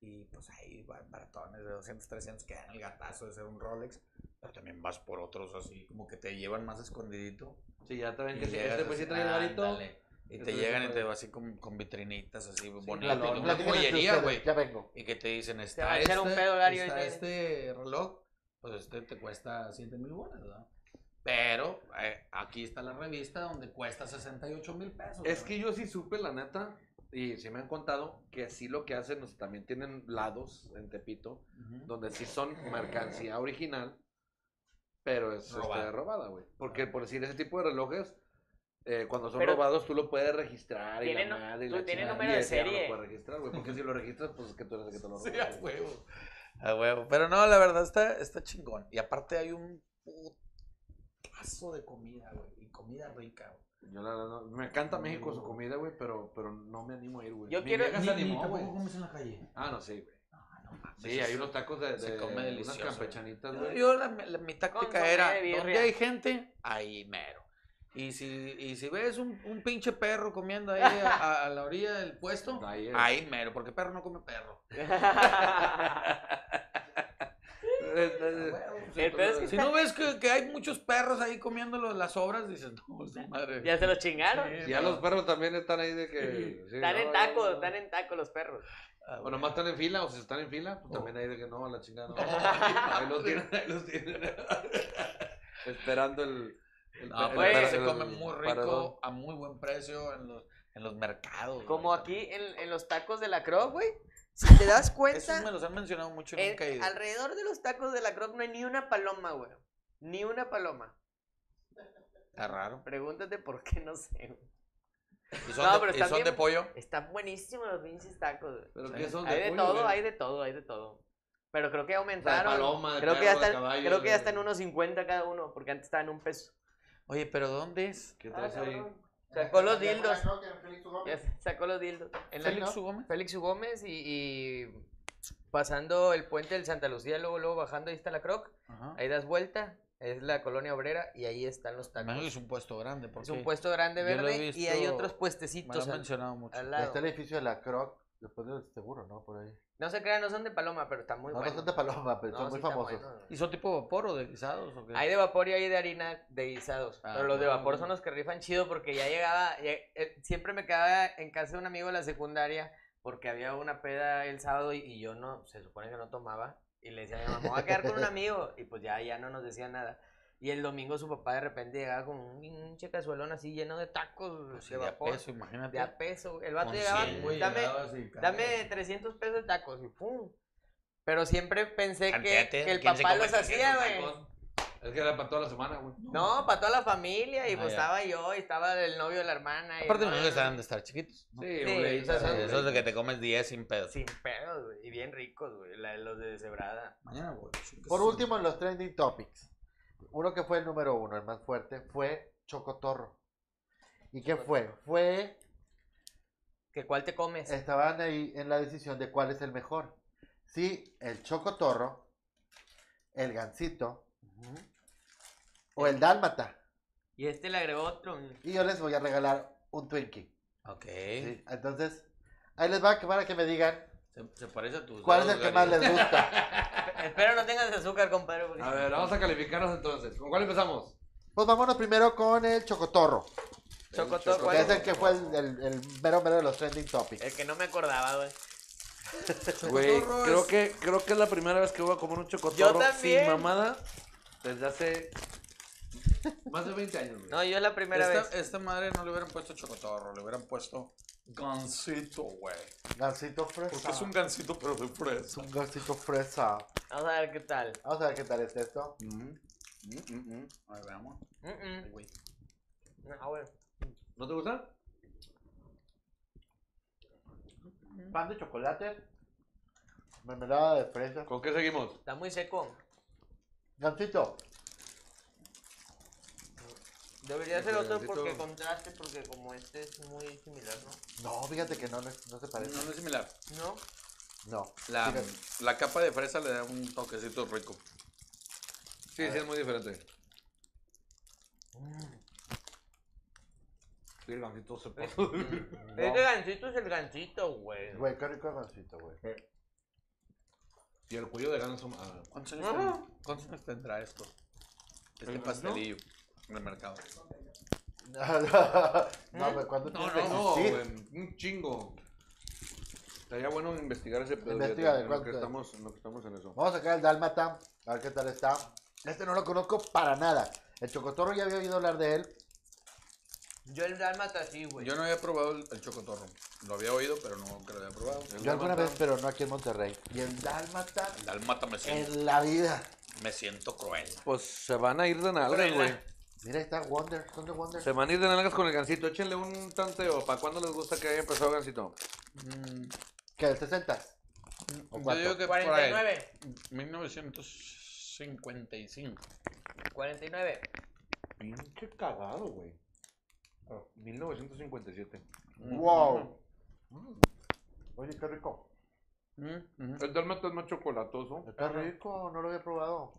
S5: y pues ahí van baratones de 200, 300 que dan el gatazo de ser un Rolex. Pero también vas por otros así, como que te llevan más escondidito.
S4: Sí, ya traen
S5: Y
S4: que sí.
S5: llegas
S4: Este pues sí
S5: así, "Ah,
S4: trae un varito.
S5: ándale. Y te
S4: Entonces,
S5: llegan y
S4: pues,
S5: te va así con, con vitrinitas así, bonitas.
S4: claro,
S5: como una
S2: Platíquenos de
S5: joyería,
S2: ustedes,
S5: güey.
S2: Ya vengo.
S5: Y que te dicen,
S8: va a
S5: está,
S8: echar
S5: este,
S8: un pedo, Gary,
S5: está
S8: ahorita.
S5: este reloj, pues este te cuesta 7 mil bolas, ¿verdad? Pero eh, aquí está la revista donde cuesta 68 mil pesos.
S4: Es
S5: ¿no?
S4: que yo sí supe, la neta, y sí me han contado que sí lo que hacen, o sea, también tienen lados en Tepito,
S5: Ujú.
S4: donde sí son mercancía original, pero es este,
S5: Robada. Ah.
S4: robada, güey. Porque por decir, ese tipo de relojes, eh, cuando son
S8: Pero-
S4: robados, tú lo puedes registrar y
S8: Tiene
S4: la
S8: no-
S4: madre y
S8: tú-
S4: la
S8: tiene
S4: chingada,
S8: número
S4: y
S8: de
S4: ese ya no
S8: serie.
S4: lo puedes registrar, güey, porque si lo registras, pues es que tú eres el que te lo robó.
S5: Sí, a
S4: güey.
S5: huevo. A huevo. Pero no, la verdad está, está chingón. Y aparte hay un putazo de comida, güey. Y comida rica, güey.
S4: Yo la verdad, no- me encanta México su comida, güey, pero, pero no me animo a ir, güey.
S8: Yo
S4: Mi
S8: quiero-
S4: vieja se
S5: Ni- ni
S4: animó,
S5: tampoco
S4: güey.
S5: comes en la calle.
S4: Ah, no sé, güey.
S5: Ah, no mames.
S4: Sí, hay unos tacos de, de
S5: se come
S4: unas
S5: delicioso, güey.
S4: campechanitas,
S5: Yo,
S4: güey.
S5: yo la- la- mi táctica
S8: Consomé
S5: era,
S8: de birria.
S5: donde hay gente, ahí mero. Y si, y si ves un, un pinche perro comiendo ahí a, a la orilla del puesto,
S4: Ahí eh.
S5: ahí,
S4: es.
S5: mero, porque perro no come perro.
S4: Eh,
S8: El pedo es que
S5: Si no ves que, que hay muchos perros ahí comiendo los- las obras, dices, no, su madre.
S8: ya se los chingaron.
S5: Sí,
S4: Ya
S5: no.
S4: los perros también están ahí de que. sí,
S8: Están
S4: no,
S8: en
S4: no,
S8: tacos,
S4: no.
S8: están en tacos los perros.
S5: Ah,
S4: O
S5: bueno.
S4: nomás están en fila, o si están en fila, pues también hay de que no, a la chingada. No. ahí los tienen, ahí los tienen. Esperando el. el-
S5: No,
S4: el-
S5: pero
S8: pues,
S4: el-
S5: se
S4: el-
S5: come muy rico,
S4: paredón.
S5: a muy buen precio en los, en los mercados. güey.
S8: Como aquí en, en los tacos de la Croc, güey. Si te das
S5: Esos me
S8: cuenta,
S5: los han mencionado mucho,
S8: en-
S5: nunca he ido.
S8: alrededor de los tacos de la Croc no hay ni una paloma, güey. Ni una paloma.
S5: Está raro.
S8: Pregúntate por qué, no sé. güey.
S5: ¿Y son,
S8: No,
S5: de-
S8: pero
S5: y
S8: están
S5: son de
S8: bien-
S5: pollo?
S8: Están buenísimos los pinches tacos, güey.
S4: Pero
S5: Sí.
S4: que son
S8: Hay de
S4: pollo,
S8: todo,
S4: güey?
S8: hay de todo, hay de todo. Pero creo que
S4: O sea, de
S8: aumentaron.
S4: paloma, de
S8: creo, que
S4: perro,
S8: ya
S4: de
S8: están,
S4: caballo,
S8: creo que ya
S4: de-
S8: están unos 50 cada uno, porque antes estaban un peso.
S5: Oye, pero ¿dónde es?
S4: ¿Qué
S8: Ah,
S4: traes ahí?
S8: Sacó los dildos.
S2: Ya con la Croc, en Félix Ugó.
S8: Ya se- sacó los dildos. En la
S5: Félix
S8: Croc,
S5: Gómez.
S8: Félix U. Gómez y, y pasando el puente del Santa Lucía, luego, luego bajando, ahí está la Croc.
S5: Ajá.
S8: Ahí das vuelta, es la colonia obrera y ahí están los
S5: Imagino que
S8: tacos.
S5: es un puesto grande. Porque
S8: pues. Es un puesto grande
S5: Yo lo he
S8: verde y hay
S5: visto-
S8: otros
S5: Me lo
S8: puestecitos
S5: han
S8: al-
S5: mencionado mucho.
S8: al
S2: Está
S8: lado.
S2: el edificio de la Croc, después del seguro, ¿no? Por ahí.
S8: No se crean, no son de paloma, pero están muy
S2: No, no
S8: buenos.
S2: son de paloma, pero
S8: No,
S2: son
S8: sí
S2: muy
S8: están
S2: famosos.
S8: buenos.
S5: ¿Y son tipo vapor o de guisados? O qué?
S8: Hay de vapor y hay de harina de guisados.
S5: Ah,
S8: pero los de
S5: no,
S8: vapor
S5: no.
S8: son los que rifan chido porque ya llegaba. ya- eh, siempre me quedaba en casa de un amigo de la secundaria porque había una peda el sábado y, y yo no, se supone que no tomaba. Y le decía a mi mamá, "Me voy a quedar con un amigo. Y pues ya, ya no nos decía nada. Y el domingo su papá de repente llegaba con un pinche cazuelón así lleno de tacos
S5: Pues sí,
S8: de
S5: de a
S8: vapor.
S5: peso, imagínate.
S8: De a peso. El vato
S5: Con
S8: llegaba,
S5: cien, güey,
S8: dame,
S5: llegabas y
S8: dame
S5: cargabas.
S8: 300 pesos de tacos y pum. Pero siempre pensé que,
S5: Tanteate,
S8: que el
S5: ¿quién se
S8: papá
S5: come
S8: los
S5: 300
S8: hacía, güey.
S5: tacos?
S4: Es que era para toda la semana, güey.
S8: No, para toda la familia, y
S5: Ah, ya.
S8: pues estaba yo, y estaba el novio de la hermana. y
S5: Aparte,
S8: el
S5: me imagino
S8: novio
S5: que
S8: de la-
S5: saben de estar chiquitos. ¿no?
S4: Sí,
S8: Sí,
S4: güey.
S8: o sea,
S5: Sí,
S8: son-
S5: eso es de que te comes 10 sin pedos.
S8: Sin pedos, güey, y bien ricos, güey, la- los de deshebrada.
S5: Mañana, güey. chingue
S2: Por
S5: su-
S2: último, en los trending topics. Uno que fue el número uno, el más fuerte, fue Chocotorro. ¿Y qué fue? Fue,
S8: ¿Que cuál te comes?
S2: estaban ahí en la decisión de cuál es el mejor. Sí, el Chocotorro, el Gansito o el Dálmata.
S8: Y este le agregó otro. mm.
S2: Y yo les voy a regalar un Twinkie.
S5: Ok.
S2: Sí, Entonces, ahí les va que para que me digan
S5: Se, se parece a tus.
S2: cuál es
S5: dedos,
S2: el que más
S5: Gary.
S2: les gusta.
S8: Espero no tengas azúcar, compadre. porque-
S4: A ver, vamos a calificarnos entonces. ¿Con cuál empezamos?
S2: Pues vámonos primero con el Chocotorro,
S8: Chocotorro,
S2: que
S8: ¿cuál
S2: es el que fue el, el- el mero mero de los trending
S5: Eh,
S2: topics.
S8: El que no me acordaba, güey.
S4: Güey,
S5: Chocotorro
S4: creo
S5: es-
S4: que, creo que es la primera vez que voy a comer un chocotorro
S8: también.
S4: sin mamada desde hace más de 20 años, güey.
S8: No, yo es la primera
S5: esta,
S8: vez.
S5: esta madre no le hubieran puesto chocotorro, le hubieran puesto gansito, güey.
S2: Gansito fresa.
S5: Porque es un gansito, pero de fresa.
S2: Un gansito fresa.
S8: Vamos a ver qué tal.
S2: Vamos a ver qué tal es esto.
S4: Mm, mm, mm, mm.
S5: A ver, veamos.
S8: Mm, mm.
S5: Ay, güey.
S8: No, güey.
S4: ¿No te gusta?
S2: Mm. Pan de chocolate. Mermelada de fresa.
S4: ¿Con qué seguimos?
S8: Está muy seco.
S2: Gansito.
S8: Debería
S4: Sí,
S8: ser
S4: pero
S8: otro
S4: gansito-
S8: porque contraste, porque como este es muy similar, ¿no?
S2: No, fíjate que no, no, es- no se parece.
S5: No, no es similar.
S8: ¿No?
S4: No.
S5: La,
S4: Fíjate.
S5: la capa de fresa le da un toquecito rico.
S4: Sí, sí, es muy diferente. Sí, el gancito se pasa.
S8: Este gancito es el gancito, güey.
S2: Güey, qué rico gancito, güey.
S5: Eh.
S4: Y el cuello de ganso. ah,
S5: ¿Cuántos años, ten- cuántos años tendrá esto? Este pastelillo en el mercado.
S2: no, güey, ¿cuándo
S5: ¿Eh? No,
S2: tienes
S5: no,
S4: No,
S2: que existir?
S4: güey, un chingo. Estaría bueno investigar ese pedo.
S2: Investiga
S4: fíjate,
S2: de
S4: en lo
S2: cuánto
S4: que
S2: es.
S4: estamos, en lo que estamos en eso.
S2: Vamos a sacar el Dálmata, a ver qué tal está. Este no lo conozco para nada. El Chocotorro ya había oído hablar de él.
S8: Yo el dálmata sí, güey.
S5: Yo no había probado el, el chocotorro. Lo había oído, pero no que lo había probado.
S2: Yo alguna vez, pero no aquí en Monterrey. Y el Dálmata
S5: El Dalmata me siento,
S2: en la vida.
S5: me siento cruel.
S4: Pues se van a ir de nalgas, güey.
S2: Mira, ahí está Wonder. ¿Dónde Wonder?
S4: Se van a ir de nalgas con el gancito. Échenle un tanteo. ¿Para cuándo les gusta que haya empezado gancito?
S2: ¿Qué? ¿El 60? ¿O
S5: Yo
S2: cuánto?
S5: digo que por ahí,
S8: 49.
S5: 1955.
S8: 49.
S4: Pinche cagado, güey. 1957.
S2: ¡Wow! Mm. Oye, qué rico.
S4: El dálmata es más chocolatoso.
S2: Está rico, no lo había probado.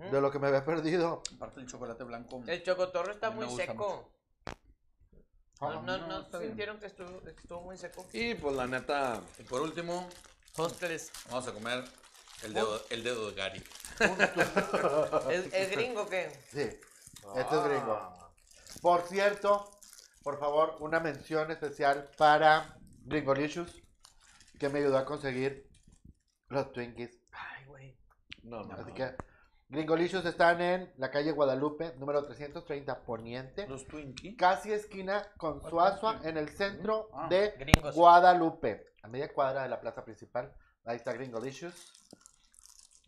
S8: ¿Eh?
S2: De lo que me había perdido.
S5: Aparte el chocolate blanco.
S2: Eh.
S8: El chocotorro está
S5: A mí me
S8: muy
S5: gusta
S8: seco.
S5: Ah,
S8: No, no,
S5: no,
S8: no,
S5: está bien.
S8: sintieron que estuvo, que estuvo muy seco.
S4: Y pues la neta.
S5: Y por último,
S8: Hostles.
S5: vamos a comer el
S2: Oh.
S5: dedo, el dedo de Gary.
S8: ¿Es, es gringo Ah. que
S2: Sí, este es gringo. Por cierto, por favor, una mención especial para Gringolicious, que me ayudó a conseguir los Twinkies.
S8: Ay, güey.
S4: No, no.
S2: Así que Gringolicious están en la calle Guadalupe, número 330 Poniente,
S5: Los Twinkie.
S2: casi esquina con Suazua, en el centro
S5: Ah,
S2: de
S8: Gringos.
S2: Guadalupe, a media cuadra de la plaza principal. Ahí está Gringolicious.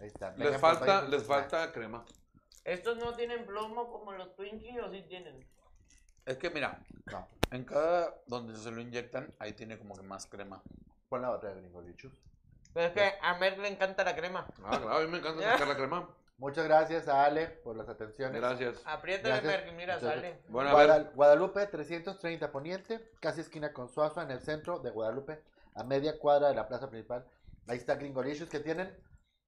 S2: Ahí está.
S4: Les
S2: Vengan, por
S4: falta,
S2: favor,
S4: les
S2: sus snacks.
S4: falta crema.
S8: ¿Estos no tienen plomo como los Twinkies o sí tienen?
S5: Es que mira,
S2: No,
S5: en cada donde se lo inyectan, ahí tiene como que más crema.
S2: pon la otra de Gringolicious.
S8: Pero es que a Merck le encanta la crema.
S4: Ah, claro, a mí me encanta sacar la crema.
S2: Muchas gracias a Ale por las atenciones.
S4: Gracias.
S8: Apriétale,
S2: Gracias.
S8: Merck, mira,
S2: Muchas
S8: sale.
S4: Bueno, a ver.
S2: Guadal- Guadalupe 330 Poniente, casi esquina con Suazo, en el centro de Guadalupe, a media cuadra de la plaza principal. Ahí está Gringolicious que tienen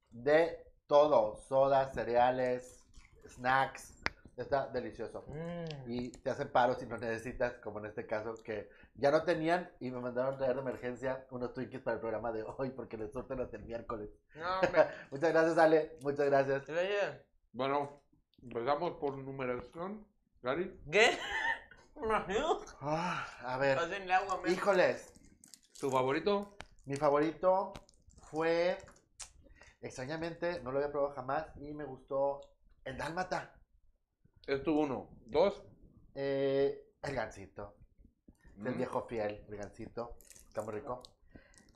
S2: de todo, sodas, cereales, snacks. Está delicioso.
S8: Mm.
S2: Y te hacen paro si no necesitas, como en este caso, que ya no tenían y me mandaron a traer de emergencia unos Twinkies para el programa de hoy porque les surten hasta el miércoles.
S8: No, hombre.
S2: Muchas gracias, Ale. Muchas gracias.
S8: Gracias.
S4: Bueno, empezamos por numeración. Gary.
S8: ¿Qué?
S2: Ah, a ver.
S8: Pásenle agua, Merck.
S2: Híjoles,
S4: ¿Tu favorito?
S2: Mi favorito fue, extrañamente, no lo había probado jamás y me gustó el dálmata,
S4: Es tu uno. ¿Dos?
S2: eh, el gansito, del
S4: Mm.
S2: viejo fiel, el gansito, está muy rico.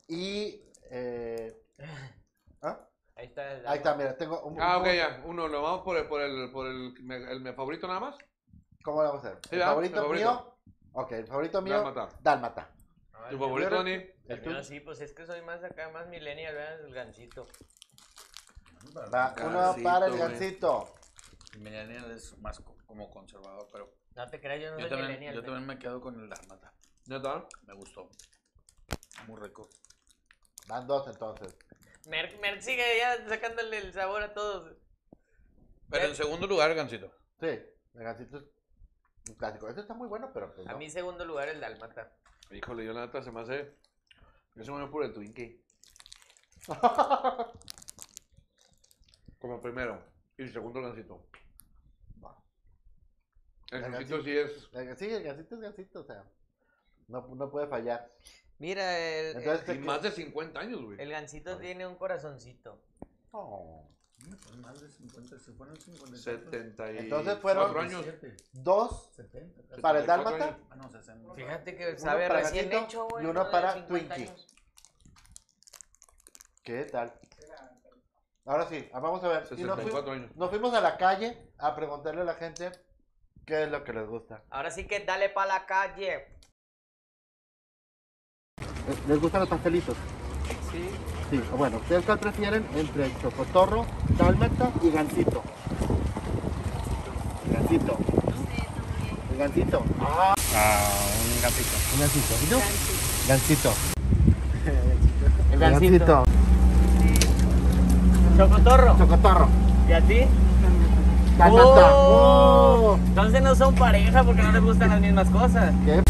S2: Y, eh, ¿ah?
S8: Ahí está el
S2: ahí está, mira, tengo un,
S4: Ah,
S2: un-
S4: ok, ya. Uno, lo vamos por el, por el, por el, me- el, me favorito nada más.
S2: ¿cómo lo vamos a hacer?
S4: Sí,
S2: ¿El
S4: ¿verdad?
S2: favorito,
S4: El favorito.
S2: mío? Ok, el favorito mío,
S4: Dálmata.
S2: dálmata.
S8: Ah,
S4: ¿Tu
S8: el
S4: favorito,
S2: primero-
S4: Dani?
S8: El
S2: El
S8: mío
S2: tuyo.
S8: sí, pues es que soy más acá, más millennial, vean el gancito.
S2: Va, uno
S4: Gansito,
S2: para el
S4: güey.
S2: gansito.
S5: El millennial es más co- como conservador, pero
S8: No te creas, yo no
S5: yo
S8: soy
S5: también,
S8: millennial.
S5: yo
S8: men.
S5: también me quedo con el dálmata.
S4: ¿Neta?
S5: Me gustó. Muy rico.
S2: Van dos entonces.
S8: Merck, Merck sigue ya sacándole el sabor a todos.
S2: Eh.
S5: Pero en segundo lugar, Gancito.
S2: Sí, el gansito es un clásico. Este está muy bueno, pero pues
S8: A
S2: no.
S8: mí segundo lugar el dálmata.
S4: Híjole, yo la neta se me hace. Yo se me voy por el Twinkie. Como primero. Y segundo gancito.
S2: Va.
S4: El
S2: El
S4: gancito sí es.
S2: El- Sí, el gansito es gansito, o sea, no, no puede fallar.
S8: Mira, el,
S2: Entonces,
S4: Y
S2: ¿qué-
S4: más de 50 años,
S8: el,
S4: güey.
S8: gancito tiene un corazoncito.
S2: Oh.
S5: pues Más de 50, se fueron 50.
S4: 70 y
S2: Entonces fueron-
S4: cuatro años.
S2: Dos
S5: 70.
S2: para el
S4: 74
S2: dálmata,
S4: años.
S5: Ah, no, 60.
S8: Fíjate que
S2: Uno
S8: sabe
S2: para
S8: recién
S2: gancito
S8: hecho, güey.
S2: y uno
S8: de
S2: para
S8: 50
S2: Twinkie.
S8: años.
S2: ¿qué tal? Ahora sí, ah, vamos a ver. Y nos,
S4: 64
S2: fuimos,
S4: años.
S2: nos fuimos a la calle a preguntarle a la gente qué es lo que les gusta.
S8: Ahora sí que dale pa' la calle.
S2: ¿Les gustan los pastelitos? Sí. Sí, bueno, ¿ustedes cuál prefieren entre el chocotorro, dálmata y gansito? El gansito. El gansito. Ah, un gansito. Un gansito. ¿Y tú? Gansito.
S9: El gancito.
S10: Chocotorro.
S9: Chocotorro.
S10: ¿Y a ti?
S9: Tan, tan, tan.
S10: Oh, Entonces no son pareja porque no les gustan las mismas cosas.
S9: El,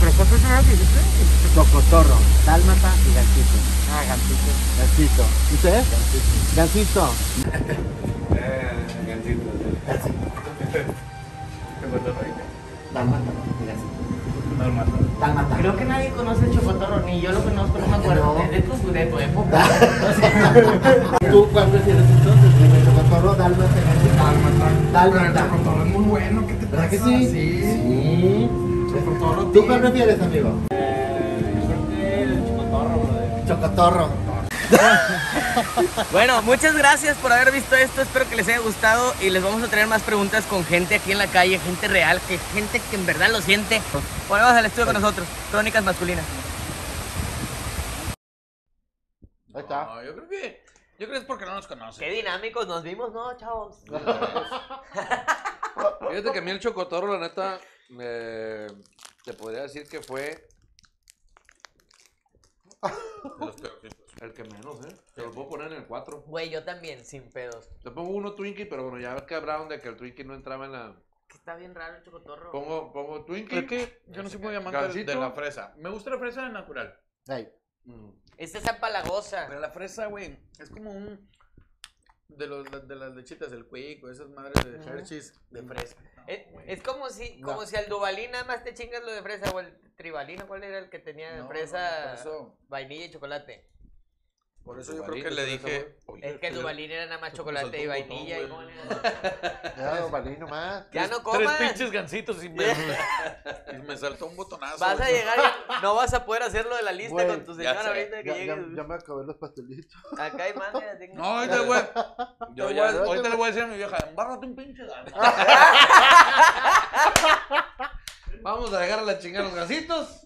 S9: ¿Pero cuál fue el primero que dijiste? Chocotorro. Dálmata y gancito. Ah, gancito. Gancito. ¿Y usted? Gancito. Dálmata y gancito. Dálmata.
S10: Creo que nadie conoce el chocotorro, ni yo lo conozco, no me acuerdo.
S9: No.
S10: Es de tu, de tu época. No sé.
S9: ¿Tú cuál prefieres entonces? El chocotorro, dálmata y gancito. Dálmata.
S11: Chocotorro es muy bueno, ¿qué te
S9: ¿Verdad
S11: pasa?
S9: que sí? Sí.
S11: Chocotorro
S9: ¿Tú
S11: tiene-
S9: cuál prefieres, amigo? Chocotorro.
S10: Bueno, muchas gracias por haber visto esto. Espero que les haya gustado y les vamos a tener más preguntas con gente aquí en la calle, gente real, que gente que en verdad lo siente. Volvemos al estudio con nosotros, Crónicas Masculinas.
S2: Ahí está.
S5: No, yo creo que. Yo creo que es porque no nos
S8: Qué
S5: conocen.
S8: dinámicos nos vimos, ¿no, chavos?
S4: Fíjate que a mí el chocotorro, la neta, eh, te podría decir que fue
S5: De los peorcitos.
S4: el que menos, ¿eh? Te lo puedo poner en el 4.
S8: Güey, yo también, sin pedos.
S4: Te pongo uno Twinkie, pero bueno, ya que hablaron de que el Twinkie no entraba en la...
S8: Que Está bien raro el chocotorro.
S4: Pongo, pongo Twinkie.
S5: Es que yo no soy muy amante de- de
S4: Gansito.
S5: la fresa. Me gusta la fresa natural.
S2: Ey,
S4: Mm.
S8: Esta es apalagosa.
S5: Pero la fresa, güey, es como un. De, los, de las lechitas, el cuico, esas madres de Hershey's de fresa. No,
S8: Es,
S5: güey.
S8: es como si, como si al Dubalín nada más te chingas lo de fresa o el tribalín, ¿cuál era el que tenía de
S5: No,
S8: fresa,
S5: no, por eso,
S8: vainilla y chocolate?
S5: por eso yo
S4: Dubalín,
S5: creo que le
S4: ¿te gusta,
S5: dije. oye,
S8: Es que el
S5: le-
S8: Dubalín era nada más
S5: me
S8: chocolate
S5: saltó
S8: y
S5: un
S8: vainilla y
S5: botón, güey.
S8: cómo era.
S2: ya, don Balín nomás.
S8: Ya no
S5: Tres
S8: comas.
S5: pinches gancitos y me, y me saltó un botonazo.
S8: Vas a
S5: güey.
S8: llegar, y no vas a poder hacerlo de la lista
S2: Güey,
S8: con tu
S5: ya
S8: señora
S5: sé.
S8: ahorita que
S2: Ya, ya,
S8: llegues.
S2: ya me acabé los pastelitos.
S8: Acá hay más de
S5: No, ahorita, güey.
S4: Yo
S5: Yo
S4: ya-
S5: ahorita le voy a decir a mi vieja, embárrate un pinche gansito.
S4: Vamos a dejar a la chingada los gasitos.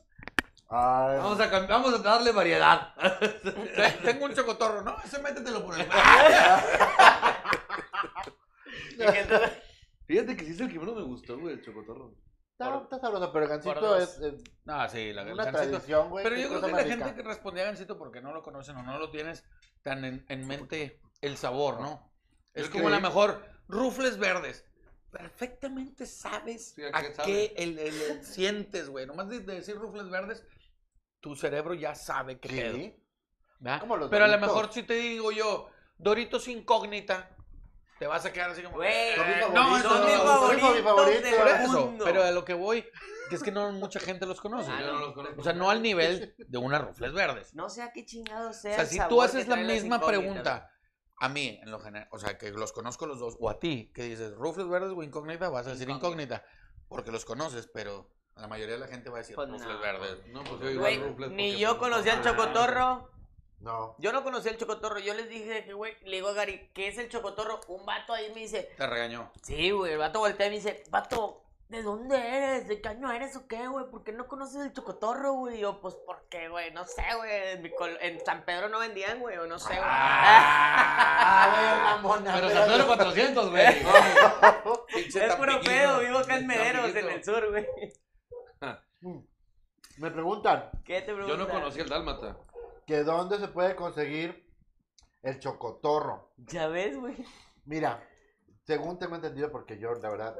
S2: Ay,
S4: Vamos a, cam- vamos a darle variedad.
S5: Te- Tengo un chocotorro, ¿no? Ese métetelo por el
S4: Fíjate que sí es el que menos me gustó, güey, el chocotorro.
S2: está, está sabroso, pero el
S8: por
S2: gancito
S8: dos.
S2: es, es
S5: No, sí, la
S2: una
S5: gancito.
S2: tradición, güey.
S5: Pero
S2: qué
S5: yo creo
S2: cosa
S5: que la
S2: más
S5: gente
S2: rica.
S5: que respondía gancito porque no lo conocen o no lo tienes tan en, en mente el sabor, ¿no? Es
S4: Yo
S5: como la
S4: creí-
S5: mejor rufles verdes. Perfectamente sabes
S4: Sí, ¿a
S5: a
S4: qué
S5: qué,
S4: sabe?
S5: el, el- el sientes, güey. Nomás de, de decir rufles verdes, tu cerebro ya sabe qué pedo.
S2: Sí.
S5: ¿verdad?
S2: Como los
S5: Pero a lo
S2: Doritos.
S5: mejor si te digo yo, Doritos incógnita, te vas a quedar así como...
S8: Güey,
S5: "Eh,
S2: son mis
S5: no,
S2: favoritos,
S5: eso no,
S2: son mis
S5: eso no".
S2: favoritos
S8: mi
S2: favoritos.
S5: Por eso,
S8: mundo.
S5: pero a lo que voy, que es que no mucha gente los conoce.
S4: Ah, yo no los conozco.
S5: O sea, no al nivel de unas rufles verdes.
S8: No sé a qué chingado sea.
S5: O sea,
S8: el
S5: si tú
S8: sabor
S5: haces
S8: que
S5: la
S8: traen las
S5: misma
S8: incógnitas.
S5: pregunta a mí, en lo general, o sea, que los conozco los dos, o a ti, que dices rufles verdes o incógnita, vas a decir incógnita, porque los conoces, pero la mayoría de la gente va a decir
S8: Pues
S5: rufles
S8: no.
S5: verdes.
S4: No, pues yo
S8: Güey, ni yo conocía
S2: Ah.
S8: el chocotorro.
S2: No.
S8: Yo no conocía el chocotorro. Yo les dije que, güey, le digo a Gary, ¿qué es el chocotorro? Un vato ahí me dice,
S5: Te regañó.
S8: sí, güey. El vato voltea y me dice, vato, ¿de dónde eres? ¿De qué año eres o qué, güey? ¿Por qué no conoces el chocotorro, güey? Y yo, pues, ¿por qué, güey? No sé, güey. En, mi col- en San Pedro no vendían, güey, o no sé, güey.
S9: Ah, güey, mamona.
S4: Pero
S9: pero-
S4: San Pedro 400, güey.
S8: es puro pedo, vivo acá en Mederos, en
S4: Tampiquito.
S8: el sur, güey.
S2: Me preguntan
S8: ¿Qué te preguntas?
S4: Yo no conocí el dálmata.
S2: que dónde se puede conseguir el chocotorro.
S8: Ya ves, güey.
S2: Mira, según tengo entendido, porque yo, la verdad,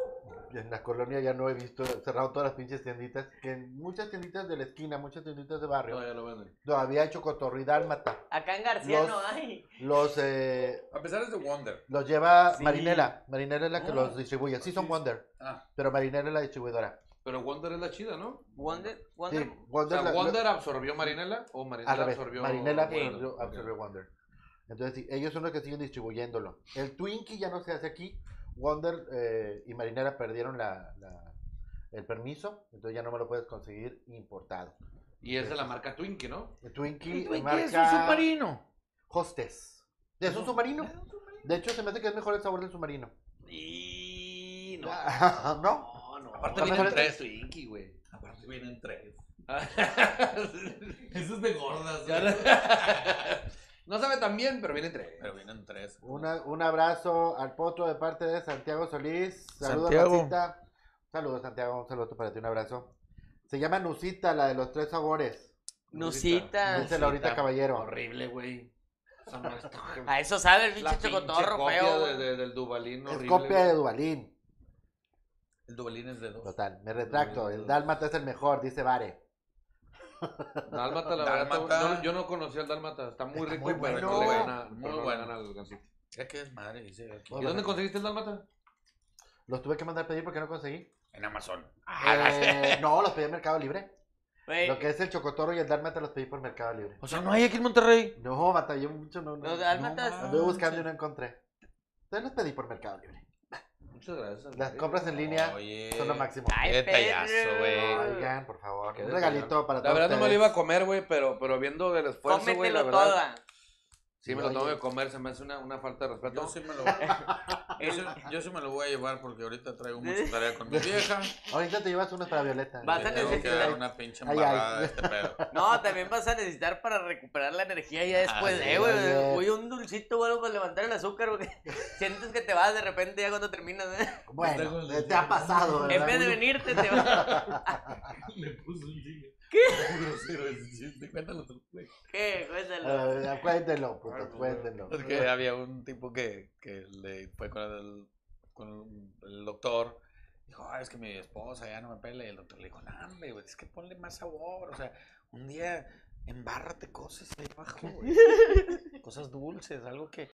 S2: en la colonia ya no he visto, cerrado todas las pinches tienditas, que en muchas tienditas de la esquina, muchas tienditas de barrio,
S4: No, ya lo venden.
S2: todavía hay chocotorro y dálmata.
S8: Acá en García
S2: Los-
S8: no hay.
S2: Los, eh,
S5: A pesar es de Wonder.
S2: los lleva
S5: Sí.
S2: Marinela. Marinela es la que
S5: Oh,
S2: los distribuye. Sí, son
S5: así es.
S2: Wonder,
S5: Ah.
S2: pero Marinela es la distribuidora.
S4: Pero Wonder es la chida, ¿no?
S8: Wonder,
S2: Sí,
S8: Wonder.
S4: O
S2: Wonder,
S4: sea,
S2: la- la-
S4: ¿Wonder absorbió Marinela o
S2: al
S4: Marinela
S2: revés.
S4: absorbió
S2: Marinela
S4: Wonder?
S2: absorbió, absorbió Wonder. Entonces, sí, ellos son los que siguen distribuyéndolo. El Twinkie ya no se hace aquí. Wonder eh, y Marinela perdieron la, la- el permiso, entonces ya no me lo puedes conseguir importado.
S4: Y es de la marca Twinkie, ¿no?
S2: El Twinkie,
S5: El Twinkie
S2: marca
S5: es un submarino.
S2: Hostess. ¿Es un submarino? De hecho, se me hace que es mejor el sabor del submarino.
S5: Y no.
S2: No.
S5: No, no. Aparte
S2: No,
S5: vienen
S2: pero-
S5: tres. Twinkie, güey. Aparte vienen tres. Eso es de gordas.
S4: No sabe tan bien, pero viene entre.
S5: Pero vienen tres.
S2: Una- un abrazo al Potro de parte de Santiago Solís. Saludos,
S5: Santiago.
S2: Nusita. Saludos, Santiago. Un saludo para ti, un abrazo. Se llama Nusita, la de los tres sabores.
S8: Nusita.
S2: Dice Laurita
S3: Nusita.
S2: Caballero.
S3: Horrible, güey. Eso no está-
S8: A eso sabe el
S3: La
S8: pinche
S3: pinche
S8: chocotorro
S3: copia
S8: feo.
S3: de- de- del Dubalín
S2: Es
S3: horrible.
S2: copia de
S3: güey.
S2: Dubalín.
S3: El Dubalín es de dos.
S2: Total, me retracto. El Dálmata es el mejor, dice Vare.
S4: Dálmata, la verdad.
S5: Dálmata.
S4: no- yo no conocía al Dálmata. Está muy rico,
S2: muy bueno,
S4: pero no le
S2: güey.
S4: gana-
S5: Muy
S4: pero no le
S5: bueno.
S4: gana al Gansito.
S5: Ya que es madre, dice aquí.
S4: ¿Y dónde conseguiste el Dálmata?
S2: Los tuve que mandar a pedir porque no conseguí.
S5: En Amazon.
S2: Eh, no, los pedí en Mercado Libre.
S8: Güey,
S2: Lo que es el Chocotorro y el Dálmata los pedí por Mercado Libre.
S4: O sea, no hay aquí en Monterrey.
S2: No, batallé mucho, no, no.
S8: Los dálmatas.
S5: No,
S2: Anduve buscando y no encontré. Entonces los pedí por Mercado Libre.
S4: Muchas gracias. Eh,
S2: Las compras en línea
S5: Oye.
S2: son lo máximo.
S8: Ay,
S5: Qué detallazo, güey.
S8: perro.
S2: Oigan, por favor,
S4: Eh, Qué
S2: un regalito para
S4: La
S2: todos
S4: verdad no me lo iba a
S2: ustedes.
S4: comer, güey, pero, pero viendo el esfuerzo, güey, la
S8: Cómetelo
S4: verdad.
S8: toda.
S4: Sí, me lo
S2: Oye.
S4: tengo que comer, se me hace una, una falta de
S5: Yo
S4: respeto.
S5: sí, me lo, yo, sí, yo sí me lo voy a llevar porque ahorita traigo mucha tarea con mi vieja.
S2: Ahorita te llevas unos para Violeta.
S8: Vas
S5: Le
S8: a
S5: tengo que
S8: necesitar-
S5: dar una pinche
S2: Ay, ay.
S5: embarrada de este pedo.
S8: No, también vas a necesitar para recuperar la energía ya después,
S5: Así
S8: eh, güey.
S2: es.
S8: Uy, un dulcito o algo para levantar el azúcar, güey. Sientes que te vas de repente ya cuando terminas, ¿eh?
S2: Bueno, te, te ha pasado, ¿verdad?
S8: En vez de
S2: Muy-
S8: venirte, te vas.
S5: Le puse un chingo. ¿Qué? grosero ese chiste. Cuéntalo tú, güey.
S8: ¿Qué? Cuéntalo.
S5: Ah.
S2: Eh, cuéntenlo, puto, cuéntenlo.
S5: Es que había un tipo que, que le fue con el, con el doctor. Dijo, "Ay, es que mi esposa ya no me pela. Y el doctor le dijo, no, hombre, güey, es que ponle más sabor. O sea, un día embárrate cosas ahí abajo, güey. cosas dulces, algo que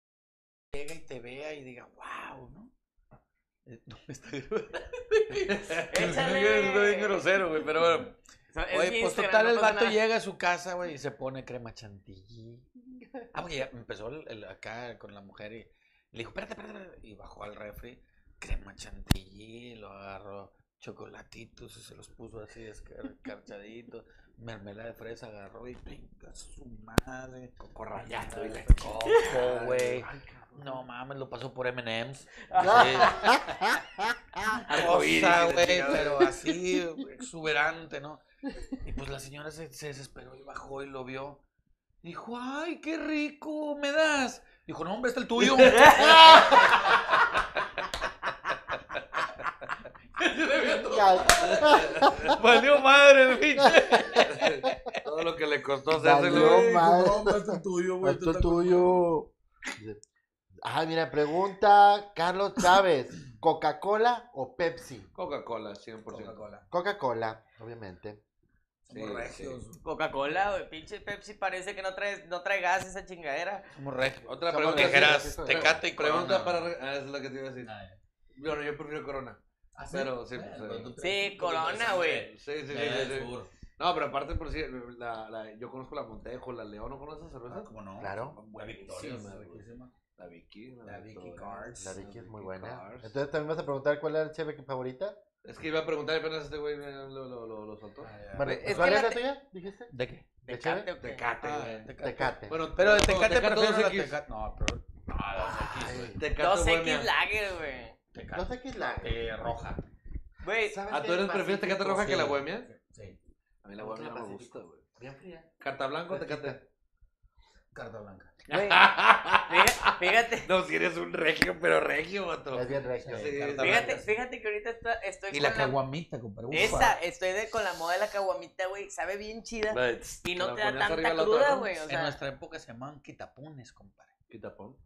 S5: llega y te vea y diga, wow, ¿no? Eh, No me está grabando.
S8: Échale.
S5: Estoy bien grosero, güey, pero bueno.
S8: So- es mi
S5: Oye, pues
S8: Instagram,
S5: total,
S8: no
S5: el
S8: pasa
S5: vato
S8: nada.
S5: llega a su casa, güey, y se pone crema chantilly. Ah, porque ya empezó el- el- acá con la mujer y le dijo, espérate, espérate, espérate", Y bajó al refri, crema chantilly, lo agarró, chocolatitos y se los puso así escarchaditos, mermelada de fresa, agarró y venga su madre. Coco rallado y le coco, güey. Pues No mames, lo pasó por M&M's. Sí. Cosa, güey, pero así, exuberante, ¿no? Y pues la señora se, se desesperó y bajó y lo vio. Dijo, ay, qué rico, ¿me das? Dijo, no, hombre, este es el tuyo. Valió madre el pinche.
S4: Todo lo que le costó
S2: Valió
S4: hacérselo.
S5: Dijo,
S2: madre.
S5: No, hombre, este es el tuyo, güey.
S2: Esto es
S5: tú estás-
S2: tuyo. Ah, mira, pregunta Carlos Chávez. ¿Coca-Cola o Pepsi?
S4: Coca-Cola, 100%.
S5: Coca-Cola.
S2: Coca-Cola, obviamente.
S4: Sí,
S5: Somos
S4: sí.
S5: regios.
S8: Coca-Cola, güey. Pinche Pepsi parece que no trae, no trae gas esa chingadera.
S5: Somos regios.
S4: Otra
S2: Somos
S4: pregunta.
S2: ligeras,
S4: sí, sí, sí.
S5: tecate y
S4: Pregunta
S5: Corona.
S4: para. re- Ah, es lo que te iba a decir. Bueno, yo prefiero Corona.
S2: ¿Ah,
S4: Pero sí, pues, eh,
S8: Sí, Corona, güey.
S4: Sí, sí, sí. sí, sí. No, pero aparte, por si la, la, yo conozco la Montejo, la León, ¿no conoces esa cerveza?
S5: Ah, ¿Cómo no?
S2: Claro.
S5: Buenísima,
S4: Victorias,
S5: riquísima.
S4: La Vicky.
S5: La Vicky
S4: Victoria,
S5: Cars.
S2: La Vicky es muy
S4: Vicky
S2: buena.
S4: Cars.
S2: Entonces, ¿también vas a preguntar cuál era el cheve que favorita?
S4: Es que iba a preguntar apenas este güey eh, lo, lo, lo, lo soltó.
S5: Ah,
S2: Bueno,
S8: Es que
S2: ¿Cuál
S8: la
S2: era la
S8: te-
S2: tuya? ¿Dijiste?
S5: ¿De qué?
S2: ¿De cheve?
S8: Tecate o
S5: Ah,
S8: qué?
S4: Tecate, güey.
S2: Tecate.
S4: Ah, Bueno,
S5: Pero de
S4: no,
S5: Tecate prefiero
S4: dos
S5: la
S4: X.
S5: Tecate. No, pero... No, dos X, güey.
S4: Tecate
S8: 2X
S4: Bohemia.
S8: Lager, güey.
S2: No
S5: Tecate
S2: sé qué es la...
S5: eh, roja.
S8: Güey,
S2: ¿Sabes
S4: Ah,
S2: qué?
S4: ¿tú eres
S2: Más
S4: prefieres Tecate
S2: pacífico,
S4: Roja que la
S2: sí.
S4: Bohemia?
S5: Sí.
S4: A mí la
S2: No,
S4: Bohemia
S2: la
S4: no me
S2: Pacífico.
S4: gusta, güey.
S2: Bien fría.
S4: ¿Carta blanca o Tecate?
S5: Carta blanca.
S8: güey. Fíjate- Fíjate.
S4: No, si eres un regio, pero regio, vato.
S2: Es bien regio.
S4: Sí, sí, sí.
S5: carta blanca.
S8: Fíjate, fíjate que ahorita está- estoy
S5: Y
S8: con
S5: la caguamita, compadre. ufa.
S8: Esa, estoy de- con la moda de la caguamita, güey. Sabe bien chida.
S4: La de tss,
S8: Y no
S4: la
S8: te da
S4: ponías arriba
S8: tanta
S4: de la otra,
S8: cruda,
S4: ¿no?
S8: güey. O
S5: en
S8: sea,
S5: nuestra época se llamaban quitapunes, compadre.
S4: Quitapón.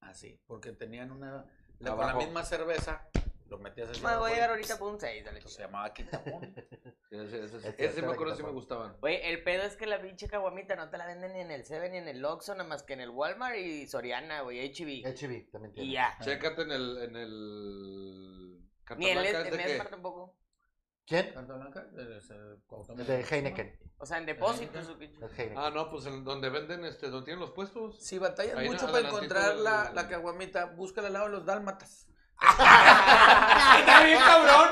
S5: Así, porque tenían una... La, con la
S4: Abajo.
S5: misma cerveza, lo metías así.
S8: me voy a llegar
S5: abajo
S8: ahorita por un 6,
S5: y- Entonces se llamaba quitapón.
S4: Sí, ese- ese sí.
S2: Es
S4: Ese
S2: cierto,
S4: me
S2: la
S4: acuerdo si me
S2: Quitapón.
S4: gustaban.
S8: Güey, el pedo es que la pinche caguamita no te la venden ni en el Seven ni en el Oxxo, nada más que en el Walmart y Soriana, güey, HB.
S2: HB, también tiene.
S8: Y ya.
S4: Chécate en el. En el... Carta
S8: Ni en
S4: blanca
S8: el
S4: es de que-
S8: Esmar tampoco.
S2: ¿Quién?
S5: Carta blanca, es el Cuauhtémoc.
S2: De Heineken.
S8: O sea, en depósitos. o qué ch-
S2: Es Heineken.
S4: Ah, no, pues en donde venden, este, donde tienen los puestos.
S5: Si batallas
S4: Ahí no,
S5: mucho para
S4: adelantito
S5: encontrar
S4: del-
S5: la, la caguamita, búscala al lado de los dálmatas.
S4: ¡Está bien, cabrón!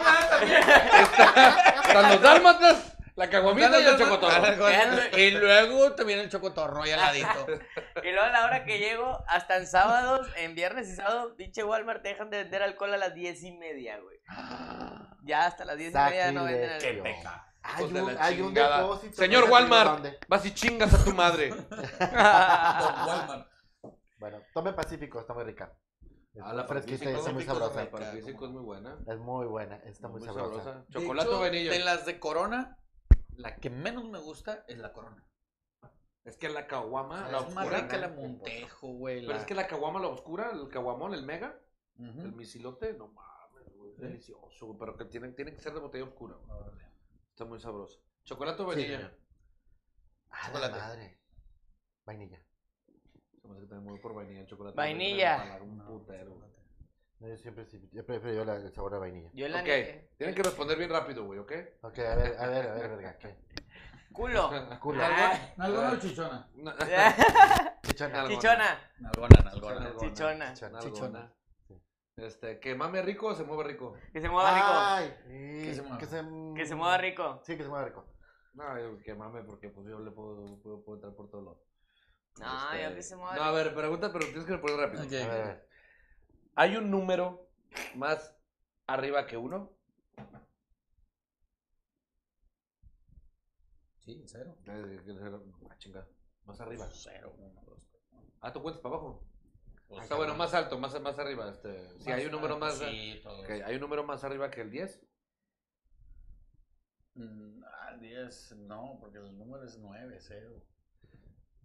S4: Están los dálmatas, la caguamita y el chocotorro.
S8: chocotorro.
S5: Y luego te viene el chocotorro ahí al
S8: Ah,
S5: ladito.
S8: Y luego a la hora que llego, hasta en sábados, en viernes y sábado, pinche Walmart te dejan de vender alcohol a las 10 y media, güey. Ya hasta las 10 y media no venden
S2: Sacrilegio.
S8: alcohol.
S2: Hay
S4: Hijos de
S2: un,
S4: la
S2: hay un
S4: chingada.
S2: depósito.
S4: Señor
S2: no sé
S4: Walmart.
S2: dónde.
S4: Vas y chingas a tu madre.
S5: Ah,
S2: Bueno, tome Pacífico, está muy rica. Está muy Ah, fresquita y
S4: Pacífico
S2: está muy
S4: es rica,
S2: sabrosa.
S4: La Pacífico es muy buena.
S2: Es muy buena, está muy, sabrosa.
S4: Chocolate o vainilla.
S5: De las de Corona, la que menos me gusta es la corona.
S4: Es que la caguama, Ah, la
S5: es más
S4: oscura.
S5: rica la
S4: ¿no?
S5: Montejo, güey.
S4: Pero
S5: la-
S4: es que la caguama, la oscura, el caguamón, el mega,
S5: Ujú.
S4: el misilote, no mames, güey, es delicioso, güey, pero que tiene, tiene que ser de botella oscura, güey. Está muy sabroso. ¿Chocolate o
S2: A
S4: vainilla?
S2: Ah, la
S4: Chocolate.
S2: madre. Vainilla.
S4: Se me hace que también voy por vainilla, el chocolate.
S8: Vainilla.
S4: me tiene que empalar un putero, güey.
S2: No, yo siempre sí- yo prefiero la- el sabor a vainilla.
S8: Yo la
S4: Ok, tienen que responder bien rápido, güey, ¿ok?
S2: Ok, a ver, a ver, a ver, verga. ¿qué?
S8: Culo.
S2: Culo.
S8: Ah,
S5: Nalgona o chichona.
S4: Na-
S2: Chichona.
S8: Chichona.
S5: Nalgona, nalgona.
S4: Nalgona.
S8: Chichona.
S4: Nalgona.
S5: Chichona.
S4: Este, que mame rico o se mueve rico.
S8: Que se
S2: Ah.
S8: mueva rico.
S2: Ay, Mm,
S5: Que se mueva.
S2: que se,
S8: Que se mueva rico.
S2: Sí, que se mueva rico.
S4: No, yo que mame porque pues yo le puedo, puedo, puedo entrar por todos lados.
S8: No,
S4: Este,
S8: yo que se mueva
S4: No, a
S8: rico.
S4: ver, pregunta, pero tienes que responder rápido.
S5: Ok.
S2: A ver, a ver.
S4: ¿Hay un número más arriba que uno?
S5: Sí, cero.
S4: Eh, que cero, ah, chinga, Más arriba.
S5: Cero, uno, dos, tres.
S4: Ah, tú cuentas para abajo.
S8: Ah,
S5: O
S4: Está bueno, más alto, más, más arriba. Este. Si hay un número más.
S5: Sí, todo.
S4: Ok, ¿Hay un número más arriba que el 10?
S5: Mm, ah, 10, no, porque el número es 9, 0.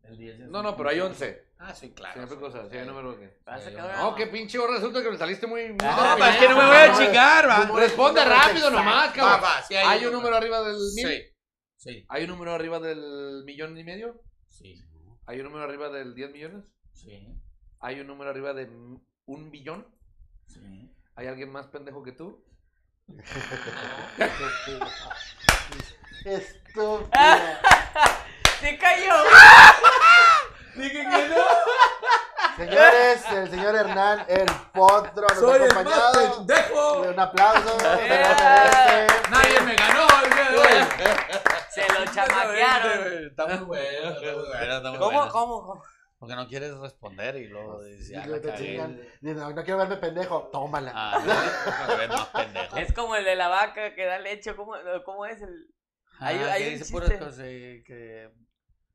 S5: El 10 es
S4: No, no, pero hay 11.
S5: Ah, sí, claro.
S4: Siempre
S5: sí,
S4: cosas. Sí, hay
S5: sí.
S4: un número que.
S8: Vas a
S5: Sí,
S8: acabar.
S4: No, qué pinche resulta que me saliste muy.
S8: Ah,
S4: muy
S8: ¿para qué no
S4: pendejo,
S8: me voy a
S4: pues, no,
S8: chingar, va?
S4: no, Ah, Responde rápido nomás,
S5: Va,
S4: cabrón.
S5: va, sí,
S4: ¿Hay un número arriba del mil?
S5: Sí. Sí,
S4: ¿Hay un número arriba del millón y medio?
S5: sí,
S4: ¿Hay un número arriba del 10 millones?
S5: sí,
S4: ¿Hay un número arriba de m- un billón?
S5: sí.
S4: ¿Hay alguien más pendejo que tú?
S2: Estúpido.
S8: Se cayó.
S5: Dije que no.
S2: Señores, el señor Hernán El Potro nos ha acompañado.
S5: pendejo.
S2: Un aplauso.
S8: Yeah.
S2: este.
S5: Nadie me ganó el día de hoy.
S8: Se lo chamaquearon.
S5: Está muy bueno. está muy bueno, está muy
S8: ¿Cómo,
S5: bueno.
S8: cómo, cómo?
S5: Porque no quieres responder y luego dices, ya
S2: Y
S5: la
S2: luego te
S5: cagué.
S2: chingan. Dicen, No, no quiero verme pendejo. Tómala.
S5: Ah, no, me ven más pendejo.
S8: Es como el de la vaca que da leche. ¿Cómo, cómo es el.? Hay-
S5: Ah,
S8: hay
S5: que
S8: un
S5: dice
S8: chiste.
S5: puras cosas eh, que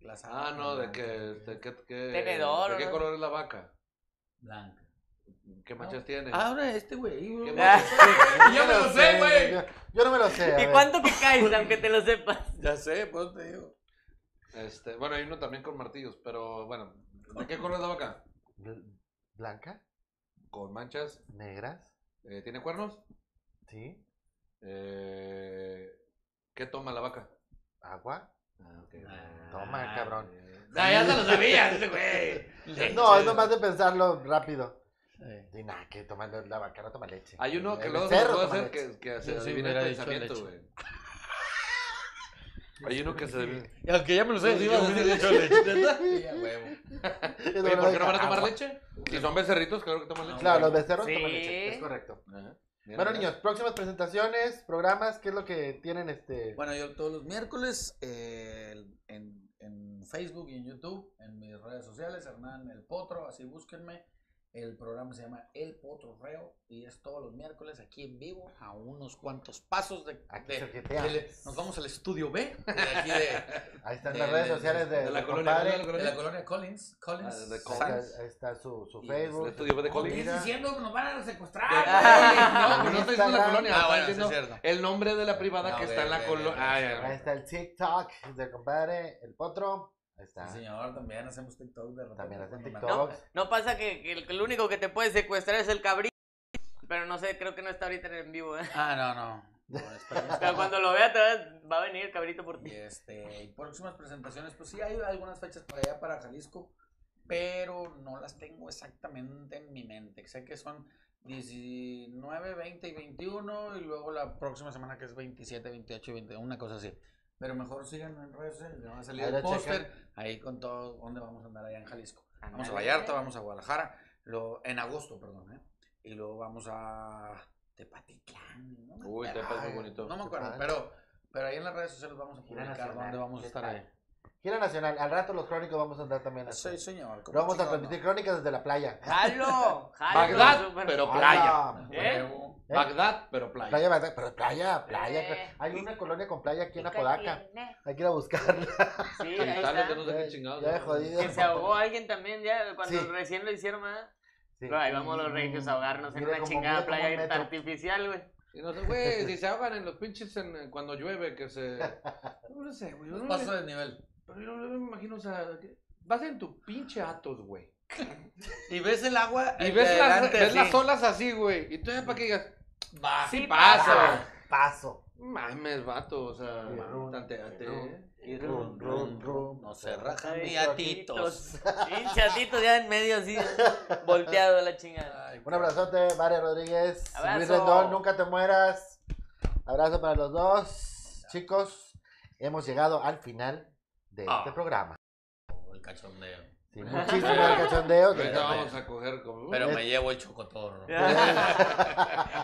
S5: las
S4: Ah,
S5: aman,
S4: no, de
S5: blanca,
S4: que. este, que- que-
S8: Tenedor,
S4: ¿De qué
S8: ¿no? Ah.
S4: color es la vaca?
S5: Blanca.
S4: ¿Qué manchas tiene?
S5: Ahora este güey.
S4: ¿Qué
S5: güey.
S4: manchas tiene?
S5: Yo me lo sé, güey.
S2: Yo, yo no me lo sé. a
S8: ¿Y
S2: ver.
S8: cuánto que caes, aunque te lo sepas?
S5: Ya sé, por eso te digo.
S4: Este, bueno, hay uno también con martillos, pero bueno. ¿De qué color es la vaca?
S2: Bl- ¿Blanca?
S4: Con manchas.
S2: ¿Negras?
S4: eh, ¿Tiene cuernos?
S2: ¿Sí?
S4: Eh, ¿Qué toma la vaca?
S2: ¿Agua?
S4: Ah, ok.
S2: Toma, cabrón.
S5: Ah, ya se lo sabía este güey.
S2: No, es nomás de pensarlo rápido.
S5: Sí.
S2: Y nada, que toma la, la vaca no toma leche.
S4: Hay uno
S2: El-
S4: que
S2: el
S4: luego se
S2: becerro
S4: puede
S2: toma
S4: hacer
S2: leche.
S4: que, que se
S5: Yo sí
S4: adivina
S5: hubiera
S4: el
S5: dicho
S4: pensamiento,
S5: leche.
S4: güey. Hay uno que se adivina.
S5: Y aunque ya me lo sé, sí,
S4: yo-
S5: me hubiera dicho leche. ¿verdad? huevo.
S2: Es
S4: Oye, ¿por qué no van a tomar
S2: agua.
S4: leche? Si son becerritos, claro que toman leche.
S2: Claro, los becerros toman
S8: Sí.
S2: leche. Es correcto.
S4: Ajá. Mira,
S2: Bueno,
S4: mira.
S2: niños, próximas presentaciones, programas, ¿qué es lo que tienen este?
S5: Bueno, yo todos los miércoles eh, en, en Facebook y en YouTube, en mis redes sociales, Hernán El Potro, así búsquenme. El programa se llama El Potro Reo y es todos los miércoles aquí en vivo, a unos cuantos pasos de...
S2: Aquí
S5: de-
S2: soqueteamos.
S5: del- nos vamos al estudio B, de aquí de,
S2: Ahí están
S5: de-
S2: las redes
S5: de-
S2: sociales de,
S4: de la
S2: su
S4: colonia,
S2: compadre.
S4: de la
S5: de la colonia Collins. Collins.
S4: Ah, de
S2: Ahí
S4: colonia.
S5: Sands.
S2: está, ahí está su, su
S5: Y
S2: Facebook.
S4: El estudio de
S5: No, ¿qué
S4: Colín.
S2: Mira.
S5: estás diciendo? Nos van a secuestrar.
S4: Ah, No,
S2: En
S4: pues no está diciendo la
S2: Instagram.
S4: colonia.
S5: Ah,
S4: está
S5: bueno, sí
S4: diciendo
S5: es cierto.
S4: El nombre de la privada
S5: No,
S4: que
S5: ve,
S4: está en la
S5: ve,
S4: colonia.
S5: ve,
S4: Ah,
S5: ve.
S2: Ahí
S4: ya.
S2: está el TikTok del compadre, el potro. Ahí está.
S5: Sí, señor, también hacemos TikTok de repente.
S2: También hacen
S5: cuando me-
S8: No,
S2: TikToks.
S8: no pasa que, que el, que el único que te puede secuestrar es el cabrito. Pero no sé, creo que no está ahorita en vivo. ¿eh?
S5: Ah, no, no. No, esperemos que
S8: Pero
S5: no.
S8: cuando lo vea, te va- va a venir el cabrito por
S5: Y
S8: ti.
S5: este, y próximas presentaciones, pues sí, hay algunas fechas para allá, para Jalisco, pero no las tengo exactamente en mi mente. Sé que son 19, 20 y 21, y luego la próxima semana que es 27, 28 y 21, una cosa así. Pero mejor sigan en redes sociales, le va a salir
S2: Ahí lo
S5: el póster, ahí con todo dónde vamos a andar allá en Jalisco. Vamos a Vallarta, vamos a Guadalajara, lo, en agosto, perdón, ¿eh? Y luego vamos a Tepatitlán. No me
S4: Uy,
S5: acuerdo.
S4: Tepa es muy bonito.
S5: Ah, No me acuerdo,
S2: padre.
S5: pero, pero ahí en las redes sociales vamos a
S2: Gira
S5: publicar
S2: nacional,
S5: dónde vamos a
S2: ¿qué
S5: estar
S2: tal?
S5: ahí.
S2: Gira nacional. Al rato los crónicos vamos a andar también. así.
S5: Sí, señor.
S2: Pero vamos a transmitir crónicas desde la playa.
S8: ¡Jalo! ¡Jalo!
S4: Bagdad,
S8: súper.
S4: pero
S2: Hola.
S4: playa.
S8: ¿Eh?
S2: ¿Eh?
S4: Bagdad, pero playa.
S2: Playa, Bagdad, pero playa, playa.
S8: Eh.
S2: Hay una colonia con playa aquí en
S8: Nunca
S2: Apodaca.
S8: tiene.
S2: Hay que ir a buscarla.
S8: Sí, ahí
S4: Cristales,
S8: está.
S4: yo no sé
S2: Ya,
S4: qué chingados.
S2: ya de
S4: ¿no?
S2: jodido.
S8: Que se ahogó alguien también ya cuando
S2: Sí.
S8: recién lo hicieron, ¿verdad?
S2: Sí.
S8: Ahí vamos los regios a ahogarnos en
S2: Mira
S8: una
S2: cómo-
S8: chingada
S2: mira cómo
S8: playa
S2: metro.
S8: artificial, güey.
S4: Y no sé, güey, si se ahogan en los pinches en- en cuando llueve, que se. No sé, güey. yo no
S5: Paso
S4: me-
S5: de nivel.
S4: Pero yo no me imagino, o sea, que- vas en tu pinche Atos, güey.
S5: Y ves el agua.
S4: Y ves, las,
S5: adelante,
S4: ves
S5: así.
S4: las olas así, güey. Y todavía para que digas,
S5: Va.
S4: sí pasa.
S2: Paso.
S4: Mames, vato, o sea,
S2: Y run,
S4: tanteate.
S2: y run,
S4: Y
S2: Rum, rum, rum.
S5: No se rajan
S8: Ay,
S5: miatitos.
S8: Hinchatitos ya en medio así, volteado a la chingada.
S2: Un abrazote, Mario Rodríguez.
S8: Abrazo.
S2: Luis Rendón, nunca te mueras. Abrazo para los dos. Chicos, hemos llegado al final de
S5: Ah.
S2: este programa.
S5: El cachondeo.
S2: Sí, muchísimo de cachondeo.
S4: Ahorita vamos a coger como.
S5: Pero
S2: Eh.
S5: me llevo el chocotorro.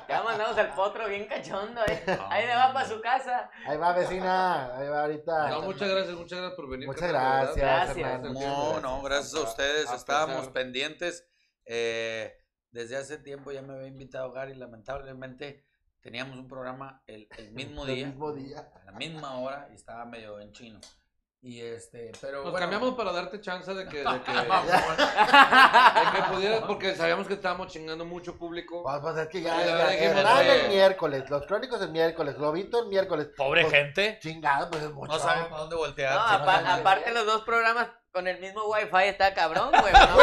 S8: Ya mandamos al potro bien cachondo, eh. Ahí le va para su casa.
S2: Ahí va, vecina. Ahí va ahorita.
S4: No, muchas gracias, muchas gracias por venir.
S2: Muchas
S4: carnal, de verdad.
S2: gracias,
S8: Gracias.
S2: hermano.
S5: No, no, gracias a ustedes.
S4: A
S5: Estábamos
S4: pesar-
S5: pendientes. Eh, desde hace tiempo ya me había invitado Gary. Lamentablemente teníamos un programa el, el mismo
S2: El
S5: día.
S2: mismo día.
S5: A la misma hora y estaba medio en chino. Y este, pero.
S4: Nos
S5: bueno,
S4: cambiamos para darte chance de que, de que, de
S5: Vamos.
S4: que pudieras, porque sabíamos que estábamos chingando mucho público.
S2: Pues, pues, es que ya,
S4: Sí,
S2: ya,
S4: la verdad
S2: ya,
S4: que hemos,
S2: Hernán
S4: eh,
S2: el miércoles, los crónicos el miércoles, Globito el miércoles.
S12: Pobre
S2: Pues,
S12: gente.
S2: Chingado, pues es mucho.
S12: No saben para dónde
S8: No,
S12: voltear.
S8: apa-
S2: no, no.
S8: aparte los dos programas con el mismo wifi está cabrón, güey. ¿no?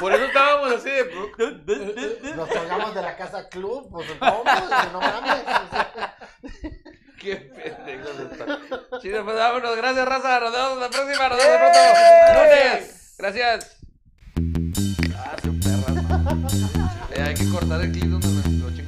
S12: Por eso estábamos así de.
S2: Nos colgamos de la casa club, pues ¿cómo? No mames. o sea.
S4: Qué pendejos están. Chido, pues vámonos. Gracias, raza. Nos vemos la próxima. Nos vemos pronto. Lunes. Gracias. Ah, su perra. madre. Eh, hay que cortar el clip donde me lo chingo.